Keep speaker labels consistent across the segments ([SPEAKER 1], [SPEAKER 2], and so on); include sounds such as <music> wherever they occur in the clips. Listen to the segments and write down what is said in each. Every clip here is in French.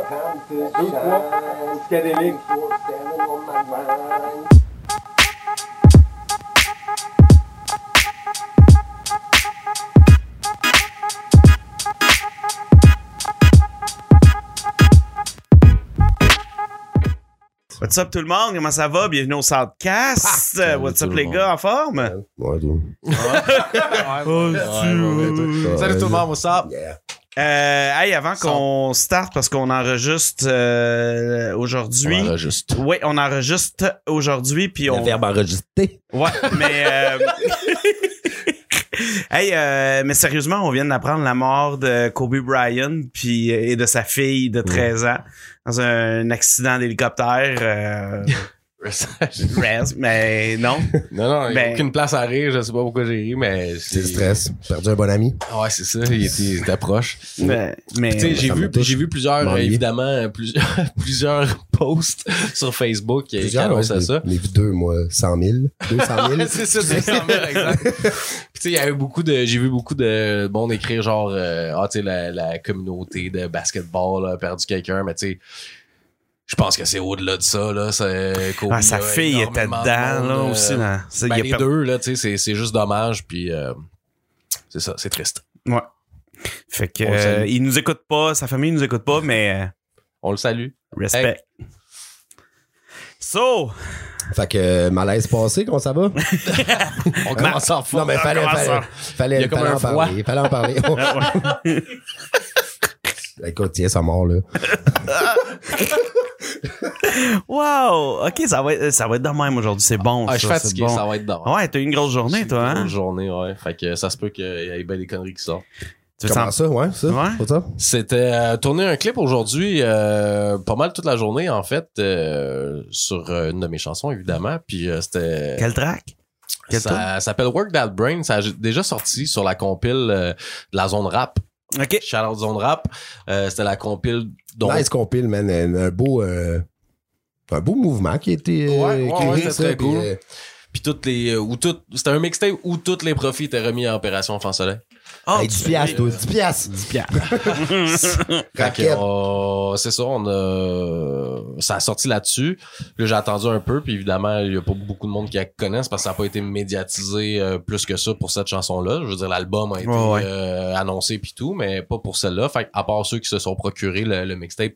[SPEAKER 1] time to shine. Steadily, standing on my grind.
[SPEAKER 2] What's up tout le monde? Comment ça va? Bienvenue au Soundcast. Euh, What's up
[SPEAKER 3] Ah, tout le
[SPEAKER 2] les
[SPEAKER 3] monde.
[SPEAKER 2] gars? En forme?
[SPEAKER 3] Ouais, dude.
[SPEAKER 4] Salut tout le monde, what's up?
[SPEAKER 3] Yeah.
[SPEAKER 2] Euh, hey, avant qu'on starte, parce qu'on enregistre euh, aujourd'hui.
[SPEAKER 3] On enregistre.
[SPEAKER 2] Oui, on enregistre aujourd'hui, puis on...
[SPEAKER 3] Le verbe enregistrer.
[SPEAKER 2] Ouais, mais... euh, <laughs> hey, euh, mais sérieusement, on vient d'apprendre la mort de Kobe Bryant puis, euh, et de sa fille de 13 ans dans un accident d'hélicoptère. Euh,
[SPEAKER 3] <laughs>
[SPEAKER 2] rest, mais non.
[SPEAKER 4] <laughs> non, non, il n'y
[SPEAKER 2] Ben-
[SPEAKER 4] a aucune place à rire, je sais pas pourquoi j'ai ri, mais. Ah
[SPEAKER 3] C'est le stress. Perdu un bon ami.
[SPEAKER 4] Ouais, c'est ça, il était, il était proche.
[SPEAKER 2] mais
[SPEAKER 4] Tu sais,
[SPEAKER 2] mais
[SPEAKER 4] j'ai
[SPEAKER 3] ça me
[SPEAKER 4] vu,
[SPEAKER 3] touche.
[SPEAKER 4] j'ai vu plusieurs, euh,
[SPEAKER 3] M'ennuie.
[SPEAKER 4] évidemment, euh, plusieurs, <laughs> plusieurs posts <laughs> sur Facebook euh, qui
[SPEAKER 3] Plusieurs, ouais,
[SPEAKER 4] annoncent à ça.
[SPEAKER 3] j'en ai vu deux, moi. 100 000. 200 000.
[SPEAKER 4] Ouais, <laughs> c'est ça, 200
[SPEAKER 3] <laughs>
[SPEAKER 4] 000, exact. Puis tu sais, il y a eu beaucoup de, j'ai vu beaucoup de bon d'écrire genre, euh, ah, tu sais, la, la communauté de basketball là, a perdu quelqu'un, mais tu sais, je pense que c'est au-delà de ça, là. c'est- Kobe,
[SPEAKER 2] Ah, sa
[SPEAKER 4] là,
[SPEAKER 2] fille était dedans,
[SPEAKER 4] énormément de
[SPEAKER 2] là,
[SPEAKER 4] monde, euh,
[SPEAKER 2] aussi. Dans, ça,
[SPEAKER 4] ben,
[SPEAKER 2] il a
[SPEAKER 4] les
[SPEAKER 2] per-
[SPEAKER 4] deux, là, tu sais, c'est, c'est juste dommage, puis euh, c'est ça, c'est triste.
[SPEAKER 2] Ouais. Fait que,
[SPEAKER 4] On le salue.
[SPEAKER 2] euh, il nous écoute pas, sa famille nous écoute pas, mais euh,
[SPEAKER 4] On le salue.
[SPEAKER 2] respect. So, <laughs>
[SPEAKER 3] Fait que euh, malaise passé, comment ça va?
[SPEAKER 4] On commence en
[SPEAKER 3] Non,
[SPEAKER 4] forme.
[SPEAKER 3] mais fallait,
[SPEAKER 2] comment
[SPEAKER 3] fallait,
[SPEAKER 2] ça?
[SPEAKER 3] fallait,
[SPEAKER 4] Ah, Il y a comme
[SPEAKER 3] fallait
[SPEAKER 4] un
[SPEAKER 3] en
[SPEAKER 4] froid.
[SPEAKER 3] parler. Fallait en
[SPEAKER 4] <laughs>
[SPEAKER 3] parler. Écoute, tiens, ça mort, là.
[SPEAKER 2] wow! Ok, ça va être, ça va être de même aujourd'hui, c'est bon.
[SPEAKER 4] Ah, je suis
[SPEAKER 2] ça, c'est
[SPEAKER 4] fatigué,
[SPEAKER 2] bon.
[SPEAKER 4] ça va être dehors.
[SPEAKER 2] Ouais, t'as eu une grosse journée, toi, hein?
[SPEAKER 4] Une journée, ouais. Fait que ça se peut qu'il y ait bien des conneries qui sortent.
[SPEAKER 2] Tu veux
[SPEAKER 3] Comment
[SPEAKER 2] s'en-
[SPEAKER 3] ça, ouais? Ça?
[SPEAKER 2] Ouais.
[SPEAKER 3] Pour ça?
[SPEAKER 4] C'était euh, tourner un clip aujourd'hui, euh, pas mal toute la journée, en fait, euh, sur euh, une de mes chansons, évidemment. Puis euh, c'était.
[SPEAKER 2] Quel track? quel
[SPEAKER 4] ça s'appelle Work That Brain. Ça a ju- déjà sorti sur la compile euh, de la zone rap.
[SPEAKER 2] Ok.
[SPEAKER 4] Shout out Zone Rap. Euh, c'était la compile dont.
[SPEAKER 3] Nice compile, man. Un, un beau, euh, un beau mouvement qui a été. euh,
[SPEAKER 4] Ouais, ouais,
[SPEAKER 3] qui est
[SPEAKER 4] ouais,
[SPEAKER 3] ça,
[SPEAKER 4] c'est très
[SPEAKER 3] puis,
[SPEAKER 4] cool.
[SPEAKER 3] euh,
[SPEAKER 4] Puis toutes les. euh, Ou tout, c'était un mixtape où tous les profits étaient remis à Opération Enfant Soleil.
[SPEAKER 2] Oh,
[SPEAKER 3] hey,
[SPEAKER 2] tu-
[SPEAKER 3] 10 piastres, toi. 10 piastres. 10 <laughs>
[SPEAKER 4] Fait que,
[SPEAKER 3] Raquette.
[SPEAKER 4] euh, c'est ça, on a. Ça a sorti là-dessus. Là, j'ai attendu un peu, puis évidemment, il y a pas beaucoup de monde qui la connaissent parce que ça n'a pas été médiatisé euh, plus que ça pour cette chanson-là. Je veux dire, l'album a été
[SPEAKER 2] Ouais, ouais.
[SPEAKER 4] euh, annoncé puis tout, mais pas pour celle-là. Fait que, à part ceux qui se sont procurés le, le mixtape,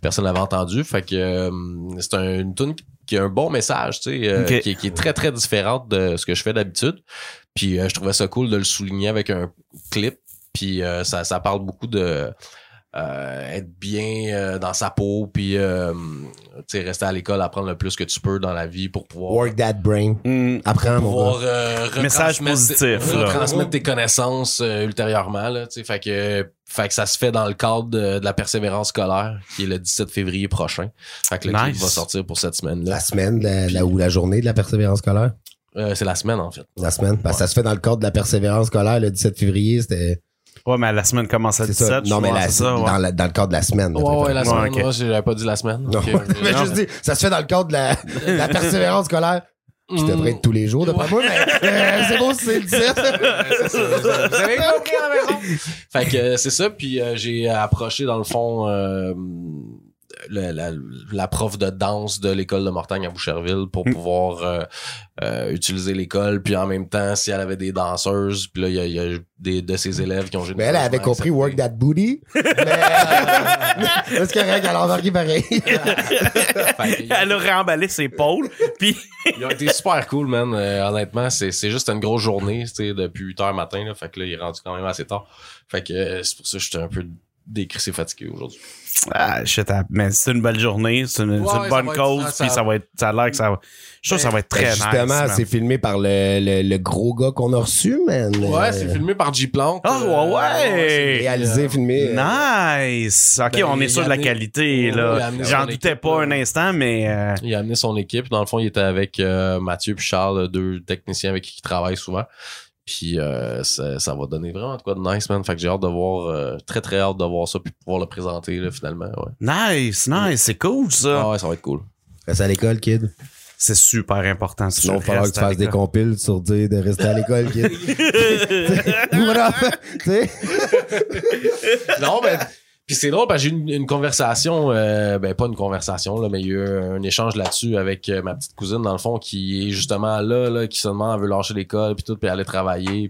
[SPEAKER 4] personne l'avait entendu. Fait que euh, c'est un- une tune qui a un bon message, tu sais, euh,
[SPEAKER 2] Ok.
[SPEAKER 4] qui, qui est très très différente de ce que je fais d'habitude. Puis euh, je trouvais ça cool de le souligner avec un clip. Puis euh, ça, ça parle beaucoup de euh, être bien euh, dans sa peau, puis euh, tu sais, rester à l'école, apprendre le plus que tu peux dans la vie pour pouvoir
[SPEAKER 3] Work that brain.
[SPEAKER 2] Hmm.
[SPEAKER 3] Apprends, mon
[SPEAKER 4] pouvoir
[SPEAKER 3] gars.
[SPEAKER 4] euh, retransmettre-
[SPEAKER 2] Message positif, là.
[SPEAKER 4] retransmettre tes connaissances euh, ultérieurement là, tu sais, fait que fait que ça se fait dans le cadre de, de la persévérance scolaire qui est le 17 février prochain. Fait que le clip
[SPEAKER 2] Nice.
[SPEAKER 4] va sortir pour cette semaine là.
[SPEAKER 3] La semaine, la, la- ou la journée de la persévérance scolaire.
[SPEAKER 4] Euh, c'est la semaine en fait.
[SPEAKER 3] La semaine. Parce que ça se fait dans le cadre de la persévérance scolaire le 17 février. C'était.
[SPEAKER 2] Ouais, mais la semaine commence à
[SPEAKER 3] c'est ça.
[SPEAKER 2] 17.
[SPEAKER 3] Non,
[SPEAKER 2] je
[SPEAKER 3] mais
[SPEAKER 2] pense,
[SPEAKER 3] la-
[SPEAKER 2] c'est ça, ouais.
[SPEAKER 3] dans, la- dans le cadre de la semaine. là,
[SPEAKER 4] Ouais,
[SPEAKER 3] t'as
[SPEAKER 4] ouais,
[SPEAKER 3] fait.
[SPEAKER 4] la
[SPEAKER 2] Ouais,
[SPEAKER 4] semaine,
[SPEAKER 2] ok.
[SPEAKER 4] ouais, j'avais pas dit la semaine.
[SPEAKER 3] Non,
[SPEAKER 4] Ok.
[SPEAKER 3] <laughs> mais
[SPEAKER 4] Non.
[SPEAKER 3] je dis, ça se fait dans le cadre de la, de la persévérance scolaire. Qui devrait être tous les jours, d'après moi, mais <laughs> euh, c'est beau, c'est le 17.
[SPEAKER 4] Vous <laughs> avez compris à la maison. Euh, Fait que euh, c'est ça, puis euh, j'ai approché dans le fond euh, le- la, la prof de danse de l'école de Mortagne à Boucherville pour
[SPEAKER 3] Mm.
[SPEAKER 4] pouvoir euh, euh, utiliser l'école, puis en même temps, si elle avait des danseuses, puis là, il y a, il y a des, de ses élèves qui ont
[SPEAKER 3] Mais elle avait compris work that booty. Mais <laughs> euh, c'est correct, elle a embarqué pareil.
[SPEAKER 2] <laughs> Elle a réemballé ses pôles,
[SPEAKER 4] <laughs>
[SPEAKER 2] puis
[SPEAKER 4] Ils ont été super cool, man. Euh, honnêtement, c'est, c'est juste une grosse journée, tu sais, depuis 8 h matin, là. Fait que là, il est rendu quand même assez tard. Fait que euh, c'est pour ça que j'étais un peu décrissé, fatigué aujourd'hui.
[SPEAKER 2] Ah, shit, ah, mais c'est une belle journée, c'est une,
[SPEAKER 4] Ouais,
[SPEAKER 2] c'est une
[SPEAKER 4] ouais, ça
[SPEAKER 2] bonne
[SPEAKER 4] va être-
[SPEAKER 2] cause,
[SPEAKER 4] ça-
[SPEAKER 2] puis ça va être, ça a l'air que ça va. Je trouve que ça va être très
[SPEAKER 3] Ben, Justement,
[SPEAKER 2] nice. man.
[SPEAKER 3] c'est filmé par le, le, le gros gars qu'on a reçu, man.
[SPEAKER 4] Ouais,
[SPEAKER 3] Euh,
[SPEAKER 4] c'est filmé par euh, G-Plant.
[SPEAKER 2] Ah, ouais, ouais.
[SPEAKER 3] Réalisé, filmé. euh,
[SPEAKER 2] Nice! Ok,
[SPEAKER 4] ben,
[SPEAKER 2] on
[SPEAKER 4] il
[SPEAKER 2] est sûr
[SPEAKER 4] a
[SPEAKER 2] de la
[SPEAKER 4] amené-
[SPEAKER 2] qualité,
[SPEAKER 4] Ouais, il a
[SPEAKER 2] là.
[SPEAKER 4] amené
[SPEAKER 2] J'en
[SPEAKER 4] son
[SPEAKER 2] doutais
[SPEAKER 4] équipe,
[SPEAKER 2] pas
[SPEAKER 4] là.
[SPEAKER 2] un instant, mais. euh,
[SPEAKER 4] Il a amené son équipe. Dans le fond, il était avec euh, Mathieu puis Charles, deux techniciens avec qui il travaille souvent. Puis euh, ça, ça va donner vraiment de quoi de nice, man. Fait que j'ai hâte de voir, euh, très très hâte de voir ça puis de pouvoir le présenter, là, finalement. Ouais.
[SPEAKER 2] Nice, nice, c'est cool, ça.
[SPEAKER 4] Ah ouais, ça va être cool.
[SPEAKER 3] Reste à l'école, kid.
[SPEAKER 2] C'est super important.
[SPEAKER 3] Sinon, il va falloir que tu fasses des compiles sur dire de rester à l'école, kid. Tu sais, voilà. Tu sais,
[SPEAKER 4] non, mais. Puis c'est drôle parce que j'ai eu une, une conversation, euh, ben pas une conversation, là, mais il y a eu un échange là-dessus avec euh, ma petite cousine, dans le fond, qui est justement là, là qui se demande, elle veut lâcher l'école, puis tout, puis aller travailler.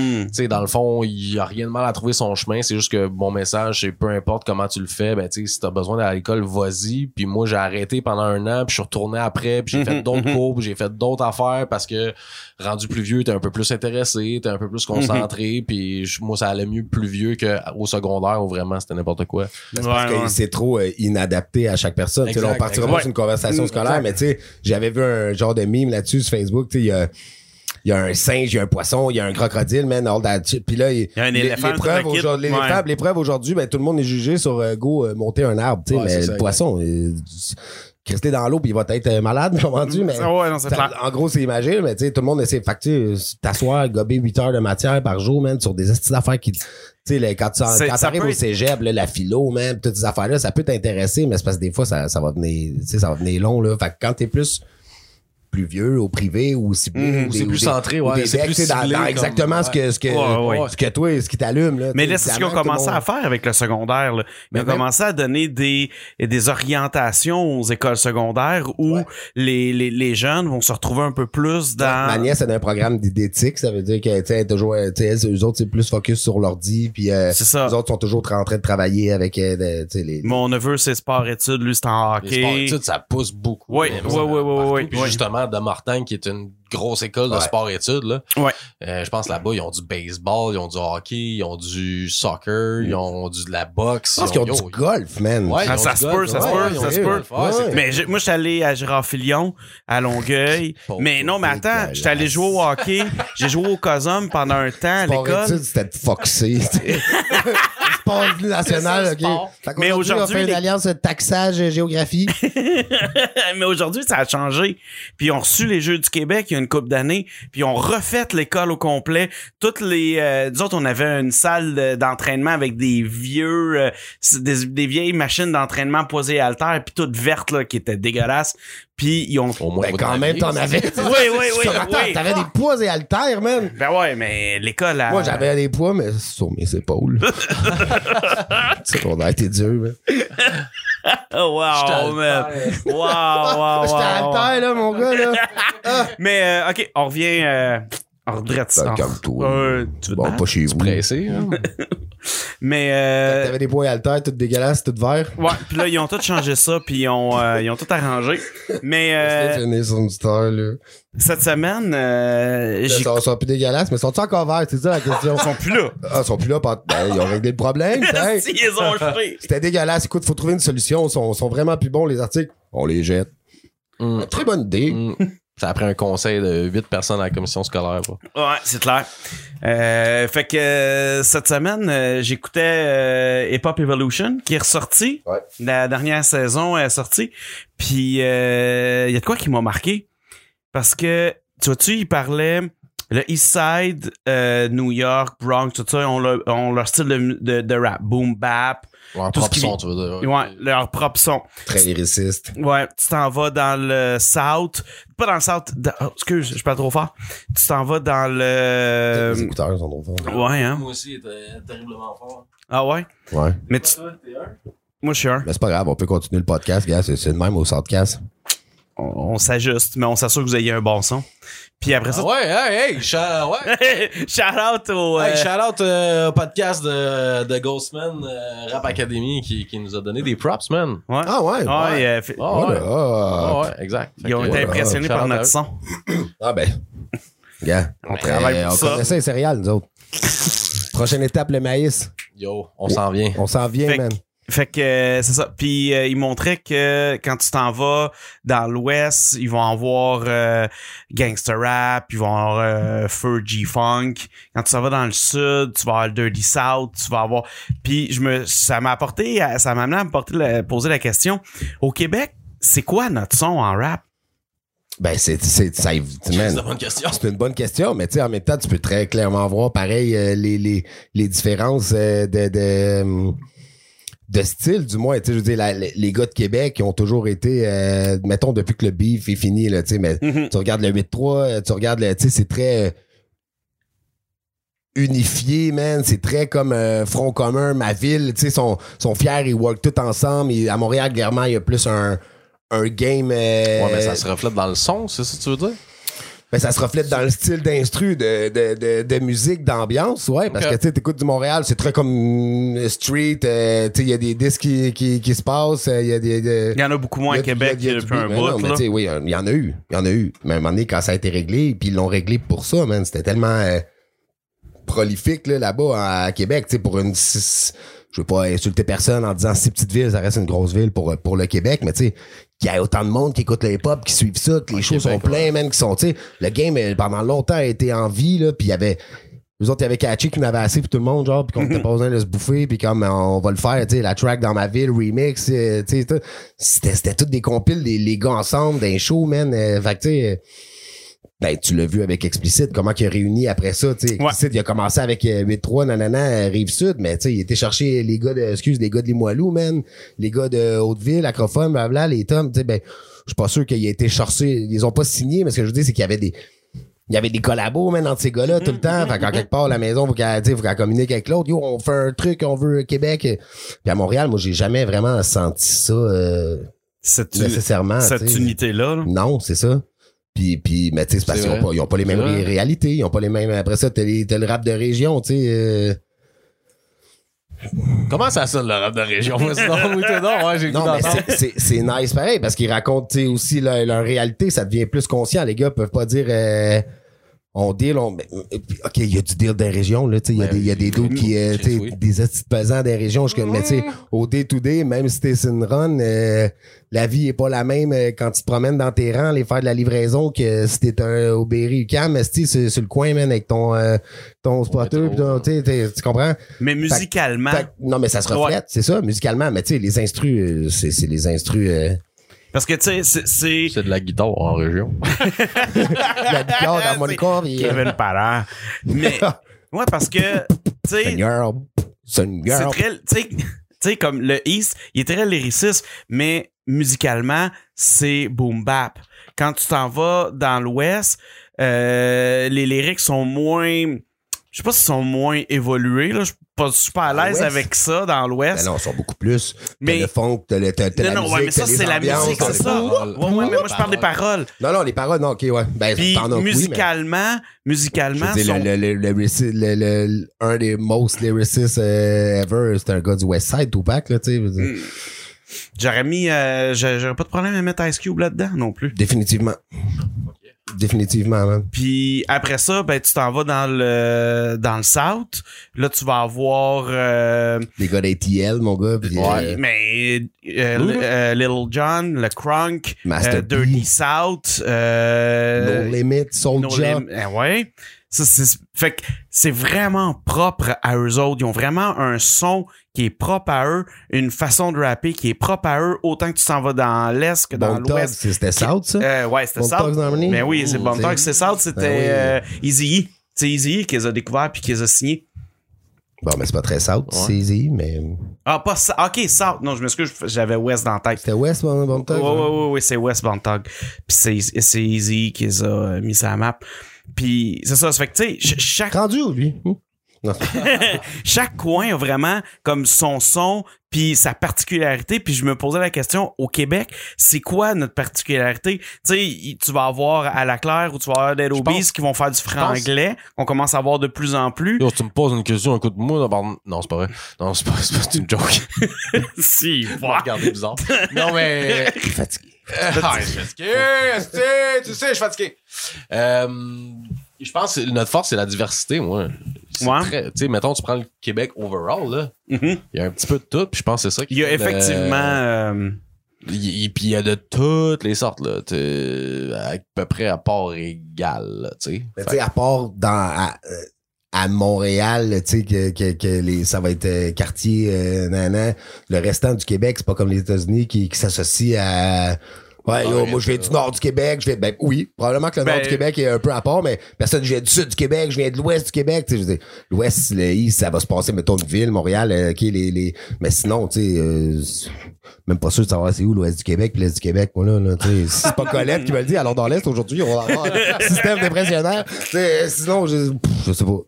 [SPEAKER 2] <laughs> Hmm.
[SPEAKER 4] Tu sais, dans le fond, il n'y a rien de mal à trouver son chemin. C'est juste que mon message, c'est peu importe comment tu le fais, ben, tu sais, si t'as besoin d'aller à l'école, vas-y. Puis moi, j'ai arrêté pendant un an, puis je suis retourné après, puis j'ai fait d'autres cours, puis j'ai fait d'autres affaires parce que rendu plus vieux, t'es un peu plus intéressé, t'es un peu plus concentré, puis je- moi, ça allait mieux plus vieux qu'au secondaire où vraiment c'était n'importe quoi.
[SPEAKER 3] C'est parce
[SPEAKER 2] Ouais,
[SPEAKER 3] que
[SPEAKER 2] ouais.
[SPEAKER 3] c'est trop euh, inadapté à chaque personne. Tu sais, là, on
[SPEAKER 4] Exact,
[SPEAKER 3] partira
[SPEAKER 4] exact.
[SPEAKER 3] pas sur une conversation scolaire, mais tu sais, j'avais vu un genre de mime là-dessus sur Facebook. Tu sais, il y a, il y a un singe, il y a un poisson, il y a un crocodile, man. all that shit. Puis là, il
[SPEAKER 2] y a un
[SPEAKER 3] l'é-
[SPEAKER 2] éléphant,
[SPEAKER 3] l'épreuve
[SPEAKER 2] tout le kit.
[SPEAKER 3] aujourd'hui, l'éléphant,
[SPEAKER 2] Ouais.
[SPEAKER 3] l'épreuve aujourd'hui, ben, tout le monde est jugé sur euh, go euh, monter un arbre. Tu sais,
[SPEAKER 4] Ouais, c'est
[SPEAKER 3] mais
[SPEAKER 4] ça,
[SPEAKER 3] le poisson, euh, rester dans l'eau, puis il va être euh, malade, comprends-tu? Mais
[SPEAKER 2] Ah ouais, non, c'est
[SPEAKER 3] ça-
[SPEAKER 2] clair.
[SPEAKER 3] en gros, c'est imagine, mais tu sais, tout le monde essaie. Fait que, tu sais, t'asseoir, gober 8 heures de matière par jour, man, sur des astuces d'affaires qui. Tu sais, là, quand tu en-
[SPEAKER 2] C'est-
[SPEAKER 3] quand
[SPEAKER 2] ça
[SPEAKER 3] t'arrives
[SPEAKER 2] peut
[SPEAKER 3] au
[SPEAKER 2] être-
[SPEAKER 3] cégep, là, la philo, même, toutes ces affaires-là, ça peut t'intéresser, mais c'est parce que des fois, ça, ça va venir, tu sais, ça va venir long, là. Fait que quand t'es plus, plus vieux, au privé, ou si
[SPEAKER 2] Mhm.
[SPEAKER 3] ou
[SPEAKER 4] C'est
[SPEAKER 3] des-
[SPEAKER 4] plus
[SPEAKER 3] ou des-
[SPEAKER 4] centré,
[SPEAKER 3] ou
[SPEAKER 4] ouais,
[SPEAKER 3] des
[SPEAKER 4] c'est
[SPEAKER 3] decks,
[SPEAKER 4] plus
[SPEAKER 3] tu sais, dans-
[SPEAKER 4] ciblé
[SPEAKER 3] dans
[SPEAKER 4] comme-
[SPEAKER 3] exactement ce que, ce que,
[SPEAKER 2] Ouais, ouais.
[SPEAKER 3] ce que toi, ce qui t'allume, là.
[SPEAKER 2] Mais
[SPEAKER 3] Tu sais,
[SPEAKER 2] là, c'est ce qu'ils ont
[SPEAKER 3] évidemment, tout le
[SPEAKER 2] commencé à
[SPEAKER 3] monde-
[SPEAKER 2] faire avec le secondaire. Là. Ils
[SPEAKER 3] Mais
[SPEAKER 2] ont
[SPEAKER 3] même-
[SPEAKER 2] commencé à donner des, des orientations aux écoles secondaires où
[SPEAKER 3] Ouais.
[SPEAKER 2] les, les, les jeunes vont se retrouver un peu plus dans...
[SPEAKER 3] Ma nièce, elle a un programme d'éthique, ça veut dire que, tu sais, elle est toujours, tu sais, elle, eux autres, c'est plus focus sur l'ordi, puis euh,
[SPEAKER 2] C'est ça.
[SPEAKER 3] les autres sont toujours tra- en train de travailler avec, euh, de- tu sais, les...
[SPEAKER 2] Mon neveu, c'est sport-études. Lui, c'est en
[SPEAKER 4] Les sports
[SPEAKER 2] hockey.
[SPEAKER 4] études, ça pousse beaucoup.
[SPEAKER 2] Oui,
[SPEAKER 4] Même,
[SPEAKER 2] oui,
[SPEAKER 4] ça,
[SPEAKER 2] oui, oui,
[SPEAKER 4] partout.
[SPEAKER 2] oui,
[SPEAKER 4] Puis
[SPEAKER 2] oui.
[SPEAKER 4] justement, de Martin, qui est une grosse école de
[SPEAKER 3] Ouais.
[SPEAKER 4] sport études, là.
[SPEAKER 2] Ouais.
[SPEAKER 4] Euh, je pense là-bas, ils ont du baseball, ils ont du hockey, ils ont du soccer, ils ont du de la boxe.
[SPEAKER 3] Mm. Je pense qu'ils ont du golf, man.
[SPEAKER 4] Ouais, ils
[SPEAKER 2] Ah,
[SPEAKER 4] ont
[SPEAKER 2] ça
[SPEAKER 4] du
[SPEAKER 2] se
[SPEAKER 4] golf,
[SPEAKER 2] peut, ça se
[SPEAKER 4] ouais,
[SPEAKER 2] peut,
[SPEAKER 4] ils
[SPEAKER 2] ça
[SPEAKER 4] ont
[SPEAKER 2] se
[SPEAKER 4] du
[SPEAKER 3] peut.
[SPEAKER 4] golf. Ouais, c'est
[SPEAKER 3] Ouais.
[SPEAKER 2] Mais je- moi, je suis allé à Girard-Filion, à Longueuil.
[SPEAKER 4] Pauvre
[SPEAKER 2] mais non, mais attends, je suis allé jouer au hockey. J'ai joué au Cosum pendant un temps à
[SPEAKER 3] Sport
[SPEAKER 2] l'école.
[SPEAKER 3] études, c'était foxé. tu
[SPEAKER 2] <laughs>
[SPEAKER 3] sais. sport national,
[SPEAKER 4] C'est ça, le
[SPEAKER 3] OK.
[SPEAKER 4] sport.
[SPEAKER 3] Fait
[SPEAKER 2] Mais
[SPEAKER 3] qu'aujourd'hui, on
[SPEAKER 2] aujourd'hui,
[SPEAKER 3] fait une
[SPEAKER 2] les-
[SPEAKER 3] alliance de taxage
[SPEAKER 4] <laughs>
[SPEAKER 3] et géographie.
[SPEAKER 2] mais aujourd'hui, ça a changé. Puis ils ont reçu les Jeux du Québec il y a une couple d'années. Puis on refait l'école au complet. Toutes les... Euh, nous autres, on avait une salle de- d'entraînement avec des vieux... euh, des, des vieilles machines d'entraînement posées à terre, puis toutes vertes, là, qui étaient dégueulasses. Puis ils ont...
[SPEAKER 4] Au moins,
[SPEAKER 3] ben,
[SPEAKER 4] faut
[SPEAKER 3] quand
[SPEAKER 4] te
[SPEAKER 3] même,
[SPEAKER 4] laver,
[SPEAKER 3] t'en
[SPEAKER 4] c'est-
[SPEAKER 3] avais.
[SPEAKER 2] <laughs> Oui, oui, <laughs> oui,
[SPEAKER 3] Comme, attends,
[SPEAKER 2] oui. Ah.
[SPEAKER 3] T'avais des poids et haltères, man.
[SPEAKER 2] Ben ouais, mais l'école... à-
[SPEAKER 3] Moi, j'avais des poids, mais sur
[SPEAKER 2] <laughs>
[SPEAKER 3] mes épaules. C'est qu'on a été dur, man.
[SPEAKER 2] Oh, wow, man. Wow, wow, wow.
[SPEAKER 3] <laughs> J'étais
[SPEAKER 2] wow.
[SPEAKER 3] haltère, là, mon
[SPEAKER 2] <laughs>
[SPEAKER 3] gars, là.
[SPEAKER 2] Mais euh, ok, on revient. Euh, on redresse.
[SPEAKER 3] Ben,
[SPEAKER 2] on-
[SPEAKER 3] calme-toi.
[SPEAKER 2] Euh, tu veux te
[SPEAKER 3] Bon,
[SPEAKER 2] battre?
[SPEAKER 3] pas chez vous.
[SPEAKER 4] <laughs> Pressé, hein.
[SPEAKER 2] Mais euh,
[SPEAKER 3] T'avais des poids et haltères, toutes dégueulasses, toutes vertes.
[SPEAKER 2] ouais, puis là ils ont tout changé ça, puis ils ont euh, ils ont tout arrangé. Mais euh,
[SPEAKER 3] C'était une sur une star, là.
[SPEAKER 2] cette semaine, euh,
[SPEAKER 3] Ils
[SPEAKER 2] j'ai
[SPEAKER 3] sont, sont plus dégueulasses, mais sont-ils encore verts? C'est ça la question.
[SPEAKER 2] ils sont plus
[SPEAKER 3] <laughs>
[SPEAKER 2] là.
[SPEAKER 3] Ah, ils sont plus là. pas- Ben, ils ont réglé
[SPEAKER 2] <laughs>
[SPEAKER 3] le problème. Ben, hey.
[SPEAKER 2] Si, ils ont jeté.
[SPEAKER 3] C'était dégueulasse. Écoute, faut trouver une solution. Ils sont, sont vraiment plus bons, les articles. On les jette.
[SPEAKER 4] Hum,
[SPEAKER 3] Très bonne idée.
[SPEAKER 2] Mm.
[SPEAKER 4] hum. Ça a pris un conseil de 8 personnes à la commission scolaire. quoi.
[SPEAKER 2] Ouais, c'est clair. Euh, fait que euh, cette semaine, euh, j'écoutais euh, Hip Hop Evolution qui est ressorti.
[SPEAKER 3] Ouais.
[SPEAKER 2] La dernière saison est sortie. Puis euh, il y a de quoi qui m'a marqué. Parce que, tu vois-tu, il parlait le East Side, euh, New York, Bronx, tout ça, ont leur, ont leur style de, de- de rap. Boom bap,
[SPEAKER 4] Leur
[SPEAKER 2] Tout ce
[SPEAKER 4] propre
[SPEAKER 2] qui-
[SPEAKER 4] son, tu veux dire.
[SPEAKER 2] ouais, leur propre son.
[SPEAKER 3] Très lyriciste.
[SPEAKER 2] Ouais, tu t'en vas dans le South. Pas dans le South. dans- oh, excuse, je suis pas trop fort. Tu t'en vas dans le...
[SPEAKER 3] les écouteurs sont trop forts.
[SPEAKER 2] Ouais, hein?
[SPEAKER 4] Moi aussi, était terriblement fort.
[SPEAKER 2] Ah ouais?
[SPEAKER 3] Ouais.
[SPEAKER 2] Mais tu... Moi, je suis un.
[SPEAKER 3] Mais c'est pas grave. On peut continuer le podcast, gars. C'est c'est le même au Southcast.
[SPEAKER 2] On, on s'ajuste, mais on s'assure que vous ayez un bon son. Puis après ça...
[SPEAKER 4] Ah, ouais, hey, hey, cha- Ah ouais.
[SPEAKER 2] <laughs> shout out au... euh,
[SPEAKER 4] Hey, shout out euh, au podcast de, de Ghostman euh, Rap Academy qui, qui nous a donné des props, man.
[SPEAKER 2] ouais.
[SPEAKER 3] Ah ouais.
[SPEAKER 2] Ah, et, euh, fait-
[SPEAKER 4] Ah ouais.
[SPEAKER 3] Oh là, ah.
[SPEAKER 4] Ah ouais, exact. Fait
[SPEAKER 2] Ils ont
[SPEAKER 4] que,
[SPEAKER 2] été
[SPEAKER 4] euh,
[SPEAKER 2] impressionnés
[SPEAKER 4] shout
[SPEAKER 2] par
[SPEAKER 4] out à
[SPEAKER 2] notre
[SPEAKER 4] eux.
[SPEAKER 2] son.
[SPEAKER 3] Ah ben. Gars.
[SPEAKER 2] On travaille
[SPEAKER 3] euh,
[SPEAKER 2] pour
[SPEAKER 3] on
[SPEAKER 2] ça.
[SPEAKER 3] connaissait les céréales, nous
[SPEAKER 2] <laughs>
[SPEAKER 3] autres. Prochaine étape, le maïs.
[SPEAKER 4] Yo, on s'en vient.
[SPEAKER 3] On s'en vient,
[SPEAKER 2] Fait que-
[SPEAKER 3] man.
[SPEAKER 2] Fait que euh, c'est ça. Puis euh, ils montraient que quand tu t'en vas dans l'Ouest, ils vont avoir euh, gangster rap, ils vont avoir euh, Feu G-Funk. Quand tu t'en vas dans le Sud, tu vas avoir le Dirty South, tu vas avoir. Puis je me, ça m'a apporté, à- ça m'a amené à me porter la- poser la question. Au Québec, c'est quoi notre son en rap
[SPEAKER 3] Ben, c'est, c'est, ça, man. Euh,
[SPEAKER 4] C'est une bonne question.
[SPEAKER 3] C'est une bonne question, mais tu sais, en même temps, tu peux très clairement voir pareil euh, les, les, les différences euh, de, de, hum, de style, du moins. Tu sais, je veux dire, la- les les gars de Québec ils ont toujours été, euh, mettons, depuis que le beef est fini, là, Mm-hmm. tu sais, mais tu regardes le 8-3, euh, tu regardes le. Tu sais, c'est très. euh, unifié, man. C'est très comme euh, Front commun, ma ville. Tu sais, sont, sont fiers, ils work tout ensemble. Et à Montréal, clairement, il y a plus un, un game. euh,
[SPEAKER 4] Ouais, mais ça se reflète dans le son, c'est ça que tu veux dire?
[SPEAKER 3] ben, ça se reflète dans le style d'instru, de, de, de, de musique, d'ambiance, ouais. Parce
[SPEAKER 4] Ok.
[SPEAKER 3] que, tu sais, t'écoutes du Montréal, c'est très comme euh, street, euh, tu sais, il y a des disques qui, qui, qui se passent, euh, il y a des... des-
[SPEAKER 2] Il y en a beaucoup moins
[SPEAKER 3] il
[SPEAKER 2] à
[SPEAKER 3] y a-
[SPEAKER 2] Québec
[SPEAKER 3] il y a- il y a
[SPEAKER 2] depuis
[SPEAKER 3] du-
[SPEAKER 2] un
[SPEAKER 3] mais non,
[SPEAKER 2] bout.
[SPEAKER 3] mais
[SPEAKER 2] là.
[SPEAKER 3] tu sais, oui, il y en a eu, il y en a eu. Mais à un moment donné, quand ça a été réglé, puis ils l'ont réglé pour ça, man, c'était tellement euh, prolifique, là, là-bas, hein, à Québec, tu sais, pour une... six- Je veux pas insulter personne en disant si petite ville, ça reste une grosse ville pour, euh, pour le Québec, mais tu sais, qu'il y a autant de monde qui écoute le hip-hop, qui suivent ça, que les shows sont
[SPEAKER 4] Québec,
[SPEAKER 3] pleins, man, qui sont, tu sais, le game, euh, pendant longtemps, a été en vie, là, puis il y avait... Eux autres, il y avait catché qui n'avait assez pour tout le monde, genre, puis qu'on était pas besoin de se bouffer, puis comme euh, on va le faire, tu sais, la track dans ma ville, remix, euh, tu sais, tout. c'était c'était toutes des compiles, des, les gars ensemble, d'un show, man. euh, fait que, tu sais, euh, ben, tu l'as vu avec Explicite, comment qu'il a réuni après ça, tu sais. Explicite, il a commencé avec euh, 8-3, nanana, Rive-Sud, mais tu sais, il était chercher les gars de, excuse, les gars de Limoilou, man, les gars de Hauteville, Acrophone, blablabla, les Toms, tu sais, ben, je suis pas sûr qu'il a été cherché, ils ont pas signé, mais ce que je veux dire, c'est qu'il y avait des, il y avait des collabos, man, entre ces gars-là, tout le temps. Fait qu'en quelque part, la maison, faut qu'elle, tu sais, faut qu'elle communique avec l'autre. Yo, on fait un truc, on veut Québec. Puis à Montréal, moi, j'ai jamais vraiment senti ça, euh,
[SPEAKER 2] Cette,
[SPEAKER 3] nécessairement.
[SPEAKER 2] cette
[SPEAKER 3] tu sais.
[SPEAKER 2] unité-là. là.
[SPEAKER 3] Non, c'est ça. Puis, puis mais tu sais, c'est parce
[SPEAKER 4] C'est
[SPEAKER 3] qu'ils ont
[SPEAKER 4] vrai.
[SPEAKER 3] pas, ils ont pas les mêmes
[SPEAKER 4] C'est vrai.
[SPEAKER 3] ré- réalités. Ils ont pas les mêmes. Après ça, t'as les- t'as le rap de région, tu sais. euh,
[SPEAKER 4] Comment ça sonne le rap de région? Moi, sinon, oui, toi, non, ouais, j'ai le
[SPEAKER 3] Non,
[SPEAKER 4] goût
[SPEAKER 3] mais
[SPEAKER 4] d'entendre.
[SPEAKER 3] c'est- c'est c'est nice pareil parce qu'ils racontent tu sais, aussi leur, leur réalité. Ça devient plus conscient. Les gars peuvent pas dire euh, on deal. On... mais, euh, OK, il y a du deal dans les régions. là, tu sais, Il y a
[SPEAKER 4] Ouais,
[SPEAKER 3] des, il y a des
[SPEAKER 4] Ben oui,
[SPEAKER 3] doutes qui. euh,
[SPEAKER 4] oui,
[SPEAKER 3] tu sais,
[SPEAKER 4] oui.
[SPEAKER 3] Des petits pesants des régions. Je, suis comme, Mais tu sais,
[SPEAKER 4] Mm.
[SPEAKER 3] au day-to-day, même si t'es sur une run, euh, la vie est pas la même euh, quand tu te promènes dans tes rangs, les faire de la livraison que si t'es un au Berry, UQAM, mais si t'es sur, sur le coin, man, avec ton, euh, ton spotter.
[SPEAKER 4] métro,
[SPEAKER 3] pis ton- tu sais, t'es- Tu comprends?
[SPEAKER 2] Mais musicalement,
[SPEAKER 3] Fait que- non, mais ça se reflète,
[SPEAKER 2] Hein? Ouais.
[SPEAKER 3] c'est ça, musicalement. Mais tu sais, les instrus, euh, c'est c'est les instrus. euh,
[SPEAKER 2] parce que tu sais, c'est- c'est.
[SPEAKER 4] C'est de la guitare en région.
[SPEAKER 3] la guitare
[SPEAKER 2] <laughs>
[SPEAKER 3] dans mon
[SPEAKER 2] C'est-
[SPEAKER 3] corps. puis, <laughs> euh,
[SPEAKER 2] Kevin Parent. Mais.
[SPEAKER 3] <laughs>
[SPEAKER 2] Ouais, parce que. Tu sais,
[SPEAKER 3] Seigneur,
[SPEAKER 2] c'est
[SPEAKER 3] Seigneur.
[SPEAKER 2] très. Tu sais- <laughs> tu sais, comme le East, il est très lyriciste, mais musicalement, c'est boom bap. Quand tu t'en vas dans l'Ouest, euh, les lyrics sont moins. Je sais pas s'ils sont moins évolués. Là. Je suis pas- je suis pas à l'aise
[SPEAKER 3] l'Ouest?
[SPEAKER 2] avec ça dans
[SPEAKER 3] Ben
[SPEAKER 2] l'Ouest.
[SPEAKER 3] non, ils sont beaucoup plus. Mais
[SPEAKER 2] Mais-
[SPEAKER 3] le funk, t'as le- t'as- t'as la
[SPEAKER 2] non,
[SPEAKER 3] musique,
[SPEAKER 2] ouais, mais ça,
[SPEAKER 3] t'as les
[SPEAKER 2] c'est la
[SPEAKER 3] ambiances,
[SPEAKER 2] musique,
[SPEAKER 3] t'as
[SPEAKER 2] c'est
[SPEAKER 3] les-
[SPEAKER 2] ça. Ouais,
[SPEAKER 4] paroles.
[SPEAKER 2] ouais, mais moi, je parle des
[SPEAKER 4] Paroles.
[SPEAKER 2] paroles.
[SPEAKER 3] Non, non, les paroles, non, ok, ouais. Ben,
[SPEAKER 2] Puis,
[SPEAKER 3] t'en as, oui, mais-
[SPEAKER 2] musicalement,
[SPEAKER 3] Je
[SPEAKER 2] musicalement,
[SPEAKER 3] veux dire,
[SPEAKER 2] sont-
[SPEAKER 3] le, le, le, le lyrici- le- le- le- un des most lyricists euh, ever, c'est un gars du West Side, Tupac, là, tu sais. je veux dire.
[SPEAKER 2] Mm. j'aurais mis, euh, j'a- j'aurais pas de problème à mettre Ice Cube là-dedans non plus.
[SPEAKER 3] Définitivement. Définitivement, man.
[SPEAKER 2] Puis après ça, ben tu t'en vas dans le dans le South. Là, tu vas avoir, euh,
[SPEAKER 3] Les gars d'ATL, mon gars. puis, euh,
[SPEAKER 2] mais euh,
[SPEAKER 4] Ouh.
[SPEAKER 2] li- euh, Little John, le Crunk,
[SPEAKER 3] Master
[SPEAKER 2] euh,
[SPEAKER 3] P.
[SPEAKER 2] Dirty South, euh,
[SPEAKER 3] No Limit,
[SPEAKER 2] No
[SPEAKER 3] Soulja.
[SPEAKER 2] Lim- eh ouais. Ça, c'est, fait que c'est vraiment propre à eux autres. Ils ont vraiment un son qui est propre à eux, une façon de rapper qui est propre à eux, autant que tu s'en vas dans l'Est que dans
[SPEAKER 3] Bon Todd,
[SPEAKER 2] l'Ouest.
[SPEAKER 3] c'est- c'était South, ça?
[SPEAKER 2] Euh, ouais, c'était
[SPEAKER 3] Bon
[SPEAKER 2] ça.
[SPEAKER 3] Talks dans le nez?
[SPEAKER 2] Mais oui, c'est
[SPEAKER 3] Mmh,
[SPEAKER 2] Bon
[SPEAKER 3] c'est-
[SPEAKER 2] Talks, c'est ça. C'était
[SPEAKER 3] Ben oui.
[SPEAKER 2] euh, Eazy-E. C'est Eazy-E E qu'ils ont découvert puis qu'ils ont signé.
[SPEAKER 3] Bon, mais c'est pas très South, c'est easy, mais... euh,
[SPEAKER 2] Ah, pas ça. OK, South. Non, je m'excuse, j'avais West dans la tête.
[SPEAKER 3] C'était West, bon, bon
[SPEAKER 2] Oui,
[SPEAKER 3] Talks,
[SPEAKER 2] oui,
[SPEAKER 3] hein?
[SPEAKER 2] oui, oui, c'est West Bontag. Puis c'est c'est Easy qui les a euh, mis sur la map. Puis c'est ça, ça fait que tu sais, ch- chaque
[SPEAKER 3] Rendu où, lui? Hmm? Non.
[SPEAKER 2] chaque coin a vraiment comme son son puis sa particularité puis je me posais la question au Québec c'est quoi notre particularité tu sais y- tu vas avoir à la Claire ou tu vas avoir des
[SPEAKER 4] pense-
[SPEAKER 2] Obis qui vont faire du franglais on commence à voir de plus en plus
[SPEAKER 4] Yo, tu me poses une question, écoute-moi. pardon. Non, c'est pas vrai. Non, c'est pas, c'est pas c'est une joke.
[SPEAKER 2] si voilà.
[SPEAKER 4] Regardez bizarre. Non, <laughs> mais. euh,
[SPEAKER 3] Il est fatigué.
[SPEAKER 4] Ah, je suis fatigué, esti, tu sais, je suis fatigué. Euh, je pense que notre force, c'est la diversité, moi. C'est
[SPEAKER 2] Ouais.
[SPEAKER 4] très- Tu sais, mettons, tu prends le Québec overall, là.
[SPEAKER 2] Mhm.
[SPEAKER 4] Il y a un petit peu de tout, puis je pense que c'est ça qui
[SPEAKER 2] il y a
[SPEAKER 3] Ben,
[SPEAKER 4] fait le-
[SPEAKER 2] effectivement euh,
[SPEAKER 4] Il- il- Puis il y a de toutes les sortes, là. T'es À peu près à part égale, là, tu sais.
[SPEAKER 3] Mais tu
[SPEAKER 4] Fait
[SPEAKER 3] sais, à part dans, à, euh, à Montréal, tu sais, que, que, que les, ça va être euh, quartier, euh, nanan, le restant du Québec, c'est pas comme les États-Unis qui, qui s'associent à... Ouais, yo,
[SPEAKER 4] ouais,
[SPEAKER 3] moi, je viens
[SPEAKER 4] euh,
[SPEAKER 3] du nord du Québec. Je viens, ben oui, probablement que
[SPEAKER 2] Ah,
[SPEAKER 3] le
[SPEAKER 2] Ben-
[SPEAKER 3] nord du Québec est un peu à part, mais personne, je viens du sud du Québec, je viens de l'ouest du Québec. tu sais, je veux dire, L'ouest, le east, ça va se passer, mettons, une ville, Montréal, euh, ok, les, les... Mais sinon, tu sais, euh, c'est- même pas sûr de savoir c'est où l'ouest du Québec, puis l'est du Québec, moi, là, là tu sais. Si c'est pas Colette qui me le dit, allons dans l'est aujourd'hui, on va avoir un système dépressionnaire. Tu sais, euh, sinon, je... pff, je sais pas.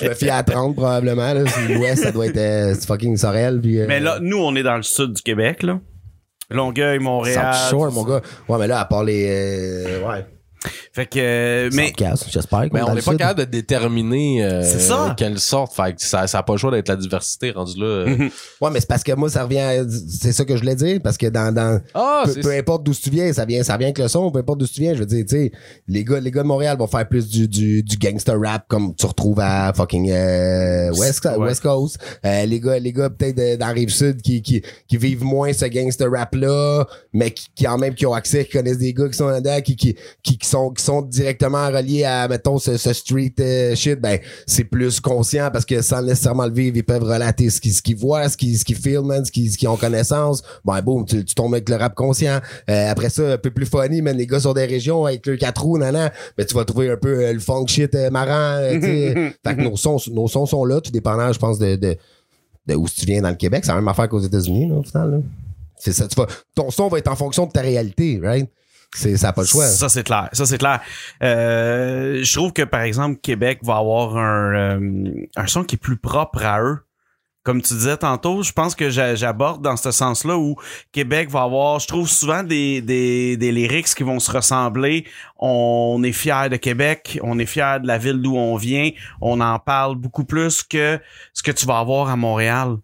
[SPEAKER 3] Je me fie à 30 probablement. Là. C'est L'Ouest, ça doit être euh, c'est fucking Sorel. Puis, euh,
[SPEAKER 2] Mais là, nous, on est dans le sud du Québec, là. Longueuil, Montréal.
[SPEAKER 3] South Shore, mon gars. Ouais, mais là, à part les. euh, ouais.
[SPEAKER 2] Fait que, euh, mais
[SPEAKER 3] Southcast, j'espère. qu'on est
[SPEAKER 4] Mais
[SPEAKER 3] dans
[SPEAKER 4] on
[SPEAKER 3] le
[SPEAKER 4] n'est pas
[SPEAKER 3] sud.
[SPEAKER 4] capable de déterminer euh,
[SPEAKER 2] C'est ça.
[SPEAKER 4] quelle sorte. Fait que ça n'a pas le choix d'être la diversité rendue là. euh.
[SPEAKER 3] Ouais, mais c'est parce que moi, ça revient. à- C'est ça que je voulais dire. Parce que dans. dans
[SPEAKER 4] Ah,
[SPEAKER 3] peu,
[SPEAKER 4] c'est
[SPEAKER 3] peu importe d'où tu viens, ça vient, ça vient avec le son, peu importe d'où tu viens, je veux dire, tu sais, les gars, les gars de Montréal vont faire plus du, du, du gangster rap comme tu retrouves à fucking euh, West,
[SPEAKER 2] Ouais.
[SPEAKER 3] West Coast. Euh, les gars, les gars peut-être de- dans la rive sud qui, qui, qui vivent moins ce gangster rap là, mais qui, qui en même qui ont accès, qui connaissent des gars qui sont là-dedans, qui, qui, qui, qui sont qui sont directement reliés à mettons ce, ce street euh, shit, ben c'est plus conscient parce que sans nécessairement le vivre, ils peuvent relater ce qu'ils ce qu'ils voient, ce qu'ils ce qu'ils filment, man, ce qu'ils ce qu'ils ont connaissance. Ben boum, tu, tu tombes avec le rap conscient. Euh, après ça, un peu plus funny, man, les gars sont des régions avec le 4 roues, nanan, mais tu vas trouver un peu euh, le funk shit euh, marrant. euh, tu sais. fait que nos sons, nos sons sont là, tout dépendant, je pense, de, de, de où tu viens dans le Québec. C'est la même affaire qu'aux États-Unis, là, au final. là. C'est ça. Tu vas, ton son va être en fonction de ta réalité, right? C'est, ça n'a pas le choix.
[SPEAKER 2] Ça, c'est clair. Ça, c'est clair. Euh, je trouve que, par exemple, Québec va avoir un, euh, un son qui est plus propre à eux. Comme tu disais tantôt, je pense que j'a- j'aborde dans ce sens-là où Québec va avoir, je trouve souvent des, des, des lyrics qui vont se ressembler. On est fier de Québec, on est fier de la ville d'où on vient, on en parle beaucoup plus que ce que tu vas avoir à Montréal.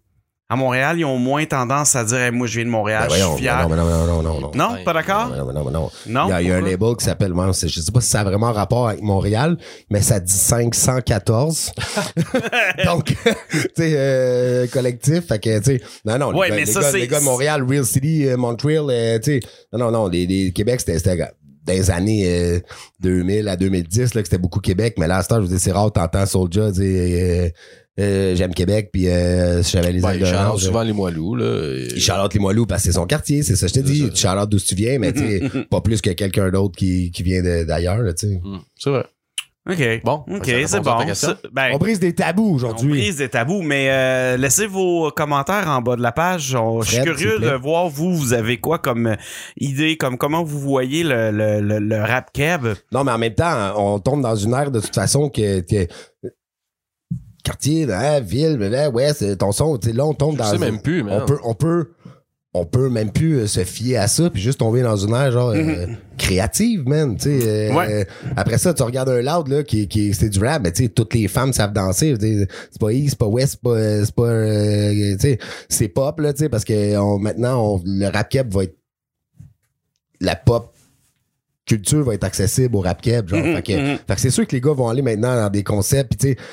[SPEAKER 2] À Montréal, ils ont moins tendance à dire Hey, moi je viens de Montréal,
[SPEAKER 3] Ben
[SPEAKER 2] je
[SPEAKER 3] voyons,
[SPEAKER 2] suis fier.
[SPEAKER 3] non, mais non, mais non, non, non, non.
[SPEAKER 2] Non,
[SPEAKER 4] Ouais,
[SPEAKER 2] pas d'accord?
[SPEAKER 3] Non, mais non, mais non.
[SPEAKER 2] Non,
[SPEAKER 3] Il y a, il y a un
[SPEAKER 2] pourquoi?
[SPEAKER 3] label qui s'appelle, moi, c'est- je sais pas si ça a vraiment rapport avec Montréal, mais ça dit 514.
[SPEAKER 2] <laughs>
[SPEAKER 3] Donc, <laughs> tu sais, euh, collectif, fait que, tu sais, non, non,
[SPEAKER 2] Ouais,
[SPEAKER 3] les,
[SPEAKER 2] mais
[SPEAKER 3] gars,
[SPEAKER 2] ça,
[SPEAKER 3] les gars-
[SPEAKER 2] c'est-
[SPEAKER 3] les gars de Montréal, Real City, euh, Montreal, euh, tu sais, non, non, non, les, les Québec, c'était, c'était dans les années euh, 2000 à 2010, là, que c'était beaucoup Québec, mais là, à ce temps, je vous dis, c'est rare, t'entends Soulja dire, euh, euh, j'aime Québec, puis euh, Chevalier
[SPEAKER 4] Ben,
[SPEAKER 3] Zach
[SPEAKER 4] ils
[SPEAKER 3] Dorange,
[SPEAKER 4] chantent
[SPEAKER 3] euh,
[SPEAKER 4] souvent les moilous. Là, et-
[SPEAKER 3] il charlotte les Moilous parce que c'est son quartier, c'est ça, je te dis. Tu charlotte d'où tu viens, mais tu sais, pas plus que quelqu'un d'autre qui, qui vient de- d'ailleurs, là, tu sais.
[SPEAKER 4] Hmm, c'est vrai.
[SPEAKER 2] OK.
[SPEAKER 4] Bon,
[SPEAKER 2] OK,
[SPEAKER 4] ça répond
[SPEAKER 2] c'est
[SPEAKER 4] à ta
[SPEAKER 2] bon.
[SPEAKER 4] question.
[SPEAKER 2] Ça, ben,
[SPEAKER 3] On brise des tabous
[SPEAKER 2] on
[SPEAKER 3] aujourd'hui.
[SPEAKER 2] brise des tabous, mais euh, laissez vos commentaires en bas de la page. On- je suis
[SPEAKER 3] Fred, s'il
[SPEAKER 2] curieux
[SPEAKER 3] te plaît.
[SPEAKER 2] de voir, vous, vous avez quoi comme euh, idée, comme comment vous voyez le, le, le, le rap keb.
[SPEAKER 3] Non, mais en même temps, on tombe dans une ère de toute façon que. que- quartier, hein, ville, blablabla, ouais, c'est ton son, tu sais, là, on tombe
[SPEAKER 4] Je
[SPEAKER 3] dans.
[SPEAKER 4] sais même plus, mais.
[SPEAKER 3] on peut, on peut, on peut même plus euh, se fier à ça, puis juste tomber dans une ère genre euh, créative, man. Tu sais, euh,
[SPEAKER 2] Ouais.
[SPEAKER 3] euh, après ça, tu regardes un loud là qui, qui c'est du rap, mais tu sais, toutes les femmes savent danser. Je veux dire, C'est pas East, c'est pas West, c'est pas, euh, c'est pas, euh, tu sais, c'est pop là, tu sais, parce que on- maintenant on- le rap cap va être la pop culture va être accessible au rap keb genre fait que, fait que c'est sûr que les gars vont aller maintenant dans des concepts puis tu sais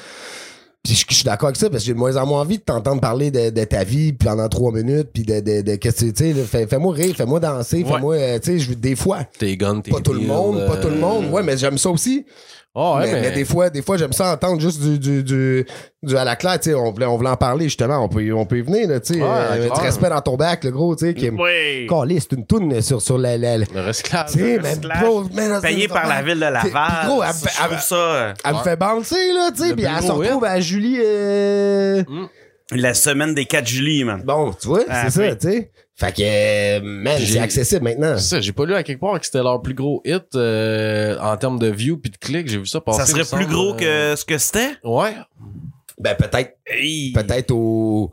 [SPEAKER 3] puis je, je suis d'accord avec ça parce que j'ai de moins en moins envie de t'entendre parler de, de ta vie pendant trois minutes puis de, de, de qu'est-ce que tu- tu sais là, fais- fais-moi rire fais-moi danser fais-moi euh, tu sais je veux- des fois
[SPEAKER 4] Tes guns, tes
[SPEAKER 3] pas tout le
[SPEAKER 4] deals,
[SPEAKER 3] monde pas
[SPEAKER 4] euh,
[SPEAKER 3] tout le monde ouais mais j'aime ça aussi
[SPEAKER 4] Ah, ouais,
[SPEAKER 3] mais, mais des fois, des fois j'aime ça entendre juste du, du, du, du à la claire. tu sais, On, voulait- on voulait en parler justement. On peut, y- on peut y venir. Là, tu sais,
[SPEAKER 4] Ouais, à la
[SPEAKER 3] euh,
[SPEAKER 4] claire.
[SPEAKER 3] du respect dans ton bac, le gros. tu sais, Qui est
[SPEAKER 2] Oui.
[SPEAKER 3] calé, c'est une toune sur, sur la. la,
[SPEAKER 4] Le
[SPEAKER 3] la- tu
[SPEAKER 4] resclave.
[SPEAKER 3] sais,
[SPEAKER 2] Le
[SPEAKER 3] mais
[SPEAKER 2] slash
[SPEAKER 3] bro, man,
[SPEAKER 2] Payé
[SPEAKER 3] c'est-
[SPEAKER 2] par la ville de
[SPEAKER 3] Puis
[SPEAKER 2] Laval.
[SPEAKER 3] gros, elle-
[SPEAKER 2] Ça, je
[SPEAKER 3] elle-
[SPEAKER 2] trouve ça, euh,
[SPEAKER 3] Elle me fait bouncer, là, tu sais,
[SPEAKER 4] Le
[SPEAKER 3] puis
[SPEAKER 4] plus
[SPEAKER 3] elle se
[SPEAKER 4] gros hit.
[SPEAKER 3] retrouve à Julie. euh,
[SPEAKER 2] la semaine des 4 juillet, man.
[SPEAKER 3] Bon, tu vois,
[SPEAKER 2] Ah,
[SPEAKER 3] c'est
[SPEAKER 2] oui.
[SPEAKER 3] ça, tu sais. Fait que, euh, man,
[SPEAKER 4] Puis
[SPEAKER 3] c'est
[SPEAKER 4] j'ai-
[SPEAKER 3] accessible maintenant.
[SPEAKER 4] C'est ça, j'ai pas lu à quelque part que c'était leur plus gros hit euh, en termes de view puis de clics. J'ai vu ça passer.
[SPEAKER 2] Ça
[SPEAKER 4] il
[SPEAKER 2] serait
[SPEAKER 4] me
[SPEAKER 2] plus
[SPEAKER 4] semble,
[SPEAKER 2] gros
[SPEAKER 4] euh,
[SPEAKER 2] que ce que c'était?
[SPEAKER 4] Ouais.
[SPEAKER 3] Ben, peut-être,
[SPEAKER 2] Hey.
[SPEAKER 3] peut-être au.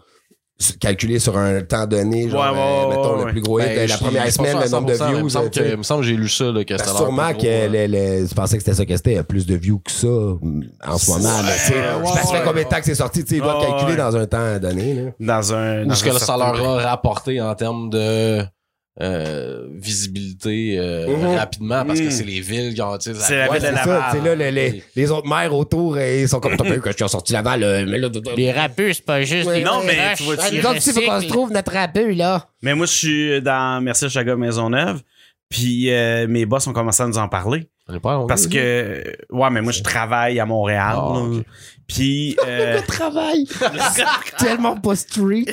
[SPEAKER 3] calculé sur un temps donné, genre,
[SPEAKER 2] Ouais, ouais,
[SPEAKER 3] euh, mettons,
[SPEAKER 2] ouais,
[SPEAKER 3] le
[SPEAKER 2] ouais.
[SPEAKER 3] plus gros hit
[SPEAKER 4] Ben, je
[SPEAKER 3] de la
[SPEAKER 4] suis-
[SPEAKER 3] première
[SPEAKER 4] je suis pas
[SPEAKER 3] semaine,
[SPEAKER 4] sûr à
[SPEAKER 3] le nombre de
[SPEAKER 4] 100%, mais Il me
[SPEAKER 3] views.
[SPEAKER 4] semble
[SPEAKER 3] euh,
[SPEAKER 4] que-
[SPEAKER 3] tu sais.
[SPEAKER 4] il me semble que j'ai lu ça, là, que c'était
[SPEAKER 3] Ben,
[SPEAKER 4] leur
[SPEAKER 3] sûrement
[SPEAKER 4] plus
[SPEAKER 3] que
[SPEAKER 4] gros, euh,
[SPEAKER 3] le, le- je pensais que c'était ça que c'était, il y a plus de views que ça mm, en ce moment. mais tu sais,
[SPEAKER 2] ouais,
[SPEAKER 3] ça fait
[SPEAKER 4] ouais,
[SPEAKER 3] combien de temps que c'est sorti? tu sais, Ils doivent
[SPEAKER 2] Ouais,
[SPEAKER 3] calculer
[SPEAKER 2] ouais.
[SPEAKER 3] dans un temps donné. Là.
[SPEAKER 2] Dans un.
[SPEAKER 4] Ou
[SPEAKER 2] dans
[SPEAKER 4] ce que
[SPEAKER 2] un
[SPEAKER 4] ça
[SPEAKER 2] certain-
[SPEAKER 4] leur a rapporté en termes de euh, visibilité euh,
[SPEAKER 3] Mhm.
[SPEAKER 4] rapidement parce
[SPEAKER 2] Mhm.
[SPEAKER 4] que c'est les villes qui ont tu sais,
[SPEAKER 2] C'est la ville de
[SPEAKER 3] c'est
[SPEAKER 2] Laval.
[SPEAKER 3] ça, tu sais, là, les, les- les autres maires autour, euh, ils sont comme, t'as pas vu que je suis sorti Laval, euh, mais là,
[SPEAKER 5] Les rappeurs, c'est pas juste
[SPEAKER 3] Ouais,
[SPEAKER 5] des
[SPEAKER 2] non,
[SPEAKER 5] petits
[SPEAKER 2] mais
[SPEAKER 5] vaches.
[SPEAKER 2] tu vois-tu,
[SPEAKER 5] Ah,
[SPEAKER 2] les
[SPEAKER 5] des
[SPEAKER 3] Comme tu sais, faut qu'on se
[SPEAKER 5] recycles.
[SPEAKER 3] trouve notre rappeur, là.
[SPEAKER 2] Mais moi, je suis dans Merci Chaga Maisonneuve. Puis euh, mes boss ont commencé à nous en parler.
[SPEAKER 4] On est pas en
[SPEAKER 2] Parce
[SPEAKER 4] Hongrie.
[SPEAKER 2] que, ouais, mais moi, je travaille à Montréal.
[SPEAKER 4] Ah,
[SPEAKER 2] là.
[SPEAKER 4] ok.
[SPEAKER 2] Puis, euh, <laughs>
[SPEAKER 3] Travail. Tellement pas street.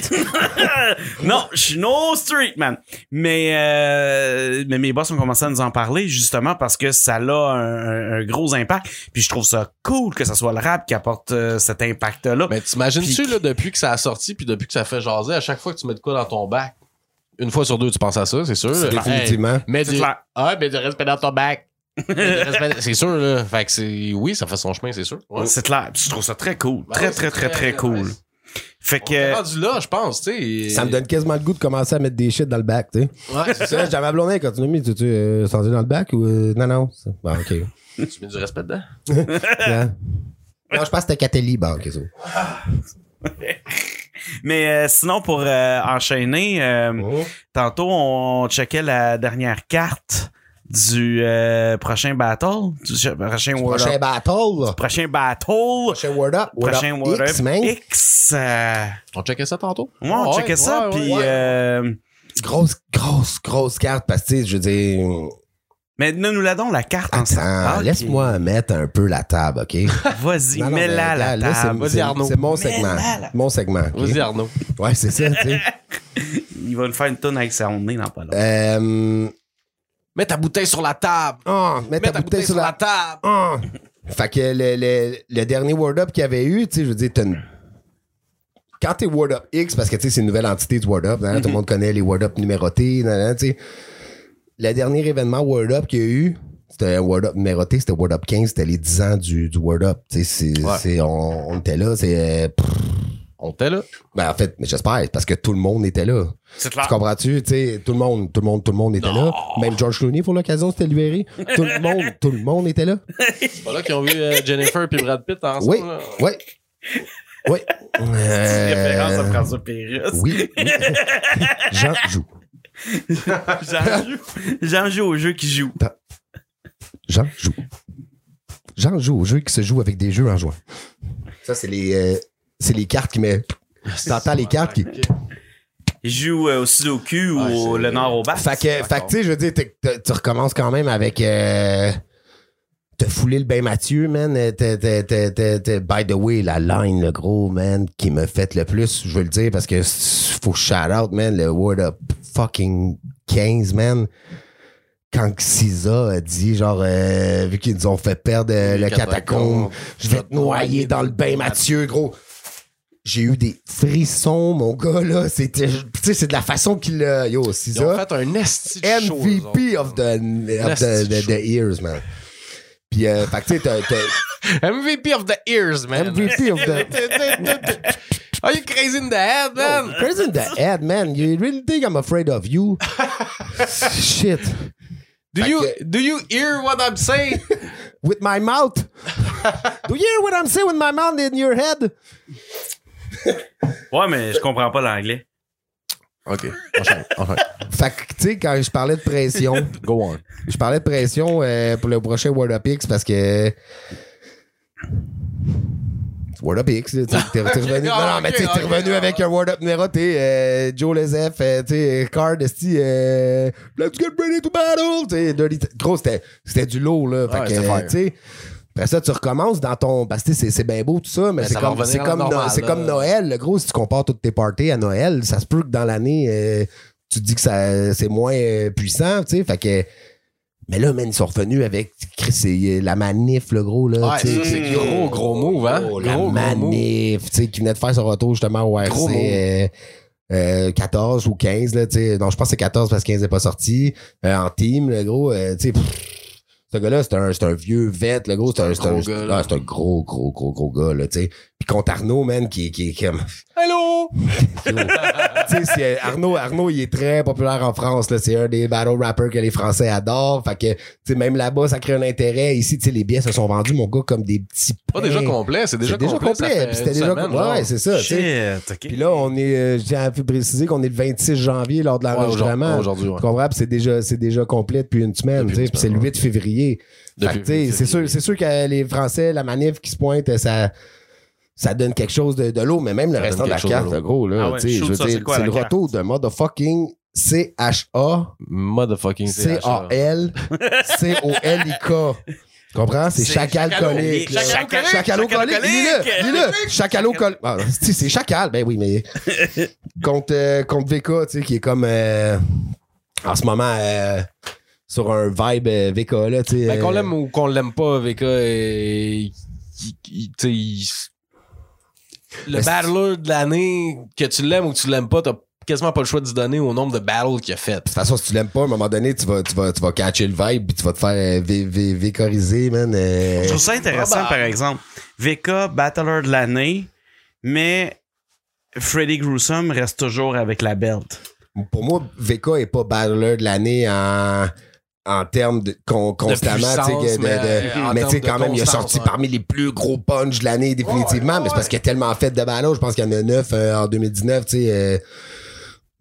[SPEAKER 2] non, je suis no street, man. Mais, euh, mais mes boss ont commencé à nous en parler, justement, parce que ça a un, un gros impact. Puis je trouve ça cool que ça soit le rap qui apporte euh, cet impact-là.
[SPEAKER 4] Mais t'imagines-tu,
[SPEAKER 2] Puis-
[SPEAKER 4] là, depuis que ça a sorti puis depuis que ça fait jaser, à chaque fois que tu mets de quoi dans ton bac, une fois sur deux, tu penses à ça, c'est sûr.
[SPEAKER 3] Définitivement.
[SPEAKER 4] Mais
[SPEAKER 5] C'est
[SPEAKER 4] du-
[SPEAKER 2] clair.
[SPEAKER 5] Ah, mais du respect dans ton bac.
[SPEAKER 4] c'est sûr, là. Fait que c'est. Oui, ça fait son chemin, c'est sûr. Ouais.
[SPEAKER 2] C'est clair. Puis Je trouve ça très cool.
[SPEAKER 4] Ben
[SPEAKER 2] très,
[SPEAKER 4] ouais,
[SPEAKER 2] très,
[SPEAKER 4] c'est
[SPEAKER 2] très,
[SPEAKER 4] très-
[SPEAKER 2] très cool.
[SPEAKER 4] ouais,
[SPEAKER 2] Fait
[SPEAKER 4] On est
[SPEAKER 2] que.
[SPEAKER 4] rendu là, je pense, tu sais.
[SPEAKER 3] Ça me donne quasiment le goût de commencer à mettre des shit dans le bac,
[SPEAKER 2] <laughs>
[SPEAKER 3] tu sais.
[SPEAKER 4] Ouais, c'est
[SPEAKER 3] Tu sais,
[SPEAKER 4] ça.
[SPEAKER 3] J'avais blondé quand tu l'as mis, tu tu euh, senti dans le bac ou euh, non non. c'est-
[SPEAKER 2] <laughs>
[SPEAKER 3] Bon, ok.
[SPEAKER 4] tu mets du respect dedans.
[SPEAKER 3] Là. Non, je pense que c'était Catelli, bon, ok. ça.
[SPEAKER 2] Mais euh, sinon, pour euh, enchaîner, euh, tantôt, on checkait la dernière carte du euh, prochain battle. Du ch- prochain World
[SPEAKER 3] Prochain
[SPEAKER 2] Up.
[SPEAKER 3] battle. là.
[SPEAKER 2] Prochain battle.
[SPEAKER 3] Prochain word up. Word
[SPEAKER 2] Prochain
[SPEAKER 3] up
[SPEAKER 2] World Up
[SPEAKER 3] X, man.
[SPEAKER 2] X. euh,
[SPEAKER 4] On checkait ça tantôt.
[SPEAKER 2] ouais, on
[SPEAKER 4] Ouais,
[SPEAKER 2] checkait ça.
[SPEAKER 4] ouais,
[SPEAKER 2] puis,
[SPEAKER 4] ouais.
[SPEAKER 2] euh,
[SPEAKER 3] Grosse, grosse, grosse carte parce que tu sais, je veux dire.
[SPEAKER 2] mais ne nous la donnons la carte
[SPEAKER 3] Attends,
[SPEAKER 2] ensemble. Ah, ok.
[SPEAKER 3] laisse-moi mettre un peu la table,
[SPEAKER 2] <laughs>
[SPEAKER 3] ok?
[SPEAKER 2] Vas-y,
[SPEAKER 3] Non, non, mais
[SPEAKER 2] mets-la à la
[SPEAKER 3] regarde, là,
[SPEAKER 2] table.
[SPEAKER 3] c'est-
[SPEAKER 4] Vas-y,
[SPEAKER 3] c'est-
[SPEAKER 4] Arnaud.
[SPEAKER 3] C'est mon
[SPEAKER 2] Mets-la
[SPEAKER 3] segment.
[SPEAKER 2] à la-
[SPEAKER 3] Mon segment. ok?
[SPEAKER 4] Vas-y, Arnaud.
[SPEAKER 3] Ouais, c'est ça,
[SPEAKER 2] <laughs>
[SPEAKER 3] tu sais.
[SPEAKER 2] Il va nous faire une tonne avec son nez dans pas long.
[SPEAKER 3] Euh,
[SPEAKER 4] Mets ta bouteille sur la table.
[SPEAKER 3] oh, mets ta bouteille sur la
[SPEAKER 4] table.
[SPEAKER 3] Ah! Fait que le, le- le dernier Word Up qu'il y avait eu, tu sais, je veux dire, t'as une- Quand t'es Word Up X, parce que tu sais, c'est une nouvelle entité du Word Up, hein, tout le monde connaît les Word Up numérotés, nan, nan, tu sais. Le dernier événement Word Up qu'il y a eu, c'était un Word Up numéroté, c'était Word Up 15, c'était les 10 ans du, du Word Up. Tu sais, c'est-
[SPEAKER 4] Ouais.
[SPEAKER 3] c'est- on, on était là, c'est. euh, pff,
[SPEAKER 4] On était là.
[SPEAKER 3] Ben, en fait, mais j'espère, parce que tout le monde était là.
[SPEAKER 2] C'est clair.
[SPEAKER 3] Tu comprends-tu? Tu sais, tout le monde, tout le monde, tout le monde était là. Même George Clooney, pour l'occasion, s'était libéré. Tout le
[SPEAKER 2] <laughs>
[SPEAKER 3] monde, tout le monde était là.
[SPEAKER 4] C'est pas là qu'ils ont vu euh, Jennifer et Brad Pitt ensemble.
[SPEAKER 3] Oui,
[SPEAKER 4] là.
[SPEAKER 3] oui. Oui. Euh,
[SPEAKER 2] Référence à François Pérus.
[SPEAKER 3] oui. oui. Jean joue.
[SPEAKER 2] <laughs> J'en joue, j'en joue au jeu qui joue.
[SPEAKER 3] Jean joue. Jean joue aux jeux qui se jouent avec des jeux en jouant. Ça, c'est les, euh, c'est les cartes qui met.
[SPEAKER 2] Ah,
[SPEAKER 3] T'entends les cartes qui.
[SPEAKER 4] Ok.
[SPEAKER 2] Il joue euh, au sudoku ou
[SPEAKER 4] Ouais,
[SPEAKER 2] au
[SPEAKER 4] c'est-
[SPEAKER 2] le nord au bas.
[SPEAKER 3] Fait que, fait que, tu sais, je veux dire, t'es- t'es- tu recommences quand même avec. Euh, T'as foulé le bain Mathieu, man. Euh, t'es- t'es- t'es- t'es- t'es- by the way, la line, le gros, man, qui me fait le plus, je veux le dire, parce que s- faut shout out, man, le word up fucking 15, man. Quand Sisa a dit, genre, euh, vu qu'ils nous ont fait perdre euh, le catacombe, je vais te noyer dans le bain Mathieu, gros. J'ai eu des frissons, mon gars, là. C'était, tu sais, c'est de la façon qu'il a. Yo,
[SPEAKER 4] Ils ont
[SPEAKER 3] Sisa.
[SPEAKER 4] fait un esti de show,
[SPEAKER 3] MVP
[SPEAKER 4] eux autres.
[SPEAKER 3] of the, of the,
[SPEAKER 4] Nasty
[SPEAKER 3] the,
[SPEAKER 4] show.
[SPEAKER 3] the years, man. Puis, euh, fait que, tu sais, t'as- <laughs> t'as
[SPEAKER 4] MVP of the ears, man.
[SPEAKER 3] MVP of the.
[SPEAKER 4] <laughs>
[SPEAKER 3] <laughs>
[SPEAKER 4] Are you crazy in the head, man?
[SPEAKER 3] Crazy in the head, man. You really think I'm afraid of <laughs> you? Shit.
[SPEAKER 4] Do you, do you hear what I'm saying?
[SPEAKER 3] With my mouth. Do you hear what I'm saying with my mouth in your head?
[SPEAKER 2] Ouais, mais je comprends pas l'anglais.
[SPEAKER 4] <laughs> OK. Enchaîne, enchaîne.
[SPEAKER 3] Fait que, tu sais, quand je parlais de pression.
[SPEAKER 4] <laughs> Go on.
[SPEAKER 3] Je parlais de pression euh, pour le prochain World Up X parce que. World Up X, là, tu sais, t'es
[SPEAKER 4] <laughs>
[SPEAKER 3] t'es revenu. Non, non, mais tu sais, t'es
[SPEAKER 4] Ah, Ok, ok,
[SPEAKER 3] revenu
[SPEAKER 4] ok.
[SPEAKER 3] avec un World Up numéroté. Euh, Joe Lesef, euh, tu sais, Card, esti, euh, Let's get ready to battle! Tu sais, Dirty. T- Gros, c'était c'était du lourd, là. Fait
[SPEAKER 4] Ah Ouais,
[SPEAKER 3] que,
[SPEAKER 4] c'était
[SPEAKER 3] euh,
[SPEAKER 4] fire.
[SPEAKER 3] tu sais. Après ça, tu recommences dans ton. Parce que tu sais, c'est c'est bien beau tout ça, mais,
[SPEAKER 4] Mais
[SPEAKER 3] c'est
[SPEAKER 4] ça va
[SPEAKER 3] comme,
[SPEAKER 4] revenir
[SPEAKER 3] c'est
[SPEAKER 4] à la
[SPEAKER 3] comme, No-
[SPEAKER 4] normale,
[SPEAKER 3] c'est
[SPEAKER 4] là.
[SPEAKER 3] comme Noël. Le gros, si tu compares toutes tes parties à Noël, ça se peut que dans l'année, euh, tu te dis que ça c'est moins euh, puissant, tu sais. Fait que. Mais là, man, ils sont revenus avec Chris, c'est, euh, la manif, le gros, là.
[SPEAKER 4] Ouais,
[SPEAKER 3] tu sais,
[SPEAKER 4] ça, c'est
[SPEAKER 3] qui-
[SPEAKER 4] gros, gros move, hein? Gros,
[SPEAKER 3] Oh,
[SPEAKER 4] gros
[SPEAKER 3] la manif, tu sais, qui venait de faire son retour justement au RC
[SPEAKER 4] Gros move.
[SPEAKER 3] euh, euh, 14 ou 15, là, tu sais. Non, je pense que c'est 14 parce que 15 n'est pas sorti. Euh, en team, le gros, euh, tu sais. pff, Ce gars-là, c'est un, c'est un vieux vet, le gros, c'est un, c'est un,
[SPEAKER 4] gros
[SPEAKER 3] c'est-
[SPEAKER 4] gars, là.
[SPEAKER 3] ah, c'est un gros, gros, gros, gros gars, là, tu sais. Puis contre Arnaud, man, qui, qui, qui comme,
[SPEAKER 4] Hello!
[SPEAKER 3] tu sais, c'est- Arnaud, Arnaud, il est très populaire en France. là. C'est un des battle rappers que les Français adorent. Fait que, tu sais, même là-bas, ça crée un intérêt. Ici, tu sais, les billets se sont vendus, mon gars, comme des petits.
[SPEAKER 4] Pas déjà
[SPEAKER 3] pains.
[SPEAKER 4] complet, c'est déjà
[SPEAKER 3] C'est déjà
[SPEAKER 4] complet. ça fait
[SPEAKER 3] complet. Puis c'était
[SPEAKER 4] une
[SPEAKER 3] déjà
[SPEAKER 4] semaine,
[SPEAKER 3] complet. Ouais,
[SPEAKER 4] genre.
[SPEAKER 3] c'est ça. tu sais.
[SPEAKER 2] Shit, ok.
[SPEAKER 3] Puis là, on est, euh, j'ai envie de préciser qu'on est le 26 janvier lors de
[SPEAKER 4] Ouais,
[SPEAKER 3] l'enregistrement.
[SPEAKER 4] Aujourd'hui, ouais.
[SPEAKER 3] Tu comprends? Puis c'est déjà, c'est déjà complet depuis une semaine.
[SPEAKER 4] Depuis
[SPEAKER 3] tu sais.
[SPEAKER 4] une
[SPEAKER 3] Puis c'est le
[SPEAKER 4] semaine,
[SPEAKER 3] 8 février. Fait que,
[SPEAKER 4] Depuis-
[SPEAKER 3] tu sais, c'est sûr, c'est sûr que euh, les Français, la manif qui se pointe, euh, ça, ça donne quelque chose de, de l'eau, mais même le
[SPEAKER 4] Ça
[SPEAKER 3] restant
[SPEAKER 4] donne
[SPEAKER 3] de la
[SPEAKER 4] quelque chose de l'eau.
[SPEAKER 3] carte, gros, là,
[SPEAKER 2] Ah ouais,
[SPEAKER 3] tu sais,
[SPEAKER 2] shoot
[SPEAKER 3] je veux
[SPEAKER 2] ça,
[SPEAKER 3] dire,
[SPEAKER 2] c'est quoi
[SPEAKER 3] c'est
[SPEAKER 2] la
[SPEAKER 3] le
[SPEAKER 2] carte?
[SPEAKER 3] retour de motherfucking C-H-A,
[SPEAKER 4] Motherfucking CHA.
[SPEAKER 3] C-A-L, C-O-L-I-K. Tu comprends? C'est
[SPEAKER 2] C'est chacalolique.
[SPEAKER 3] chacalcolique. là.
[SPEAKER 2] Chacalcolique.
[SPEAKER 3] Chacalocolique. Lis-le, lis-le. Chacalocolique. Ah, tu sais, c'est chacal. Ben oui,
[SPEAKER 2] <laughs>
[SPEAKER 3] mais contre, euh, contre VK, tu sais, qui est comme euh, en ce moment euh, sur un vibe euh, VK, là, tu sais.
[SPEAKER 4] Ben, qu'on
[SPEAKER 3] euh,
[SPEAKER 4] l'aime ou qu'on l'aime pas, euh, VK, et, le
[SPEAKER 3] Mais c'est-
[SPEAKER 4] battler de l'année, que tu l'aimes ou que tu l'aimes pas, t'as quasiment pas le choix de se donner au nombre de battles qu'il a fait.
[SPEAKER 3] De toute façon, si tu l'aimes pas, à un moment donné, tu vas, tu vas, tu vas catcher le vibe puis tu vas te faire euh, vé- vé- vécoriser, man. euh.
[SPEAKER 2] Je trouve ça intéressant,
[SPEAKER 4] Probable.
[SPEAKER 2] par exemple. VK, Battler de l'année, mais Freddy Gruesome reste toujours avec la belt.
[SPEAKER 3] Pour moi, VK est pas battler de l'année en, en termes de con- constamment. tu sais,
[SPEAKER 4] puissance,
[SPEAKER 3] que de- de-
[SPEAKER 4] mais, euh, en
[SPEAKER 3] mais tu
[SPEAKER 4] termes
[SPEAKER 3] sais,
[SPEAKER 4] de
[SPEAKER 3] quand même, il a
[SPEAKER 4] constance,
[SPEAKER 3] sorti
[SPEAKER 4] ouais.
[SPEAKER 3] parmi les plus gros punch de l'année, définitivement. Mais c'est parce qu'il a tellement fait de battles. Je pense qu'il y en a neuf euh, en 2019. Tu sais, euh,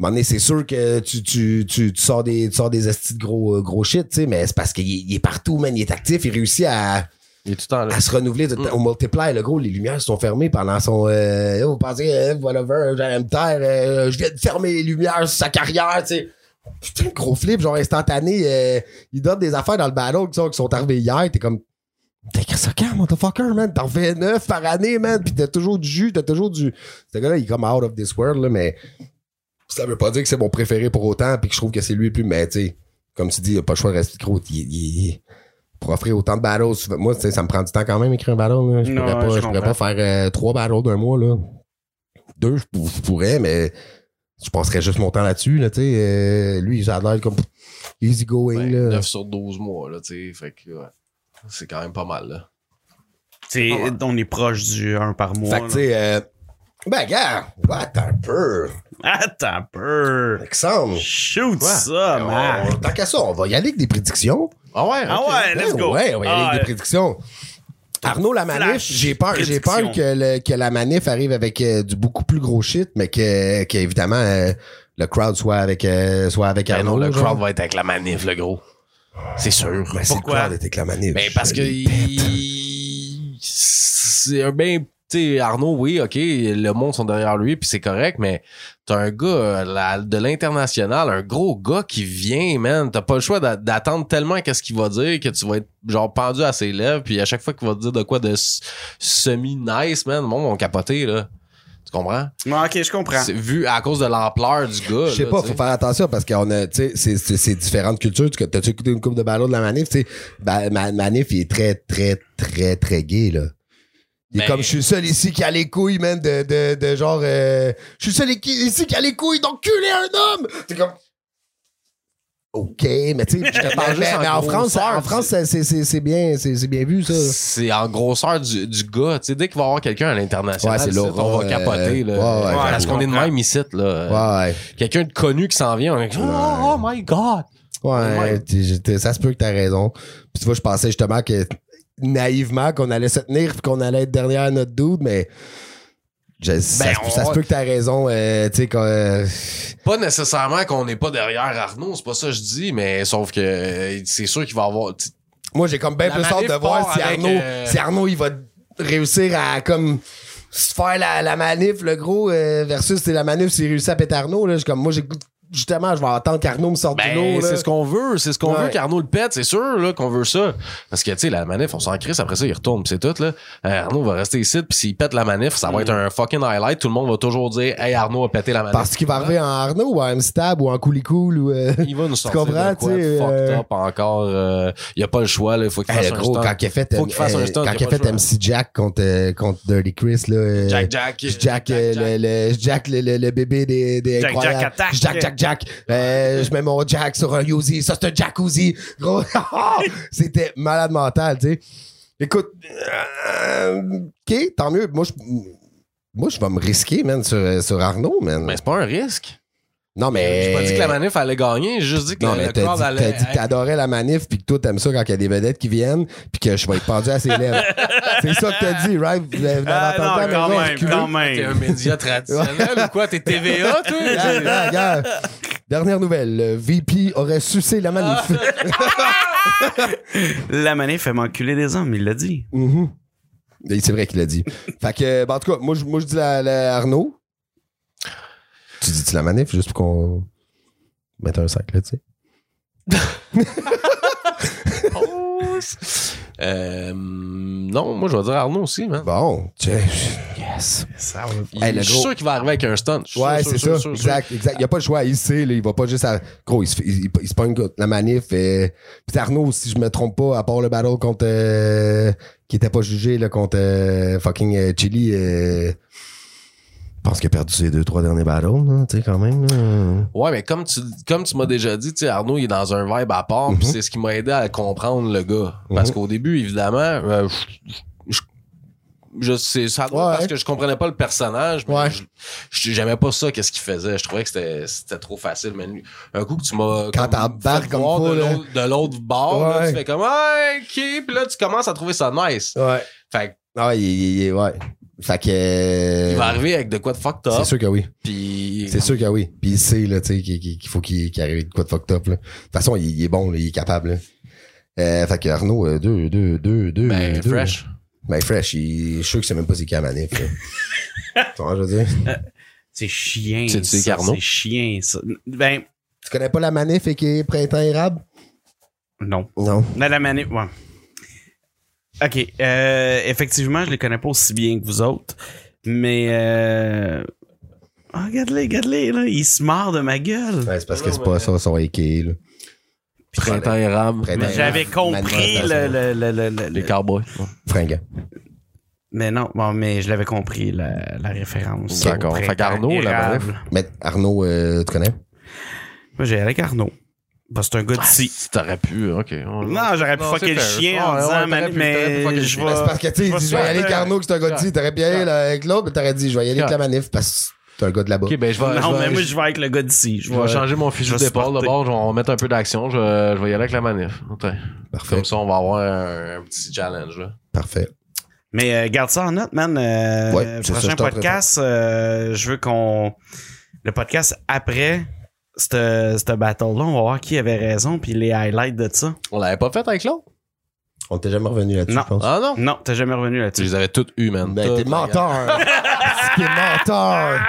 [SPEAKER 3] à un moment donné, c'est sûr que tu, tu, tu, tu sors des, tu sors des estis de gros, euh, gros shit, tu sais, mais c'est parce qu'il est- il est partout, man. Il est actif. Il réussit à.
[SPEAKER 4] Il est tout le temps là.
[SPEAKER 3] à se renouveler de- au multiplier. Le gros, les lumières sont fermées pendant son. Euh, vous pensez, euh, whatever, j'allais me taire, euh, je viens de fermer les lumières sur sa carrière, tu sais. Putain, le gros flip, genre instantané. euh, il donne des affaires dans le battle qui sont, qui sont arrivées hier. T'es comme. T'as écrit ça quand, motherfucker, man? T'en fais neuf par année, man. Puis t'as toujours du jus, t'as toujours du. Ce gars-là, il est comme out of this world, là, mais. Ça veut pas dire que c'est mon préféré pour autant, puis que je trouve que c'est lui le plus. Mais, tu sais, comme tu dis, il a pas le choix de rester gros. Il, il- il- pour offrir autant de battles, souvent- moi, tu sais, ça me prend du temps quand même écrire un battle. là. Je,
[SPEAKER 2] Non,
[SPEAKER 3] pourrais pas,
[SPEAKER 2] je
[SPEAKER 3] je, pourrais pas faire euh, trois battles d'un mois, là. Deux, je, pou- je pourrais, mais je passerais juste mon temps là-dessus, là, tu sais. euh, lui, ça a l'air comme easy going,
[SPEAKER 4] Ben,
[SPEAKER 3] là.
[SPEAKER 4] 9 sur 12 mois, là, tu sais. Fait que, ouais. C'est quand même pas mal, là.
[SPEAKER 2] C'est- On est proche du 1 par mois.
[SPEAKER 3] Fait que,
[SPEAKER 2] là.
[SPEAKER 3] tu sais, euh, ben, gars, what un peu.
[SPEAKER 2] Attends un peu.
[SPEAKER 3] Alexandre.
[SPEAKER 2] Ah, Shoot
[SPEAKER 4] Quoi?
[SPEAKER 3] Ah
[SPEAKER 2] ça, man.
[SPEAKER 3] on- Tant qu'à ça, on va y aller avec des prédictions.
[SPEAKER 4] Ah ouais?
[SPEAKER 2] Ah
[SPEAKER 4] ok.
[SPEAKER 2] ouais, let's
[SPEAKER 3] Ben
[SPEAKER 2] go.
[SPEAKER 3] Ouais, on va y aller
[SPEAKER 2] Ah,
[SPEAKER 3] avec des prédictions. Arnaud, la manif,
[SPEAKER 2] Flash
[SPEAKER 3] j'ai peur, j'ai
[SPEAKER 2] prédiction.
[SPEAKER 3] peur que, le- que la manif arrive avec euh, du beaucoup plus gros shit, mais que, que, évidemment euh, le crowd soit avec, euh, soit avec
[SPEAKER 4] Ben non,
[SPEAKER 3] Arnaud.
[SPEAKER 4] le
[SPEAKER 3] genre.
[SPEAKER 4] crowd va être avec la manif, le gros. C'est sûr.
[SPEAKER 3] Ben, c'est le
[SPEAKER 2] Pourquoi?
[SPEAKER 3] crowd était avec la manif.
[SPEAKER 4] Ben parce que il- c'est un ben tu sais, Arnaud oui ok le monde sont derrière lui puis c'est correct mais t'as un gars euh, la- de l'international un gros gars qui vient man t'as pas le choix d'a- d'attendre tellement qu'est-ce qu'il va dire que tu vas être genre pendu à ses lèvres puis à chaque fois qu'il va te dire de quoi de semi nice man le monde va capoter là tu comprends
[SPEAKER 2] Ouais, Ah, ok, je comprends.
[SPEAKER 4] c'est vu à cause de l'ampleur du gars
[SPEAKER 3] Je sais
[SPEAKER 4] là,
[SPEAKER 3] pas,
[SPEAKER 4] tu
[SPEAKER 3] faut faire attention parce qu'on a, tu sais, c'est- c'est c'est différentes cultures. Tu- T'as-tu écouté une coupe de ballot de la manif? Tu sais, Ba- Ma- manif, il est très, très, très, très gay, là. Il est
[SPEAKER 4] Ben-
[SPEAKER 3] comme, je suis le seul ici qui a les couilles, man, de, de, de genre, euh, je suis le seul équi- ici qui a les couilles d'enculer un homme! T'es comme, OK,
[SPEAKER 4] <laughs>
[SPEAKER 3] mais tu sais, je te parle
[SPEAKER 4] juste
[SPEAKER 3] mais-
[SPEAKER 4] en
[SPEAKER 3] mais en
[SPEAKER 4] gros
[SPEAKER 3] France,
[SPEAKER 4] sens,
[SPEAKER 3] en France, c'est- c'est- c'est c'est bien, c'est c'est bien vu, ça.
[SPEAKER 4] c'est en grosseur du, du gars. Tu sais, dès qu'il va y avoir quelqu'un à l'international,
[SPEAKER 3] Ouais, c'est
[SPEAKER 4] ici,
[SPEAKER 3] l'aura,
[SPEAKER 4] on va
[SPEAKER 3] euh,
[SPEAKER 4] capoter. là.
[SPEAKER 3] ouais, ouais,
[SPEAKER 2] Ouais,
[SPEAKER 4] parce
[SPEAKER 2] je
[SPEAKER 4] qu'on est de
[SPEAKER 2] comprends.
[SPEAKER 4] même ici. Là.
[SPEAKER 3] Ouais, ouais.
[SPEAKER 4] Quelqu'un de connu qui s'en vient, on est comme, oh, oh my God!
[SPEAKER 3] Ouais,
[SPEAKER 4] Ouais.
[SPEAKER 3] t'es- j'étais- ça se peut que t'as raison. Puis tu vois, je pensais justement que naïvement qu'on allait se tenir puis qu'on allait être derrière notre dude, mais je- ça,
[SPEAKER 4] Ben,
[SPEAKER 3] se-
[SPEAKER 4] on-
[SPEAKER 3] ça se peut que t'as raison. euh, tu sais, qu'on, euh,
[SPEAKER 4] Pas nécessairement qu'on n'est pas derrière Arnaud, c'est pas ça que je dis, mais sauf que euh, c'est sûr qu'il va avoir. tu-
[SPEAKER 3] moi, j'ai comme bien
[SPEAKER 4] La
[SPEAKER 3] plus hâte
[SPEAKER 4] manif
[SPEAKER 3] de voir
[SPEAKER 4] part
[SPEAKER 3] si
[SPEAKER 4] avec,
[SPEAKER 3] Arnaud,
[SPEAKER 4] euh,
[SPEAKER 3] si Arnaud, il va réussir à comme se faire la, la manif, le gros, euh, versus c'est la manif s'il réussit à péter Arnaud. Là, je suis comme, moi, j'ai goût- justement, je vais attendre qu'Arnaud me sorte du lot.
[SPEAKER 4] Ben,
[SPEAKER 3] là.
[SPEAKER 4] c'est ce qu'on veut, c'est ce qu'on
[SPEAKER 3] Ouais.
[SPEAKER 4] veut qu'Arnaud le pète, c'est sûr là, qu'on veut ça. Parce que, tu sais, la manif, on s'en crisse, après ça, il retourne, pis c'est tout, là. Euh, Arnaud va rester ici, puis s'il pète la manif, ça va être un fucking highlight. Tout le monde va toujours dire, hey, Arnaud a pété la manif.
[SPEAKER 3] Parce qu'il va arriver en Arnaud ou en M-Stab ou en Coolicool ou. euh,
[SPEAKER 4] il va nous sortir
[SPEAKER 3] comprends,
[SPEAKER 4] de quoi
[SPEAKER 3] tu sais,
[SPEAKER 4] de fucked
[SPEAKER 3] euh,
[SPEAKER 4] up encore. euh, il y a pas le choix, là, il faut qu'il
[SPEAKER 3] Hey,
[SPEAKER 4] fasse
[SPEAKER 3] le
[SPEAKER 4] un
[SPEAKER 3] Eh, gros,
[SPEAKER 4] stunt.
[SPEAKER 3] quand il a fait,
[SPEAKER 4] Faut qu'il fasse un
[SPEAKER 3] euh,
[SPEAKER 4] stunt,
[SPEAKER 3] quand
[SPEAKER 4] y a
[SPEAKER 3] il a
[SPEAKER 4] pas
[SPEAKER 3] fait
[SPEAKER 4] le choix.
[SPEAKER 3] MC Jack contre, euh, contre Dirty Chris, là, euh,
[SPEAKER 4] Jack Jack.
[SPEAKER 3] Jack, euh, le, le- Jack, le, le- le bébé des, des
[SPEAKER 2] Jack,
[SPEAKER 3] incroyables.
[SPEAKER 2] Jack attaque.
[SPEAKER 3] Jack, Jack, Jack. Euh, je mets mon Jack sur un Uzi. Ça, c'est un Jack Uzi. Gros, <laughs> oh, c'était malade mental, tu sais. Écoute, euh, OK, tant mieux. Moi, je, moi, je vais me risquer, man, sur, euh, sur Arnaud, man.
[SPEAKER 4] Mais c'est pas un risque.
[SPEAKER 3] non, mais...
[SPEAKER 4] J'ai pas dit que la manif allait gagner, j'ai juste dit que
[SPEAKER 3] Non,
[SPEAKER 4] le-
[SPEAKER 3] mais
[SPEAKER 4] le
[SPEAKER 3] t'as
[SPEAKER 4] crowd
[SPEAKER 3] dit, t'as
[SPEAKER 4] allait.
[SPEAKER 3] dit que t'adorais la manif puis que toi, t'aimes ça quand il y a des vedettes qui viennent puis que je vais être pendu à ses
[SPEAKER 2] <laughs>
[SPEAKER 3] lèvres. c'est ça que t'as dit, right? Vous avez- vous avez
[SPEAKER 2] Ah,
[SPEAKER 3] entendu
[SPEAKER 2] non,
[SPEAKER 3] la
[SPEAKER 2] quand
[SPEAKER 3] maison,
[SPEAKER 2] même,
[SPEAKER 3] reculé.
[SPEAKER 2] quand
[SPEAKER 4] T'es un
[SPEAKER 2] même.
[SPEAKER 4] média traditionnel ou quoi? T'es TVA,
[SPEAKER 3] <laughs> Gars,
[SPEAKER 4] toi?
[SPEAKER 3] gars, gars. Dernière nouvelle, le VP aurait sucé la manif.
[SPEAKER 2] Ah. La manif fait m'enculer des hommes, il l'a dit.
[SPEAKER 3] <laughs> Mhm. Et C'est vrai qu'il l'a dit. Fait que, ben, en tout cas, moi, je moi, je dis la, la Arnaud. Tu dis-tu la manif juste pour qu'on mette un sac là, tu sais?
[SPEAKER 4] Euh, non, moi je vais dire Arnaud aussi, man.
[SPEAKER 3] Bon, tiens. Yes.
[SPEAKER 2] Ça va.
[SPEAKER 4] Il-
[SPEAKER 3] Hey, le
[SPEAKER 4] je suis
[SPEAKER 3] gros-
[SPEAKER 4] sûr qu'il va arriver avec un stunt. Je suis
[SPEAKER 3] Ouais,
[SPEAKER 4] sûr,
[SPEAKER 3] c'est
[SPEAKER 4] sûr,
[SPEAKER 3] ça.
[SPEAKER 4] sûr, sûr, sûr.
[SPEAKER 3] exact, exact. Il n'y a pas le choix. Il sait, là, il va pas juste à. Gros, il se, fait- il, il- il se pogne contre la manif. euh, Puis Arnaud, si je me trompe pas, à part le battle contre. euh, qui était pas jugé, là, contre euh, fucking euh, Chili. euh, pense qu'il a perdu ses deux, trois derniers battles, là, tu sais, quand même. là.
[SPEAKER 4] Ouais, mais comme tu, comme tu m'as déjà dit, tu sais, Arnaud, il est dans un vibe à part,
[SPEAKER 3] Mhm.
[SPEAKER 4] puis c'est ce qui m'a aidé à comprendre le gars. Parce qu'au début, évidemment, euh, je, je, je sais, ça doit être
[SPEAKER 3] Ouais.
[SPEAKER 4] parce que je comprenais pas le personnage, mais
[SPEAKER 3] Ouais.
[SPEAKER 4] je- je- j'aimais pas ça, qu'est-ce qu'il faisait. Je trouvais que c'était, c'était trop facile. Mais lui, un coup que tu m'as.
[SPEAKER 3] Quand
[SPEAKER 4] comme
[SPEAKER 3] t'embarques
[SPEAKER 4] fait
[SPEAKER 3] comme
[SPEAKER 4] voir
[SPEAKER 3] fou,
[SPEAKER 4] de
[SPEAKER 3] là.
[SPEAKER 4] l'autre- de l'autre bord, là,
[SPEAKER 3] Ouais.
[SPEAKER 4] tu fais comme, ah, ok, puis là, tu commences à trouver ça nice.
[SPEAKER 3] Ouais.
[SPEAKER 4] Fait que
[SPEAKER 3] Ah, il, il- il- ouais. Fait que.
[SPEAKER 4] il va arriver avec de quoi de fucked
[SPEAKER 3] Euh, c'est
[SPEAKER 4] up,
[SPEAKER 3] sûr que oui.
[SPEAKER 4] puis
[SPEAKER 3] C'est sûr que oui. Puis il sait là, tu sais, qu'il qu'il- qu'il faut qu'il qu'il arrive de quoi de fucked up. là. De toute façon, il, il est bon, là, il est capable. là. Euh, fait que Arnaud, euh, deux, deux, deux, deux.
[SPEAKER 4] ben,
[SPEAKER 3] deux.
[SPEAKER 4] fresh.
[SPEAKER 3] Ben, fresh. Il, je suis sûr que c'est même pas ses qui à manip. là. tu vois, je veux dire.
[SPEAKER 2] C'est chien.
[SPEAKER 4] C'est- c'est
[SPEAKER 2] ça,
[SPEAKER 4] Carnot.
[SPEAKER 2] C'est chien, ça. Ben,
[SPEAKER 3] Tu connais pas la manif et qui est printemps érable?
[SPEAKER 2] non.
[SPEAKER 3] Non.
[SPEAKER 2] Là, la manip, ouais. OK. euh, effectivement, je les connais pas aussi bien que vous autres. Mais. Euh... ah, regarde-les, regarde-les, là. Ils se mordent de ma gueule.
[SPEAKER 3] Ouais, c'est parce que c'est pas ça, son équilibre. là.
[SPEAKER 4] Printemps érable.
[SPEAKER 3] Printemps
[SPEAKER 2] Mais j'avais compris le,
[SPEAKER 3] Manifestation.
[SPEAKER 2] le, le, le- le-
[SPEAKER 4] ben, Les cowboys.
[SPEAKER 3] Fringant.
[SPEAKER 2] Mais non, bon, mais je l'avais compris, la, la référence.
[SPEAKER 4] D'accord.
[SPEAKER 2] Au printemps
[SPEAKER 4] Fait qu'Arnaud, la
[SPEAKER 2] érable.
[SPEAKER 3] Mais Arnaud, euh, tu connais?
[SPEAKER 2] Moi, j'ai avec Arnaud. Parce que c'est un gars d'ici.
[SPEAKER 4] Si t'aurais pu, hein, ok.
[SPEAKER 2] Non, j'aurais pu
[SPEAKER 4] Non,
[SPEAKER 2] fucker
[SPEAKER 4] c'est
[SPEAKER 2] le
[SPEAKER 4] fair.
[SPEAKER 2] chien en
[SPEAKER 4] Ouais, ouais,
[SPEAKER 2] disant,
[SPEAKER 4] t'aurais
[SPEAKER 2] man,
[SPEAKER 4] pu- t'aurais pu
[SPEAKER 2] mais
[SPEAKER 4] fucker le
[SPEAKER 2] je vais.
[SPEAKER 4] chien.
[SPEAKER 3] Mais Ben, c'est parce que, tu sais, il
[SPEAKER 2] vais
[SPEAKER 3] dit, je vais y aller avec
[SPEAKER 2] faire-
[SPEAKER 3] Arnaud, que c'est un gars de dit. T'aurais bien aller là, avec l'autre, mais t'aurais dit, je vais y aller avec la manif parce que c'est un gars de là-bas.
[SPEAKER 4] Ok, ben je vais.
[SPEAKER 2] Non,
[SPEAKER 4] je vais-
[SPEAKER 2] mais moi,
[SPEAKER 4] je-
[SPEAKER 2] je vais avec le gars d'ici. Je
[SPEAKER 4] je vais
[SPEAKER 2] vais
[SPEAKER 4] changer mon fusil
[SPEAKER 2] je vais
[SPEAKER 4] d'épaule
[SPEAKER 2] supporter.
[SPEAKER 4] d'abord, on va mettre un peu d'action, je, vais- je vais y aller avec la manif. Ok.
[SPEAKER 3] Parfait.
[SPEAKER 4] Comme ça, on va avoir un, un petit challenge. Là.
[SPEAKER 3] Parfait.
[SPEAKER 2] Mais euh, garde ça en note, man. Euh,
[SPEAKER 3] Ouais,
[SPEAKER 2] euh,
[SPEAKER 3] c'est ça,
[SPEAKER 2] prochain
[SPEAKER 3] je t'en
[SPEAKER 2] podcast, euh, je veux qu'on. Le podcast après cette cette battle-là, on va voir qui avait raison, puis les highlights de ça.
[SPEAKER 4] On l'avait pas fait avec l'autre?
[SPEAKER 3] On t'est jamais revenu là-dessus,
[SPEAKER 2] Non.
[SPEAKER 3] je pense.
[SPEAKER 4] Ah non?
[SPEAKER 2] Non, t'es jamais revenu
[SPEAKER 4] Je
[SPEAKER 2] là-dessus.
[SPEAKER 4] les avais toutes eues, man.
[SPEAKER 3] Ben, t'es
[SPEAKER 4] Toutes, la
[SPEAKER 3] menteur! C'est t'es menteur!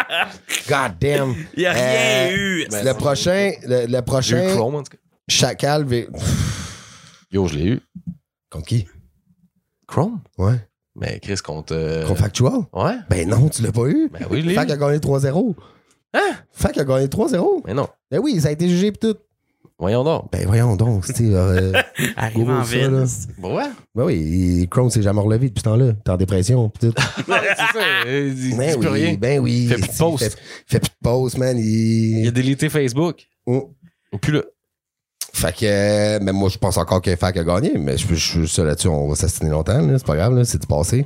[SPEAKER 3] God damn!
[SPEAKER 2] Il n'y a rien
[SPEAKER 3] Euh,
[SPEAKER 2] eu.
[SPEAKER 4] ben,
[SPEAKER 3] le
[SPEAKER 4] c'est-
[SPEAKER 3] prochain, le, le
[SPEAKER 4] gang. J'ai eu
[SPEAKER 3] prochain,
[SPEAKER 4] Chrome, en tout cas.
[SPEAKER 3] Chacal, V-
[SPEAKER 4] Yo, je l'ai eu.
[SPEAKER 3] contre qui?
[SPEAKER 4] Chrome?
[SPEAKER 3] Ouais.
[SPEAKER 4] Mais Chris, contre. euh,
[SPEAKER 3] Contre Factual?
[SPEAKER 4] Ouais?
[SPEAKER 3] Ben non, tu l'as pas eu.
[SPEAKER 4] Ben oui, je l'ai
[SPEAKER 3] Fac
[SPEAKER 4] eu.
[SPEAKER 3] a gagné 3-0.
[SPEAKER 4] Hein?
[SPEAKER 3] Fac a gagné 3-0.
[SPEAKER 4] Mais non.
[SPEAKER 3] Ben oui, ça a été jugé pis tout.
[SPEAKER 4] Voyons donc.
[SPEAKER 3] Ben voyons donc, tu sais,
[SPEAKER 4] <laughs>
[SPEAKER 3] euh,
[SPEAKER 2] Arrive en
[SPEAKER 3] Google ça, là.
[SPEAKER 2] ville.
[SPEAKER 4] Bon, ouais.
[SPEAKER 3] Ben oui, Chrome s'est jamais relevé depuis ce temps-là. T'es en dépression pis tout.
[SPEAKER 4] Ouais, <laughs> c'est ça. Il dit il
[SPEAKER 3] Ben
[SPEAKER 4] dit plus
[SPEAKER 3] oui,
[SPEAKER 4] rien.
[SPEAKER 3] ben oui.
[SPEAKER 4] Fait plus de
[SPEAKER 3] Il
[SPEAKER 4] posts.
[SPEAKER 3] Fait, fait plus de posts, man.
[SPEAKER 4] Il a
[SPEAKER 3] Il...
[SPEAKER 4] délité Facebook.
[SPEAKER 3] Oh.
[SPEAKER 4] Et Puis là.
[SPEAKER 3] Fait que, euh, mais moi, je pense encore que Fac a gagné, mais je je suis sûr là-dessus, on va s'assiner longtemps, là. C'est pas grave, là, c'est du passé.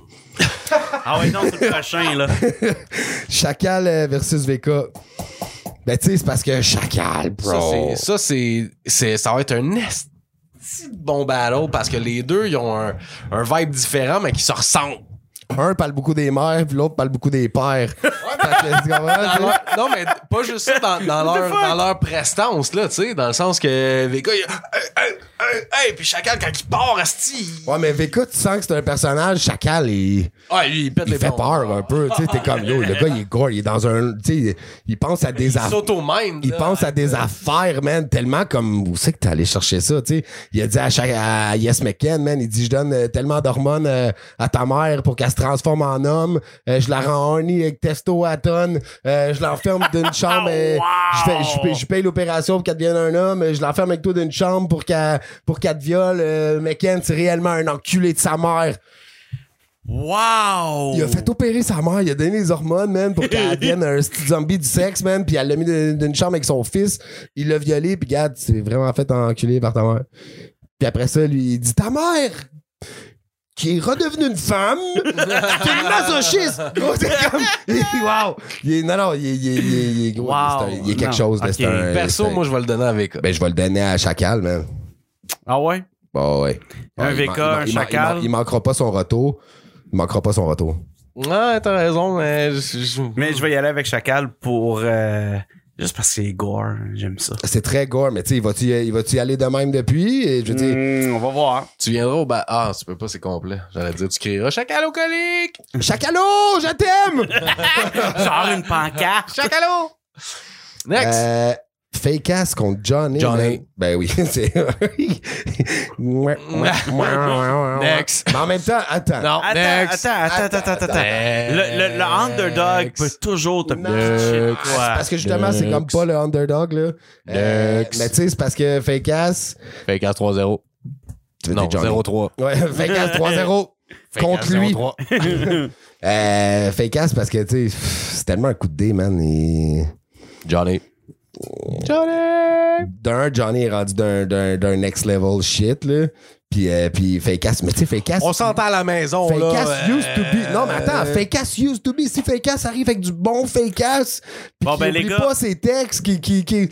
[SPEAKER 2] Ah ouais, non, c'est le prochain, là.
[SPEAKER 3] Chacal euh, versus VK. Ben, tu sais, c'est parce que Chacal,
[SPEAKER 4] Ça,
[SPEAKER 3] bro.
[SPEAKER 4] c'est, ça, c'est, c'est- ça va être un esti de bon battle parce que les deux, ils ont un, un vibe différent, mais qui se ressemblent.
[SPEAKER 3] Un parle beaucoup des mères, puis l'autre parle beaucoup des pères. Fait que, tu
[SPEAKER 4] <laughs>
[SPEAKER 3] comprends,
[SPEAKER 4] Dans
[SPEAKER 3] tu sais?
[SPEAKER 4] leur- non, mais pas juste ça, dans, dans leur, dans leur prestance, là, tu sais, dans le sens que Vega, il hey, hey, hey, hey, puis Chacal, quand il part, esti, il-
[SPEAKER 3] Ouais, mais VK, tu sens que c'est un personnage, Chacal, il,
[SPEAKER 4] ah, lui, il pète
[SPEAKER 3] il
[SPEAKER 4] les
[SPEAKER 3] fait
[SPEAKER 4] plombs.
[SPEAKER 3] peur un peu. Tu sais, t'es comme, yo, le gars, il est gore, il est dans un. Tu sais, il- il pense à des
[SPEAKER 4] Il
[SPEAKER 3] affaires.
[SPEAKER 4] s'auto-mine.
[SPEAKER 3] Il
[SPEAKER 4] là.
[SPEAKER 3] pense à des affaires, man, tellement comme où c'est que t'es allé chercher ça, tu sais. Il a dit à, chaque, à Yes McCann, man, il dit je donne euh, tellement d'hormones euh, à ta mère pour qu'elle se transforme en homme. Euh, je la rends horny avec testo à tonne. Euh, je l'enferme d'une chambre. euh, je, fais- je paye- je paye l'opération pour qu'elle devienne un homme. Euh, Je l'enferme avec toi d'une chambre pour qu'elle pour qu'elle te viole. Euh, McCann, c'est réellement un enculé de sa mère.
[SPEAKER 2] Wow!
[SPEAKER 3] Il a fait opérer sa mère, il a donné les hormones, man, pour qu'elle
[SPEAKER 2] <laughs>
[SPEAKER 3] devienne un petit zombie du sexe, man, puis elle l'a mis dans dans une chambre avec son fils, il l'a violé, puis regarde, c'est vraiment fait enculer par ta mère. Puis après ça, lui, il dit ta mère qui est redevenue une femme, qui est masochiste. <laughs> Gros, c'est comme wow, il est, non non, il est, il est, il est, il est gros,
[SPEAKER 2] Wow.
[SPEAKER 3] c'est un- il est quelque
[SPEAKER 2] Non.
[SPEAKER 3] chose, là,
[SPEAKER 2] Ok.
[SPEAKER 3] c'est un
[SPEAKER 4] Perso,
[SPEAKER 3] c'est un-
[SPEAKER 4] moi, je vais le donner à Vega.
[SPEAKER 3] ben je vais le donner à Chacal, man.
[SPEAKER 2] Ah ouais?
[SPEAKER 3] Bon, ouais.
[SPEAKER 2] Un
[SPEAKER 3] Ouais, il
[SPEAKER 2] VK,
[SPEAKER 3] man- il
[SPEAKER 2] un
[SPEAKER 3] man- il man- il man-
[SPEAKER 2] Chacal.
[SPEAKER 3] Il manquera pas son retour. Il manquera pas son retour.
[SPEAKER 4] Ouais, t'as raison, mais je- je-
[SPEAKER 2] Mais je vais y aller avec Chacal pour. euh, juste parce que c'est gore, j'aime ça.
[SPEAKER 3] C'est très gore, mais tu sais, il va-tu il va-tu y aller de même depuis? Et je veux dire,
[SPEAKER 2] Hmm, on va voir.
[SPEAKER 4] tu viendras au ba- Ah, tu peux pas, c'est complet. J'allais dire, tu crieras Chacal au colique!
[SPEAKER 3] Chacalo, je t'aime!
[SPEAKER 2] Genre une pancarte.
[SPEAKER 4] Chacalo! Next!
[SPEAKER 3] Euh, fake ass contre Johnny.
[SPEAKER 4] Johnny.
[SPEAKER 3] man. Ben oui, <laughs> c'est. Ouais, ouais, ouais, ouais, ouais.
[SPEAKER 4] Next.
[SPEAKER 3] Mais en même temps, attends.
[SPEAKER 4] non,
[SPEAKER 2] Attends,
[SPEAKER 4] next!
[SPEAKER 2] attends, attends, attends, attends, attends. Le, le, le underdog peut toujours te
[SPEAKER 3] Non.
[SPEAKER 2] pitcher de
[SPEAKER 3] Euh, C'est
[SPEAKER 2] quoi.
[SPEAKER 3] Parce que justement, c'est
[SPEAKER 4] Next.
[SPEAKER 3] comme pas le underdog, là. Euh,
[SPEAKER 4] Next.
[SPEAKER 3] mais tu sais, c'est parce que fake ass.
[SPEAKER 4] Fait qu'à 3-0.
[SPEAKER 3] Tu veux
[SPEAKER 4] Non,
[SPEAKER 3] dire Johnny.
[SPEAKER 4] 0-3. <laughs>
[SPEAKER 3] Ouais, fake ass 3-0.
[SPEAKER 4] Fait que
[SPEAKER 3] Contre
[SPEAKER 4] à
[SPEAKER 3] lui.
[SPEAKER 4] 0-3.
[SPEAKER 3] Euh, fake ass parce que, tu sais, pff, c'est tellement un coup de dé, man. Et...
[SPEAKER 4] Johnny. Johnny!
[SPEAKER 3] D'un, Johnny est rendu d'un, d'un, d'un next level shit, là. Puis, euh, puis fake ass. Mais tu sais, fake ass.
[SPEAKER 4] On s'entend à la maison,
[SPEAKER 3] Fake
[SPEAKER 4] là.
[SPEAKER 3] ass
[SPEAKER 4] euh,
[SPEAKER 3] used to be. Non, mais attends, fake ass used to be. Si fake ass arrive avec du bon fake ass, puis
[SPEAKER 2] Bon,
[SPEAKER 3] qu'il
[SPEAKER 2] ben, les
[SPEAKER 3] oublie
[SPEAKER 2] gars.
[SPEAKER 3] pas ses textes, qui, qui, qui...